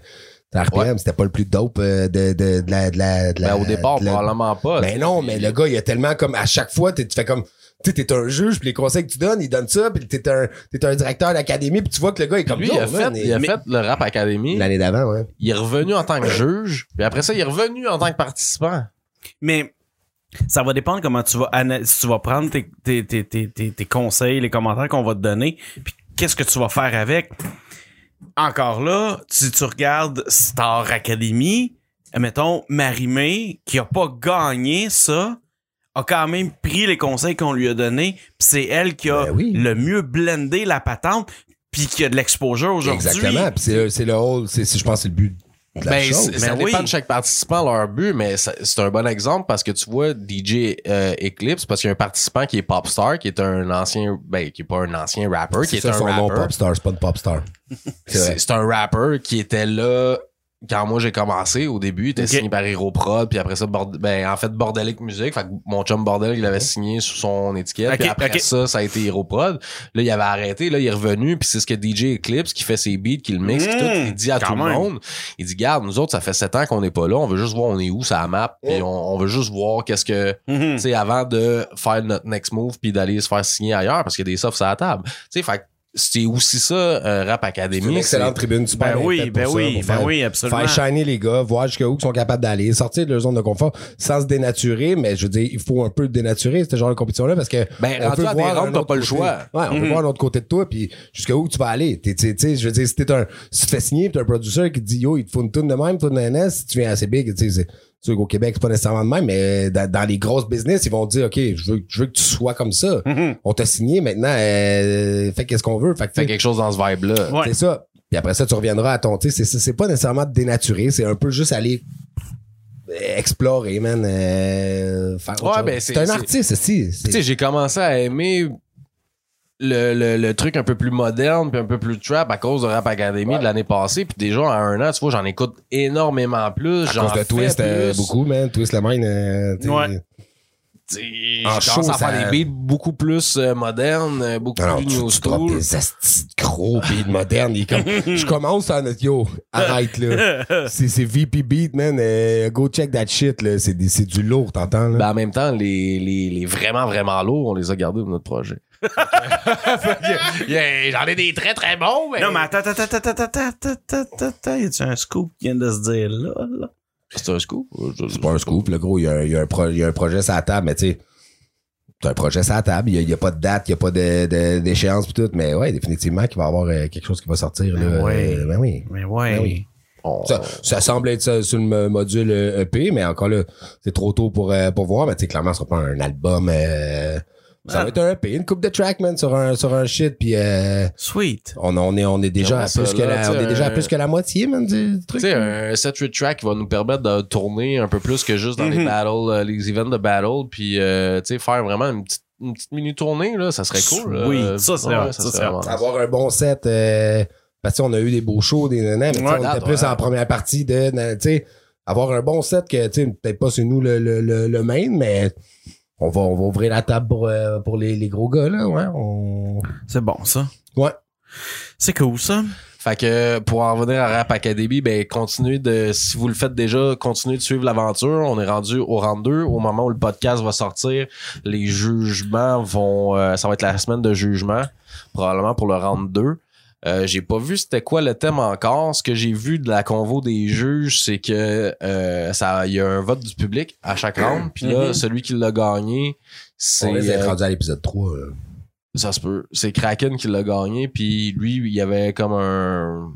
[SPEAKER 3] t'sais, RPM, c'était pas le plus dope euh, de, de, de la, de la- de
[SPEAKER 4] Ben,
[SPEAKER 3] la-
[SPEAKER 4] au départ,
[SPEAKER 3] de la- Ben,
[SPEAKER 4] probablement pas.
[SPEAKER 3] mais non, mais le gars, il y a tellement comme à chaque fois, t'es- tu fais comme tu sais, t'es un juge, puis les conseils que tu donnes, il donne ça, puis t'es un, t'es un directeur d'académie, puis tu vois que le gars est comme
[SPEAKER 4] Lui,
[SPEAKER 3] Yo,
[SPEAKER 4] il a, fait,
[SPEAKER 3] man,
[SPEAKER 4] il a
[SPEAKER 3] mais-
[SPEAKER 4] fait le Rap Academy.
[SPEAKER 3] l'année d'avant, ouais.
[SPEAKER 4] Il est revenu en tant que juge. Puis après ça, il est revenu en tant que participant.
[SPEAKER 2] Mais ça va dépendre comment tu vas ana- si tu vas prendre tes, tes, tes, tes, tes- tes conseils, les commentaires qu'on va te donner, puis qu'est-ce que tu vas faire avec. Encore là, si tu regardes Star Academy, mettons Marimé, qui a pas gagné ça, a quand même pris les conseils qu'on lui a donnés, puis c'est elle qui a
[SPEAKER 3] Ben oui.
[SPEAKER 2] le mieux blendé la patente, puis qui a de l'exposure aujourd'hui.
[SPEAKER 3] Exactement. Puis c'est le, c'est le whole, c'est, c'est- je pense, que c'est le but de la
[SPEAKER 4] Ben,
[SPEAKER 3] chose.
[SPEAKER 4] c'est- ça
[SPEAKER 2] Ben oui.
[SPEAKER 4] dépend de chaque participant, leur but, mais ça- c'est un bon exemple parce que tu vois DJ euh, Eclipse, parce qu'il y a un participant qui est Popstar, qui est un ancien, ben, qui est pas un ancien rapper, qui
[SPEAKER 3] C'est
[SPEAKER 4] est,
[SPEAKER 3] ça
[SPEAKER 4] un
[SPEAKER 3] son nom,
[SPEAKER 4] rapper.
[SPEAKER 3] popstar, c'est pas de popstar. C'est vrai.
[SPEAKER 4] C'est c'est un rapper qui était là quand moi j'ai commencé au début, il était
[SPEAKER 2] Ok.
[SPEAKER 4] signé par Hero Prod, puis après ça, Bord- ben, en fait, Bordelic Music. Fait que mon chum Bordel, il l'avait signé sous son étiquette.
[SPEAKER 2] Ok,
[SPEAKER 4] puis après
[SPEAKER 2] ok.
[SPEAKER 4] ça, ça a été Hero Prod. Là, il avait arrêté. Là, il est revenu. Puis c'est ce que DJ Eclipse, qui fait ses beats, qui le mixe, puis
[SPEAKER 2] Mmh,
[SPEAKER 4] tout, il dit à
[SPEAKER 2] quand
[SPEAKER 4] tout
[SPEAKER 2] même.
[SPEAKER 4] le monde. Il dit, garde, nous autres, ça fait sept ans qu'on n'est pas là. On veut juste voir on est où, ça map. Puis on, on veut juste voir qu'est-ce que,
[SPEAKER 2] Mhm.
[SPEAKER 4] tu sais, avant de faire notre next move puis d'aller se faire signer ailleurs parce qu'il y a des softs à la table. Tu sais, fait que c'est aussi ça, euh, Rap
[SPEAKER 3] C'est une
[SPEAKER 4] Academy. c'est-
[SPEAKER 3] excellente tribune, super
[SPEAKER 2] Ben
[SPEAKER 3] bien
[SPEAKER 2] oui,
[SPEAKER 3] faite pour
[SPEAKER 2] ben
[SPEAKER 3] ça,
[SPEAKER 2] oui,
[SPEAKER 3] pour
[SPEAKER 2] ben
[SPEAKER 3] faire-
[SPEAKER 2] oui, absolument.
[SPEAKER 3] Faire shiner les gars, voir jusqu'où ils sont capables d'aller, sortir de leur zone de confort sans se dénaturer, mais je veux dire, il faut un peu dénaturer ce genre de compétition-là parce que.
[SPEAKER 4] Ben,
[SPEAKER 3] on
[SPEAKER 4] rendu
[SPEAKER 3] peut
[SPEAKER 4] à
[SPEAKER 3] voir
[SPEAKER 4] des
[SPEAKER 3] un
[SPEAKER 4] rampes, t'as
[SPEAKER 3] autre
[SPEAKER 4] pas le
[SPEAKER 3] côté.
[SPEAKER 4] choix.
[SPEAKER 3] Ouais, on peut
[SPEAKER 2] Mhm.
[SPEAKER 3] voir l'autre côté de toi, puis jusqu'où tu vas aller. T'es- t'es- t'sais, je veux dire, si t'es un, si tu te fais signer, pis t'es un producteur qui te dit, yo, il te faut une toune de même, toune de NS, si tu viens assez big, tu sais, c'est- tu sais, au Québec, c'est pas nécessairement de même, mais dans, dans les grosses business, ils vont te dire, OK, je veux, je veux que tu sois comme ça.
[SPEAKER 2] Mhm.
[SPEAKER 3] On t'a signé, maintenant, euh, fais qu'est-ce qu'on veut. Fait que,
[SPEAKER 4] Fait
[SPEAKER 3] t'sais,
[SPEAKER 4] quelque chose dans ce vibe-là.
[SPEAKER 2] Ouais.
[SPEAKER 3] c'est ça. Puis après ça, tu reviendras à ton. Tu sais, c'est- c'est pas nécessairement de dénaturer, c'est un peu juste aller explorer, man. euh, faire autre
[SPEAKER 4] Ouais,
[SPEAKER 3] chose.
[SPEAKER 4] ben, c'est-
[SPEAKER 3] c'est un
[SPEAKER 4] c'est-
[SPEAKER 3] artiste, si.
[SPEAKER 4] Tu sais,
[SPEAKER 3] C'est
[SPEAKER 4] j'ai commencé à aimer le, le, le truc un peu plus moderne puis un peu plus trap à cause de Rap Academy de l'année passée. Puis déjà, à un an, tu vois, j'en écoute énormément plus.
[SPEAKER 3] à
[SPEAKER 4] j'en
[SPEAKER 3] cause de
[SPEAKER 4] fais
[SPEAKER 3] Twist, euh,
[SPEAKER 4] plus.
[SPEAKER 3] beaucoup, man. Twist le mine. euh, tu sais.
[SPEAKER 2] Ouais.
[SPEAKER 4] Tu sais,
[SPEAKER 3] En
[SPEAKER 4] Je commence
[SPEAKER 3] show,
[SPEAKER 4] à faire
[SPEAKER 3] ça-
[SPEAKER 4] des beats beaucoup plus euh, modernes, euh, beaucoup
[SPEAKER 3] Alors,
[SPEAKER 4] plus
[SPEAKER 3] tu,
[SPEAKER 4] new
[SPEAKER 3] tu drops
[SPEAKER 4] school.
[SPEAKER 3] des astis de gros beats modernes. Il est comme,
[SPEAKER 4] <laughs>
[SPEAKER 3] je commence à notre yo, arrête là. C'est c'est VP Beat, man. euh, go check that shit, là. C'est des- c'est du lourd, t'entends? là?
[SPEAKER 4] Ben, en même temps, les, les, les vraiment, vraiment lourds, on les a gardés pour notre projet. Yeah, J'en ai des très, très bons, mais...
[SPEAKER 2] Non, mais attends, attends, attends, attends, attends, attends, attends, attends, y a-tu un scoop qui vient de se dire là, là?
[SPEAKER 4] C'est un scoop.
[SPEAKER 3] C'est pas un scoop, le gros. Il y a, il y a un, pro- il y a un projet sur la table, mais tu sais, c'est un projet sur la table. Il n'y a, pas de date, il n'y a pas de- de- d'échéance pis tout. Mais ouais, définitivement qu'il va y avoir euh, quelque chose qui va sortir. Là,
[SPEAKER 2] Ben ouais.
[SPEAKER 3] Euh, ben oui.
[SPEAKER 2] Mais ouais.
[SPEAKER 3] Ben oui.
[SPEAKER 4] On-
[SPEAKER 3] Ça, ça semble être ça sur le mo- module euh, EP, mais encore là, c'est trop tôt pour, euh, pour voir. Mais tu sais, clairement, ce sera pas un album. euh,
[SPEAKER 4] Ben
[SPEAKER 3] ça va être un EP, une coupe de track, man, sur un, sur un shit. Puis euh,
[SPEAKER 2] Sweet.
[SPEAKER 3] on, on est, on est déjà,
[SPEAKER 4] Ouais,
[SPEAKER 3] à
[SPEAKER 4] ça,
[SPEAKER 3] plus, que
[SPEAKER 4] là,
[SPEAKER 3] la,
[SPEAKER 4] tu sais,
[SPEAKER 3] on est déjà à
[SPEAKER 4] un-
[SPEAKER 3] plus que la moitié, man, du du
[SPEAKER 4] Tu
[SPEAKER 3] truc.
[SPEAKER 4] sais, un 7-8 track qui va nous permettre de tourner un peu plus que juste dans les
[SPEAKER 2] Mhm.
[SPEAKER 4] battles, euh, les events de battle, puis euh, tu sais, faire vraiment une petite, une petite mini-tournée, là, ça serait cool. là.
[SPEAKER 2] Oui, ça, c'est vrai, ça,
[SPEAKER 4] serait
[SPEAKER 2] c'est
[SPEAKER 4] vraiment
[SPEAKER 2] vrai.
[SPEAKER 3] avoir un bon set. euh, parce qu'on a eu des beaux shows, des nanas, mais tu sais,
[SPEAKER 2] Ouais,
[SPEAKER 3] on était
[SPEAKER 4] date,
[SPEAKER 3] plus
[SPEAKER 4] ouais.
[SPEAKER 3] en première partie de. na- tu sais, avoir un bon set que, tu sais, peut-être pas c'est nous le, le, le, le main, mais on va, on va ouvrir la table pour, euh, pour les, les gros gars, là. Ouais, on...
[SPEAKER 2] C'est bon, ça.
[SPEAKER 3] ouais.
[SPEAKER 2] C'est cool, ça.
[SPEAKER 4] Fait que euh, pour en revenir à Rap Academy, ben continuez de, si vous le faites déjà, continuez de suivre l'aventure. On est rendu au round 2. Au moment où le podcast va sortir, les jugements vont, euh, ça va être la semaine de jugement, probablement pour le round 2. Euh, j'ai pas vu c'était quoi le thème encore. Ce que j'ai vu de la convo des juges, c'est que euh, ça, il y a un vote du public à chaque round. Puis là,
[SPEAKER 2] Mhm.
[SPEAKER 4] celui qui l'a gagné, c'est
[SPEAKER 3] On risque d'être
[SPEAKER 4] euh,
[SPEAKER 3] rendu à l'épisode euh. 3. là.
[SPEAKER 4] ça se peut. C'est Kraken qui l'a gagné, puis lui, il avait comme un,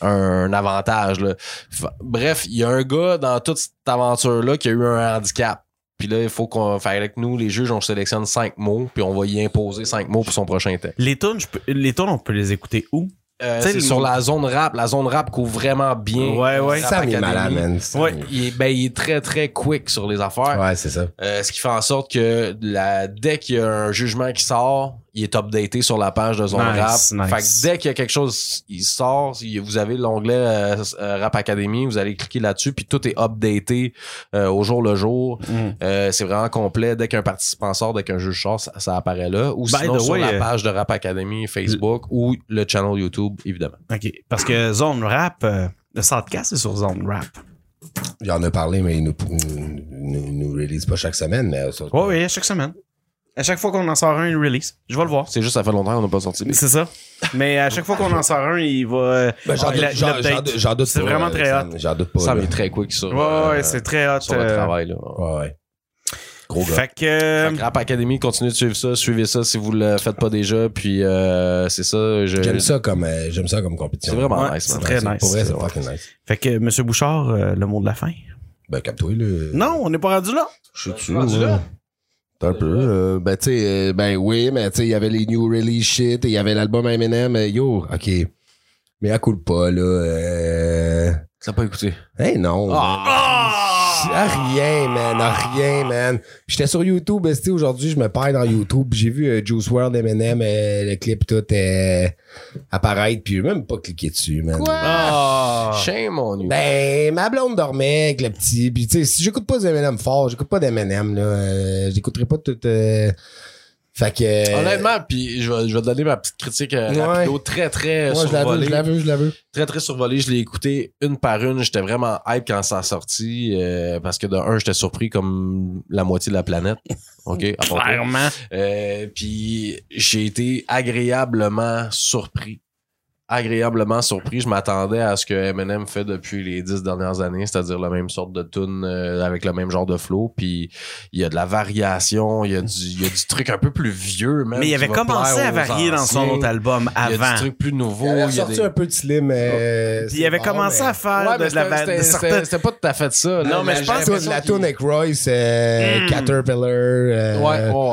[SPEAKER 4] un avantage. là. F- Bref, il y a un gars dans toute cette aventure-là qui a eu un handicap. Puis là, il faut qu'on fasse avec nous, les juges, on sélectionne cinq mots, puis on va y imposer cinq mots pour son prochain texte.
[SPEAKER 2] Les tunes, je peux- les tunes, on peut les écouter où?
[SPEAKER 4] Euh,
[SPEAKER 2] T'sais,
[SPEAKER 4] c'est
[SPEAKER 2] le-
[SPEAKER 4] sur la zone rap. La zone rap couvre vraiment bien.
[SPEAKER 2] Ouais, ouais.
[SPEAKER 4] Rap
[SPEAKER 3] Sam est
[SPEAKER 4] Academy.
[SPEAKER 3] malade, man. Sam
[SPEAKER 2] Ouais.
[SPEAKER 3] est-
[SPEAKER 4] Il est, ben, il est très, très quick sur les affaires.
[SPEAKER 3] Ouais, c'est ça.
[SPEAKER 4] Euh, ce qui fait en sorte que la, dès qu'il y a un jugement qui sort, il est updaté sur la page de Zone
[SPEAKER 2] Nice,
[SPEAKER 4] Rap.
[SPEAKER 2] nice.
[SPEAKER 4] Fait que dès qu'il y a quelque chose il sort, il- vous avez l'onglet euh, euh, Rap Academy, vous allez cliquer là-dessus, puis tout est updaté euh, au jour le jour.
[SPEAKER 2] Mm.
[SPEAKER 4] Euh, c'est vraiment complet. Dès qu'un participant sort, dès qu'un juge sort, ça, ça apparaît là. Ou
[SPEAKER 2] By
[SPEAKER 4] sinon
[SPEAKER 2] the
[SPEAKER 4] sur
[SPEAKER 2] way,
[SPEAKER 4] la
[SPEAKER 2] euh,
[SPEAKER 4] page de Rap Academy Facebook ou le channel YouTube, évidemment.
[SPEAKER 2] OK. Parce que Zone Rap, euh, le Sadcast, c'est sur Zone Rap.
[SPEAKER 3] Il en a parlé, mais il nous, nous, nous- nous release pas chaque semaine. Mais euh, ça,
[SPEAKER 2] Ouais, oui, à chaque semaine. À chaque fois qu'on en sort un, il release. Je vais le voir.
[SPEAKER 4] C'est juste, ça fait longtemps qu'on n'a pas sorti. mais-
[SPEAKER 2] C'est ça. Mais à chaque fois qu'on en sort un, il va. euh,
[SPEAKER 3] Ben, j'en
[SPEAKER 2] il-
[SPEAKER 3] doute-
[SPEAKER 2] il
[SPEAKER 3] j'en-
[SPEAKER 2] update.
[SPEAKER 3] j'en doute- j'en doute
[SPEAKER 2] C'est
[SPEAKER 3] pas,
[SPEAKER 2] vraiment
[SPEAKER 3] euh,
[SPEAKER 2] très hot.
[SPEAKER 3] Sam, J'en doute pas.
[SPEAKER 4] Ça
[SPEAKER 3] là.
[SPEAKER 4] est très quick sur,
[SPEAKER 2] Ouais, ouais,
[SPEAKER 4] euh,
[SPEAKER 2] c'est très hot.
[SPEAKER 4] sur le
[SPEAKER 2] euh,
[SPEAKER 4] travail. Là.
[SPEAKER 3] Ouais, ouais. Gros gars.
[SPEAKER 2] Fait que.
[SPEAKER 4] Fait que Rap Academy, continuez de suivre ça, suivez ça si vous le faites pas déjà, puis euh, c'est ça. je-
[SPEAKER 3] J'aime ça comme, euh, j'aime ça comme compétition.
[SPEAKER 4] C'est vraiment
[SPEAKER 2] Ouais,
[SPEAKER 4] nice.
[SPEAKER 2] c'est
[SPEAKER 4] man.
[SPEAKER 2] très
[SPEAKER 3] C'est-
[SPEAKER 2] nice.
[SPEAKER 3] Pour vrai, c'est fucking nice.
[SPEAKER 2] Fait que, M. Bouchard, euh, le mot de la fin.
[SPEAKER 3] Ben, capte-toi, là.
[SPEAKER 2] Non, on n'est pas rendu là.
[SPEAKER 3] Je suis dessus,
[SPEAKER 4] Rendu là?
[SPEAKER 3] ouais. T'as un peu. euh, ben, tu sais, euh, ben oui, mais tu sais, il y avait les New Release shit, et il y avait l'album Eminem. euh, yo, OK. Mais à coup de pas, là. Euh...
[SPEAKER 4] Tu l'as pas écouté.
[SPEAKER 3] Hey, non.
[SPEAKER 2] Ah!
[SPEAKER 3] Ah! À rien, man. À rien, man. J'étais sur YouTube, euh, c'était aujourd'hui, je me perds dans YouTube. J'ai vu euh, Juice WRLD, Eminem, euh, le clip tout euh, apparaître, puis j'ai même pas cliqué dessus, man.
[SPEAKER 4] Ah! Shame on you.
[SPEAKER 3] Ben, ma blonde dormait avec le petit. Puis, tu sais, si j'écoute pas des M&M fort, j'écoute pas des M&M, là. euh, j'écouterai pas tout. euh, Fait que.
[SPEAKER 4] Ben, Honnêtement, puis je vais, je vais te donner ma petite critique euh,
[SPEAKER 3] Ouais.
[SPEAKER 4] rapido, très très
[SPEAKER 3] moi, je la veux,
[SPEAKER 4] survolée.
[SPEAKER 3] je la veux, je la veux.
[SPEAKER 4] très très survolée. Je l'ai écouté une par une. J'étais vraiment hype quand ça a sorti euh, parce que de un, j'étais surpris comme la moitié de la planète. Ok. à part toi.
[SPEAKER 2] Clairement.
[SPEAKER 4] Euh, puis j'ai été agréablement surpris. Agréablement surpris. Je m'attendais à ce que Eminem fait depuis les dix dernières années, c'est-à-dire la même sorte de tune euh, avec le même genre de flow. Puis il y a de la variation, il y a du, il y a du truc un peu plus vieux, même.
[SPEAKER 2] Mais il
[SPEAKER 4] qui
[SPEAKER 2] avait
[SPEAKER 4] va
[SPEAKER 2] commencé
[SPEAKER 4] plaire
[SPEAKER 2] à
[SPEAKER 4] aux
[SPEAKER 2] varier dans son
[SPEAKER 4] anciens.
[SPEAKER 2] autre album
[SPEAKER 4] Il y a
[SPEAKER 2] avant.
[SPEAKER 4] du truc plus nouveau.
[SPEAKER 3] Oh, Il avait
[SPEAKER 4] il y a
[SPEAKER 3] sorti
[SPEAKER 4] des-
[SPEAKER 3] un peu de slim. euh,
[SPEAKER 2] Puis
[SPEAKER 3] c'est
[SPEAKER 2] il avait
[SPEAKER 3] bon,
[SPEAKER 2] commencé
[SPEAKER 3] mais-
[SPEAKER 2] à faire
[SPEAKER 4] Ouais, mais
[SPEAKER 2] de, la
[SPEAKER 4] c'était-
[SPEAKER 2] va- de
[SPEAKER 4] c'était-
[SPEAKER 2] certaines-
[SPEAKER 4] c'était- c'était pas tout à fait ça. là.
[SPEAKER 2] Non, mais je
[SPEAKER 4] j'ai
[SPEAKER 2] pense que
[SPEAKER 3] La
[SPEAKER 4] l'impression
[SPEAKER 3] toune- la
[SPEAKER 4] qu'il-
[SPEAKER 3] toune avec Royce, euh,
[SPEAKER 2] Mm.
[SPEAKER 3] Caterpillar. euh,
[SPEAKER 4] Ouais,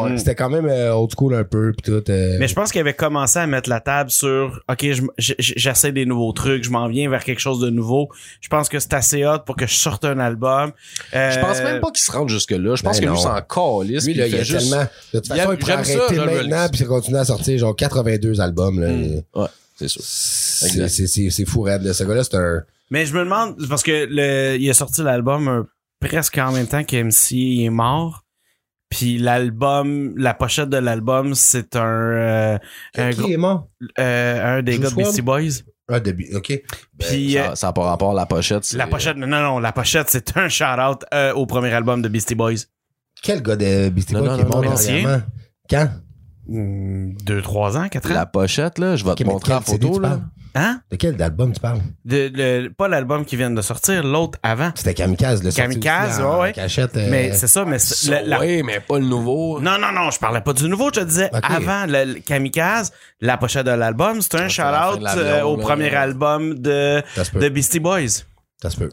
[SPEAKER 4] ouais, ouais.
[SPEAKER 3] C'était quand même euh, old school un peu, puis tout. euh,
[SPEAKER 2] Mais je pense qu'il avait commencé à mettre la table sur OK, je- je- j'essaie des nouveaux trucs, je m'en viens vers quelque chose de nouveau. Je pense que c'est assez hot pour que je sorte un album. Euh,
[SPEAKER 4] Je pense même pas qu'il se rende jusque-là. Je pense
[SPEAKER 3] Ben
[SPEAKER 4] que lui,
[SPEAKER 3] non.
[SPEAKER 4] c'est encore lisse.
[SPEAKER 3] Lui, là, il y a tellement. De toute
[SPEAKER 4] il y a-
[SPEAKER 3] façon, il pourrait
[SPEAKER 4] j'aime ça,
[SPEAKER 3] arrêter
[SPEAKER 4] le
[SPEAKER 3] maintenant
[SPEAKER 4] release.
[SPEAKER 3] puis continuer à sortir genre 82 albums. là.
[SPEAKER 2] Mm.
[SPEAKER 4] Ouais, c'est sûr.
[SPEAKER 3] C'est-
[SPEAKER 4] Exact.
[SPEAKER 3] C'est c'est- c'est fou, Red. Ce gars-là, c'est un.
[SPEAKER 2] Mais je me demande parce que le il a sorti l'album euh, presque en même temps que MC est mort. Puis l'album, la pochette de l'album, c'est un euh, un,
[SPEAKER 3] Qui
[SPEAKER 2] gros-
[SPEAKER 3] est mort?
[SPEAKER 2] euh, un des
[SPEAKER 3] Juice
[SPEAKER 2] gars de Beastie Boys.
[SPEAKER 3] Ah, début. OK.
[SPEAKER 2] Puis euh,
[SPEAKER 4] Ben, ça, ça a pas rapport à la pochette. c'est- euh,
[SPEAKER 2] la pochette, non, non, la pochette, c'est un shout-out euh, au premier album de Beastie Boys.
[SPEAKER 3] Quel gars de Beastie
[SPEAKER 4] Non,
[SPEAKER 3] Boys
[SPEAKER 4] non,
[SPEAKER 3] qui est
[SPEAKER 4] non,
[SPEAKER 3] mort
[SPEAKER 2] non, l'ancien.
[SPEAKER 3] dernièrement? Quand?
[SPEAKER 2] Hmm, deux, trois ans, quatre ans.
[SPEAKER 4] La pochette, là, je vais
[SPEAKER 3] Ok,
[SPEAKER 4] te
[SPEAKER 3] mais
[SPEAKER 4] montrer en
[SPEAKER 3] de quel CD
[SPEAKER 4] photo,
[SPEAKER 3] tu
[SPEAKER 4] là.
[SPEAKER 3] parles?
[SPEAKER 2] Hein?
[SPEAKER 3] De quel album tu parles?
[SPEAKER 2] De, le- pas l'album qui vient de sortir, l'autre avant.
[SPEAKER 3] C'était Kamikaze, le sorti
[SPEAKER 2] Kamikaze,
[SPEAKER 3] aussi en
[SPEAKER 2] ouais, ouais.
[SPEAKER 3] Cachette. euh,
[SPEAKER 2] Mais c'est ça, mais c'est- la- la-
[SPEAKER 4] Oui, mais pas le nouveau.
[SPEAKER 2] Non, non, non, je parlais pas du nouveau, je te disais.
[SPEAKER 3] Ok.
[SPEAKER 2] Avant, le, le Kamikaze, la pochette de l'album, c'est un
[SPEAKER 4] c'est la fin
[SPEAKER 2] shout-out
[SPEAKER 4] de l'avion,
[SPEAKER 2] euh, au
[SPEAKER 4] là.
[SPEAKER 2] premier album de,
[SPEAKER 3] Ça se peut.
[SPEAKER 2] de Beastie Boys.
[SPEAKER 3] Ça se peut.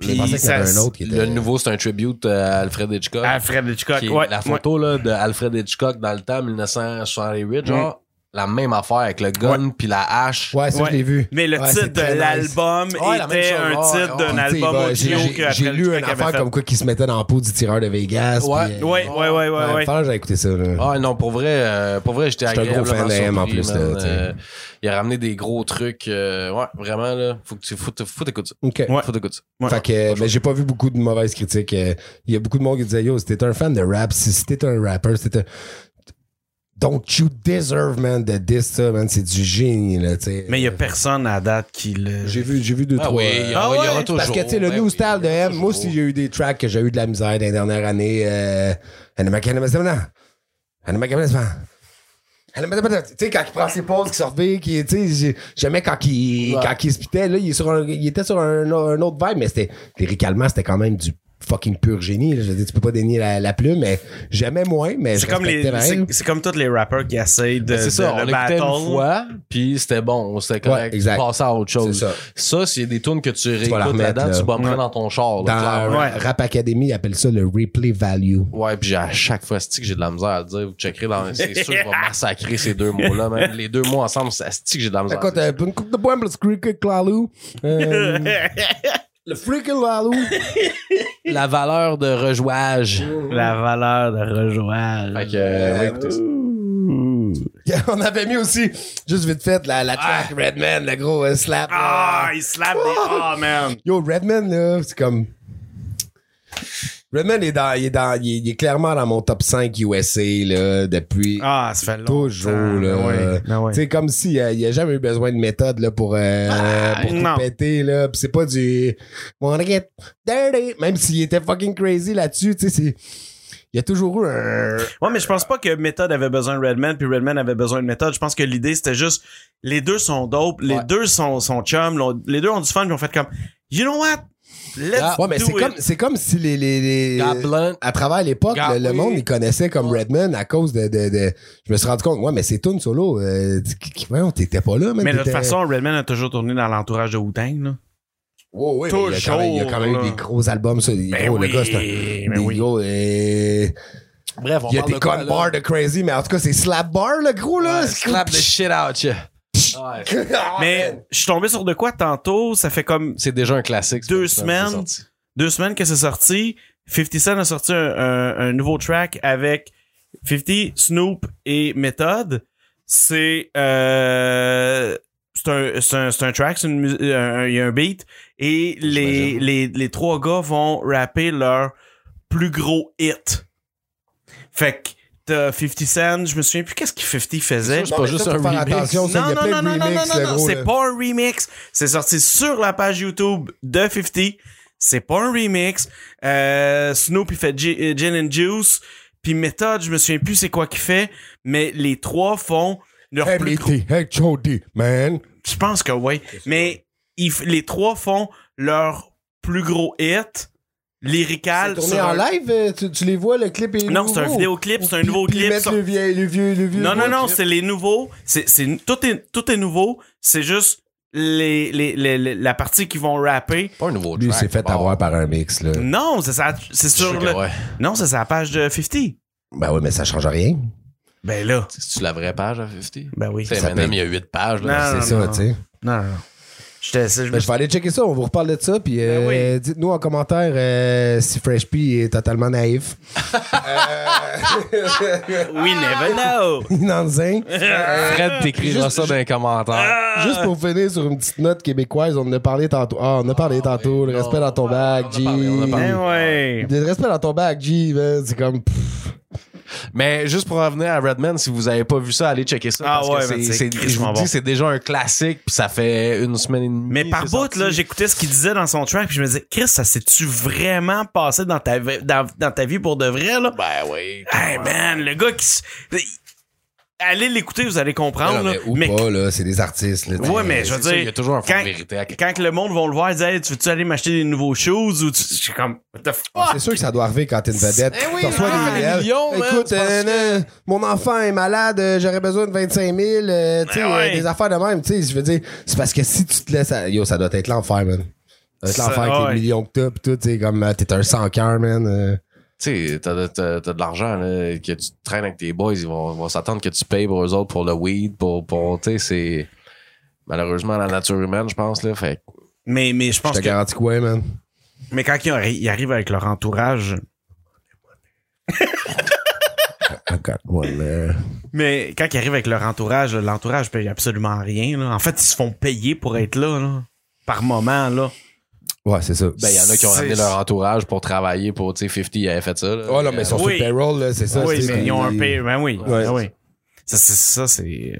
[SPEAKER 3] Je
[SPEAKER 2] Puis
[SPEAKER 3] pensais qu'il y avait
[SPEAKER 2] ça-
[SPEAKER 3] un autre qui était.
[SPEAKER 4] Le nouveau, c'est un tribute à Alfred Hitchcock.
[SPEAKER 2] Alfred Hitchcock,
[SPEAKER 4] Qui est
[SPEAKER 2] ouais.
[SPEAKER 4] la photo là, de Alfred Hitchcock dans le temps,
[SPEAKER 2] Mm.
[SPEAKER 4] 1968, genre, la même affaire avec le gun puis la hache.
[SPEAKER 3] Ouais, ça,
[SPEAKER 2] Ouais.
[SPEAKER 3] je l'ai vu.
[SPEAKER 2] Mais le
[SPEAKER 3] Ouais,
[SPEAKER 2] titre
[SPEAKER 3] c'est
[SPEAKER 2] de
[SPEAKER 3] très nice.
[SPEAKER 2] l'album
[SPEAKER 4] Ouais, la même
[SPEAKER 2] était
[SPEAKER 4] chose.
[SPEAKER 2] un
[SPEAKER 4] Ouais,
[SPEAKER 2] titre
[SPEAKER 4] ouais.
[SPEAKER 2] d'un
[SPEAKER 3] Tu sais,
[SPEAKER 2] album
[SPEAKER 3] bah,
[SPEAKER 2] audio
[SPEAKER 3] j'ai-
[SPEAKER 2] que
[SPEAKER 3] j'ai- J'ai lu une
[SPEAKER 2] Alfred Hitchcock avait
[SPEAKER 3] affaire
[SPEAKER 2] fait.
[SPEAKER 3] comme quoi qui se mettait dans la peau du tireur de Vegas.
[SPEAKER 4] Ouais.
[SPEAKER 3] puis, euh,
[SPEAKER 2] Ouais, ouais, ouais,
[SPEAKER 3] ouais,
[SPEAKER 2] ouais, ouais.
[SPEAKER 3] falloir que j'aille écouter ça. là.
[SPEAKER 4] Ah non, pour vrai, euh, pour vrai, j'étais
[SPEAKER 3] J'étais un gros fan
[SPEAKER 4] agréablement
[SPEAKER 3] de M en
[SPEAKER 4] surpris,
[SPEAKER 3] plus,
[SPEAKER 4] man.
[SPEAKER 3] là, tu sais.
[SPEAKER 4] Euh, il a ramené des gros trucs. euh, ouais, vraiment, là. Faut que tu faut, faut t'écouter ça.
[SPEAKER 3] OK.
[SPEAKER 2] Ouais.
[SPEAKER 4] Faut t'écouter ça.
[SPEAKER 2] Ouais.
[SPEAKER 3] Fait que, euh, mais j'ai pas vu beaucoup de mauvaises critiques. Euh, Il y a beaucoup de monde qui disait, yo, si t'es un fan de rap, si, si t'es un rapper, si t'es un... Don't you deserve, man, de diss ça, man. C'est du génie, là, tu sais.
[SPEAKER 2] Mais il y a personne à date qui le.
[SPEAKER 3] J'ai vu, j'ai vu deux,
[SPEAKER 4] Ah
[SPEAKER 3] trois.
[SPEAKER 4] oui,
[SPEAKER 3] euh,
[SPEAKER 4] il y, aura- il y aura
[SPEAKER 2] ouais,
[SPEAKER 4] toujours.
[SPEAKER 3] Parce que, tu sais, le
[SPEAKER 4] Ben
[SPEAKER 3] new
[SPEAKER 4] oui,
[SPEAKER 3] style de
[SPEAKER 4] il y aura
[SPEAKER 3] M, moi aussi,
[SPEAKER 4] toujours.
[SPEAKER 3] j'ai eu des tracks que j'ai eu de la misère dans les dernières années. Euh, Animac, Animac, Animac, Animac, Animac, Tu sais, quand il prend ses pauses, qu'il sortait, qui, tu sais, j'ai- j'aimais quand il,
[SPEAKER 4] Ouais.
[SPEAKER 3] quand il se pitait, là, il, est sur un- il était sur un, un autre vibe, mais c'était, lyricalement, c'était quand même du fucking pur génie. là. Je veux dire, tu peux pas dénier la, la plume, mais j'aimais moins, mais
[SPEAKER 2] C'est
[SPEAKER 3] je
[SPEAKER 2] comme les.
[SPEAKER 3] respectais la
[SPEAKER 2] C'est
[SPEAKER 3] haine.
[SPEAKER 2] c'est comme tous les rappers qui essayent Euh, de.
[SPEAKER 4] Ben, C'est ça,
[SPEAKER 2] de-
[SPEAKER 4] on
[SPEAKER 2] le
[SPEAKER 4] l'écoutait
[SPEAKER 2] battle.
[SPEAKER 4] une fois, puis c'était bon, c'était correct.
[SPEAKER 3] Ouais, exact.
[SPEAKER 4] Tu passais à autre chose.
[SPEAKER 3] C'est ça.
[SPEAKER 4] Ça, c'est des tunes que tu
[SPEAKER 3] vas la
[SPEAKER 4] réécoutes
[SPEAKER 3] remettre,
[SPEAKER 4] là-dedans,
[SPEAKER 3] là.
[SPEAKER 4] tu vas me
[SPEAKER 2] Ouais.
[SPEAKER 4] prendre dans ton char. là,
[SPEAKER 3] Dans
[SPEAKER 4] clairement.
[SPEAKER 2] Ouais.
[SPEAKER 3] Rap Academy, ils appellent ça le replay value.
[SPEAKER 4] Ouais, puis j'ai- à chaque fois, c'est que j'ai de la misère à le dire. Vous checkerez dans. C'est sûr, je vais massacrer ces deux mots-là. Même les deux mots ensemble, c'est c'est que j'ai de la misère. à
[SPEAKER 3] Écoute,
[SPEAKER 4] dire.
[SPEAKER 3] euh, une coupe de bois, le Freaky Clalou. Euh, le Freaky Clalou.
[SPEAKER 4] La valeur de rejouage.
[SPEAKER 2] La valeur de rejoindre.
[SPEAKER 4] Fait que, euh, ouais, écoutez ça.
[SPEAKER 3] Euh, <laughs> On avait mis aussi, juste vite fait, la, la track Redman, le gros euh, slap.
[SPEAKER 2] Ah, il slappe des. Ah, man.
[SPEAKER 3] Yo, Redman, là, c'est comme. Redman est, dans, il est, dans, il est, il est clairement dans mon top 5 USA là, depuis
[SPEAKER 2] Ah, ça fait longtemps.
[SPEAKER 3] toujours. Là.
[SPEAKER 2] Ben oui, ben oui.
[SPEAKER 3] C'est comme s'il n'y a jamais eu besoin de méthode là, pour, euh, pour tout
[SPEAKER 2] Ah, non.
[SPEAKER 3] péter. Là. Puis c'est pas du. Wanna get dirty. Même s'il était fucking crazy là-dessus, tu sais, c'est. Il y a toujours eu un.
[SPEAKER 2] Ouais, mais je
[SPEAKER 3] Euh,
[SPEAKER 2] pense pas que Method avait besoin de Redman puis Redman avait besoin de Method. Je pense que l'idée c'était juste les deux sont dope, les
[SPEAKER 4] Ouais.
[SPEAKER 2] deux sont, sont chums, l'on- les deux ont du fun puis ont fait comme you know what? Let's
[SPEAKER 4] Ah,
[SPEAKER 3] Ouais, mais
[SPEAKER 2] do
[SPEAKER 3] c'est
[SPEAKER 2] it.
[SPEAKER 3] comme, c'est comme si les. les, les-
[SPEAKER 4] Got blunt.
[SPEAKER 3] À travers l'époque,
[SPEAKER 4] Got-
[SPEAKER 3] le, le
[SPEAKER 4] oui.
[SPEAKER 3] monde, il connaissait comme Redman à cause de, de, de- Je me suis rendu compte, ouais, mais c'est Toon Solo. Euh, tu- qui- qui- voyons, t'étais pas là, man,
[SPEAKER 2] Mais de toute
[SPEAKER 3] t'étais-
[SPEAKER 2] façon, Redman a toujours tourné dans l'entourage de Wu-Tang. là.
[SPEAKER 3] Ouais, ouais, mais il, y a quand même, il y a quand même
[SPEAKER 2] toujours,
[SPEAKER 3] eu
[SPEAKER 2] là.
[SPEAKER 3] des gros albums, ça. des
[SPEAKER 2] Ben
[SPEAKER 3] gros, le
[SPEAKER 2] oui,
[SPEAKER 3] gars, c'est un-
[SPEAKER 2] ben
[SPEAKER 3] des
[SPEAKER 2] oui.
[SPEAKER 3] gros, euh,
[SPEAKER 4] Bref, on
[SPEAKER 3] Il y a
[SPEAKER 4] parle
[SPEAKER 3] des
[SPEAKER 4] de quoi,
[SPEAKER 3] con
[SPEAKER 4] là?
[SPEAKER 3] bars de crazy, mais en tout cas, c'est slap bar, le gros, là.
[SPEAKER 4] Ouais,
[SPEAKER 3] C'est-
[SPEAKER 4] Slap the shit out, you. Ouais.
[SPEAKER 3] <laughs> Ah, man.
[SPEAKER 2] Mais je suis tombé sur de quoi tantôt, ça fait comme
[SPEAKER 4] C'est déjà un classique.
[SPEAKER 2] Deux
[SPEAKER 4] c'est pas une
[SPEAKER 2] semaines.
[SPEAKER 4] c'est sorti.
[SPEAKER 2] deux semaines que c'est sorti. 50 Cent a sorti un, un- un nouveau track avec 50, Snoop et Method. C'est euh, c'est un, c'est un, c'est un track, c'est une mus- un- il y a un beat. Et les,
[SPEAKER 4] J'imagine.
[SPEAKER 2] les, les trois gars vont rapper leur plus gros hit. Fait que t'as 50 Cent, je me souviens plus qu'est-ce que 50 faisait.
[SPEAKER 4] C'est
[SPEAKER 3] Non,
[SPEAKER 4] pas
[SPEAKER 3] mais
[SPEAKER 4] juste
[SPEAKER 3] ça, faut
[SPEAKER 4] un
[SPEAKER 3] faire
[SPEAKER 4] remix.
[SPEAKER 3] attention, ça, il y a plein de remix, le gros,
[SPEAKER 2] c'est
[SPEAKER 3] là.
[SPEAKER 2] pas un remix. C'est sorti sur la page YouTube de 50. C'est pas un remix. Euh, Snoop, il fait Gi- euh, Gin and Juice. Puis Method, je me souviens plus c'est quoi qu'il fait, mais les trois font leur
[SPEAKER 3] Hey,
[SPEAKER 2] plus
[SPEAKER 3] mais
[SPEAKER 2] gros...
[SPEAKER 3] t'es- hey, Jody, man.
[SPEAKER 2] Je pense que oui. Mais ils f- les trois font leur plus gros hit lyrical.
[SPEAKER 3] Tourné
[SPEAKER 2] sur
[SPEAKER 3] en
[SPEAKER 2] un-
[SPEAKER 3] live, euh, tu, tu les vois, le clip est
[SPEAKER 2] Non,
[SPEAKER 3] nouveau.
[SPEAKER 2] c'est un vidéoclip, c'est un
[SPEAKER 3] Puis-
[SPEAKER 2] nouveau
[SPEAKER 3] puis ils
[SPEAKER 2] clip.
[SPEAKER 3] mettent
[SPEAKER 2] sur-
[SPEAKER 3] le vieil, le vieux, le vieux.
[SPEAKER 2] Non, non,
[SPEAKER 3] nouveau
[SPEAKER 2] non,
[SPEAKER 3] clip.
[SPEAKER 2] c'est les nouveaux. C'est, c'est, tout, est, tout est nouveau. C'est juste les, les, les- les- la partie qu'ils vont rapper.
[SPEAKER 4] Pas un nouveau
[SPEAKER 3] Lui, il
[SPEAKER 4] track,
[SPEAKER 3] s'est fait
[SPEAKER 4] bon.
[SPEAKER 3] avoir par un mix, là.
[SPEAKER 2] Non, c'est, ça, c'est
[SPEAKER 4] Je suis
[SPEAKER 2] sur
[SPEAKER 4] sûr que
[SPEAKER 2] le.
[SPEAKER 4] ouais.
[SPEAKER 2] Non, c'est sur la page de 50.
[SPEAKER 3] Ben oui, mais ça change rien.
[SPEAKER 2] Ben là.
[SPEAKER 4] C'est-tu la vraie page à 50?
[SPEAKER 2] Ben oui.
[SPEAKER 4] Tu sais,
[SPEAKER 3] Ça
[SPEAKER 4] Eminem,
[SPEAKER 3] paye.
[SPEAKER 4] il y a 8 pages.
[SPEAKER 2] Non,
[SPEAKER 4] Là,
[SPEAKER 3] C'est
[SPEAKER 2] non,
[SPEAKER 3] ça,
[SPEAKER 2] non.
[SPEAKER 3] tu sais.
[SPEAKER 2] Non, non, non. J'étais, je me
[SPEAKER 3] Ben, je vais aller checker ça, on vous reparle de ça, puis euh,
[SPEAKER 2] Ben
[SPEAKER 3] dites-nous en commentaire euh, si Fresh P est totalement naïf. <laughs>
[SPEAKER 2] We never
[SPEAKER 4] Ah!
[SPEAKER 2] know.
[SPEAKER 3] Inanzin.
[SPEAKER 4] Fred t'écrira
[SPEAKER 3] juste-
[SPEAKER 4] ça dans les commentaires.
[SPEAKER 2] Ah!
[SPEAKER 3] Juste pour finir sur une petite note québécoise, on en a parlé tantôt. Ah, on en a parlé tantôt. Le
[SPEAKER 4] non.
[SPEAKER 3] respect dans ton bac, G.
[SPEAKER 4] Ah, On en a parlé, on en a parlé.
[SPEAKER 2] Ben ouais.
[SPEAKER 3] Le respect dans ton bac, G, man, c'est comme. pff,
[SPEAKER 4] Mais juste pour revenir à Redman, si vous avez pas vu ça, allez checker ça.
[SPEAKER 2] Ah
[SPEAKER 4] parce
[SPEAKER 2] ouais,
[SPEAKER 4] que
[SPEAKER 2] mais c'est
[SPEAKER 4] c'est, c'est- je
[SPEAKER 2] crissement
[SPEAKER 4] vous dis,
[SPEAKER 2] bon.
[SPEAKER 4] c'est déjà un classique, puis ça fait une semaine et demie.
[SPEAKER 2] Mais par
[SPEAKER 4] c'est
[SPEAKER 2] bout,
[SPEAKER 4] sorti.
[SPEAKER 2] là, j'écoutais ce qu'il disait dans son track, puis je me disais, Chris, ça s'est-tu vraiment passé dans ta, vi- dans, dans ta vie pour de vrai, là?
[SPEAKER 4] Ben oui.
[SPEAKER 2] Hey, man, le gars qui. s- Allez l'écouter, vous allez
[SPEAKER 4] Ah,
[SPEAKER 2] comprendre, là.
[SPEAKER 3] ou
[SPEAKER 2] Mais
[SPEAKER 3] pas, là, c'est des artistes. Là,
[SPEAKER 2] Ouais, mais je veux
[SPEAKER 4] Ben, C'est ça,
[SPEAKER 2] dire,
[SPEAKER 4] il y a toujours un fond
[SPEAKER 2] quand-
[SPEAKER 4] de vérité à quelque
[SPEAKER 2] quand que le monde va le voir, ils disent, hey, tu veux-tu aller m'acheter des nouveaux shoes ou tu. Je suis comme, what the fuck?
[SPEAKER 3] C'est sûr que ça doit arriver quand t'es une vedette.
[SPEAKER 4] Eh oui,
[SPEAKER 3] Tu reçois
[SPEAKER 4] ah,
[SPEAKER 3] des
[SPEAKER 4] les
[SPEAKER 3] mails.
[SPEAKER 4] millions, man,
[SPEAKER 3] Écoute,
[SPEAKER 4] tu penses
[SPEAKER 3] euh, nan, mon enfant est malade, euh, j'aurais besoin de 25 000. euh,
[SPEAKER 4] Ben
[SPEAKER 3] tu sais,
[SPEAKER 2] Eh ouais.
[SPEAKER 3] euh, des affaires de même. Tu sais, je veux dire, c'est parce que si tu te laisses. à- Yo, ça doit être l'enfer, man. Ça doit être
[SPEAKER 2] Ça-
[SPEAKER 3] l'enfer
[SPEAKER 4] ah
[SPEAKER 3] avec
[SPEAKER 2] ouais.
[SPEAKER 3] les millions que t'as, pis tout. Tu sais, comme euh, t'es un sans cœur, man. euh.
[SPEAKER 4] Tu sais, t'as, t'as- t'as de l'argent là, que tu traînes avec tes boys, ils vont, vont s'attendre que tu payes pour eux autres pour le weed, pour, pour tu sais, c'est malheureusement la nature humaine, je pense là. Fait que-
[SPEAKER 2] Mais, mais je
[SPEAKER 3] Je
[SPEAKER 2] pense
[SPEAKER 3] te
[SPEAKER 2] que.
[SPEAKER 3] garantis quoi, man.
[SPEAKER 2] Mais quand ils, arri- ils arrivent avec leur entourage.
[SPEAKER 3] I got one, man.
[SPEAKER 2] Mais quand ils arrivent avec leur entourage, là, l'entourage paye absolument rien, là. En fait, ils se font payer pour être là, là. Par moment, là.
[SPEAKER 3] Ouais, c'est ça.
[SPEAKER 4] ben il y en a qui ont ramené
[SPEAKER 2] C'est-
[SPEAKER 4] leur entourage pour travailler pour tu sais 50 il avait fait ça là.
[SPEAKER 3] Oh non, mais ils sont
[SPEAKER 2] Euh, Oui.
[SPEAKER 3] sur le payroll, là, c'est ça.
[SPEAKER 2] oui,
[SPEAKER 3] c'est-
[SPEAKER 2] mais ils ont un pay. Ben oui.
[SPEAKER 3] Ouais.
[SPEAKER 2] ben oui. Ça, c'est ça, c'est.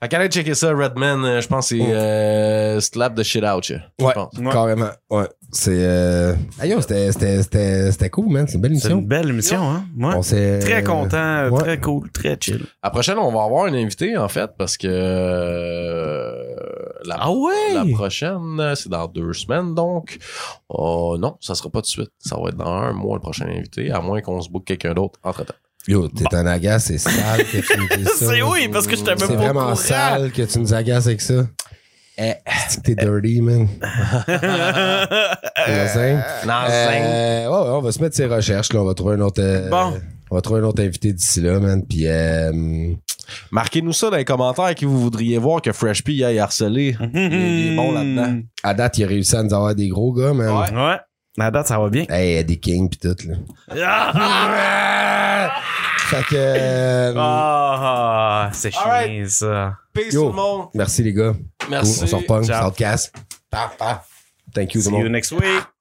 [SPEAKER 4] Fait qu'allez checker ça, Redman. euh, Je pense que c'est euh, slap the shit out, you. Je
[SPEAKER 3] Oh. Ouais,
[SPEAKER 4] pense.
[SPEAKER 2] Ouais.
[SPEAKER 3] carrément. Ouais. C'est. Euh... Aïe, c'était- c'était- c'était c'était cool, man. C'est une belle
[SPEAKER 2] C'est une
[SPEAKER 3] émission.
[SPEAKER 2] belle émission, hein? Ouais.
[SPEAKER 3] On s'est-
[SPEAKER 2] Très content,
[SPEAKER 3] ouais.
[SPEAKER 2] très cool, très chill.
[SPEAKER 4] La prochaine, on va avoir un invité, en fait, parce que euh, la,
[SPEAKER 2] Ah ouais?
[SPEAKER 4] la prochaine, euh, c'est dans deux semaines, donc. Oh non, ça sera pas tout de suite. Ça va être dans un mois, le prochain invité, à moins qu'on se book quelqu'un d'autre entre-temps.
[SPEAKER 3] Yo, t'es un agace, c'est sale que tu
[SPEAKER 2] <laughs>
[SPEAKER 3] me dis ça.
[SPEAKER 2] C'est oui, parce que je t'avais
[SPEAKER 3] C'est
[SPEAKER 2] pas au
[SPEAKER 3] vraiment
[SPEAKER 2] courant.
[SPEAKER 3] sale que tu nous agaces avec ça.
[SPEAKER 4] Eh.
[SPEAKER 3] C'est que t'es dirty, man.
[SPEAKER 2] <laughs>
[SPEAKER 3] T'es zinc.
[SPEAKER 4] Non,
[SPEAKER 3] Euh, ouais, ouais, on va se mettre ses recherches, là. On va trouver un autre. euh,
[SPEAKER 2] Bon.
[SPEAKER 3] On va trouver un autre invité d'ici là, man. Puis, euh,
[SPEAKER 4] Marquez-nous ça dans les commentaires qui vous voudriez voir que Fresh P aille harceler. il, est, il est bon là-dedans.
[SPEAKER 3] à date, il a réussi à nous avoir des gros gars, man.
[SPEAKER 4] Ouais.
[SPEAKER 2] Ouais. La date, ça va
[SPEAKER 3] <laughs>
[SPEAKER 2] bien.
[SPEAKER 3] Hey, des kings, pis tout, là.
[SPEAKER 2] Ah,
[SPEAKER 3] Fait que. euh,
[SPEAKER 2] Ah, c'est chiant,
[SPEAKER 4] Alright.
[SPEAKER 2] ça.
[SPEAKER 4] Peace
[SPEAKER 3] Yo.
[SPEAKER 4] tout le monde.
[SPEAKER 3] Merci, les gars.
[SPEAKER 4] Merci.
[SPEAKER 3] On s'en reprend.
[SPEAKER 2] Ciao.
[SPEAKER 3] Podcast. Paf, paf. Thank you,
[SPEAKER 2] See
[SPEAKER 3] tout le monde.
[SPEAKER 2] you next week.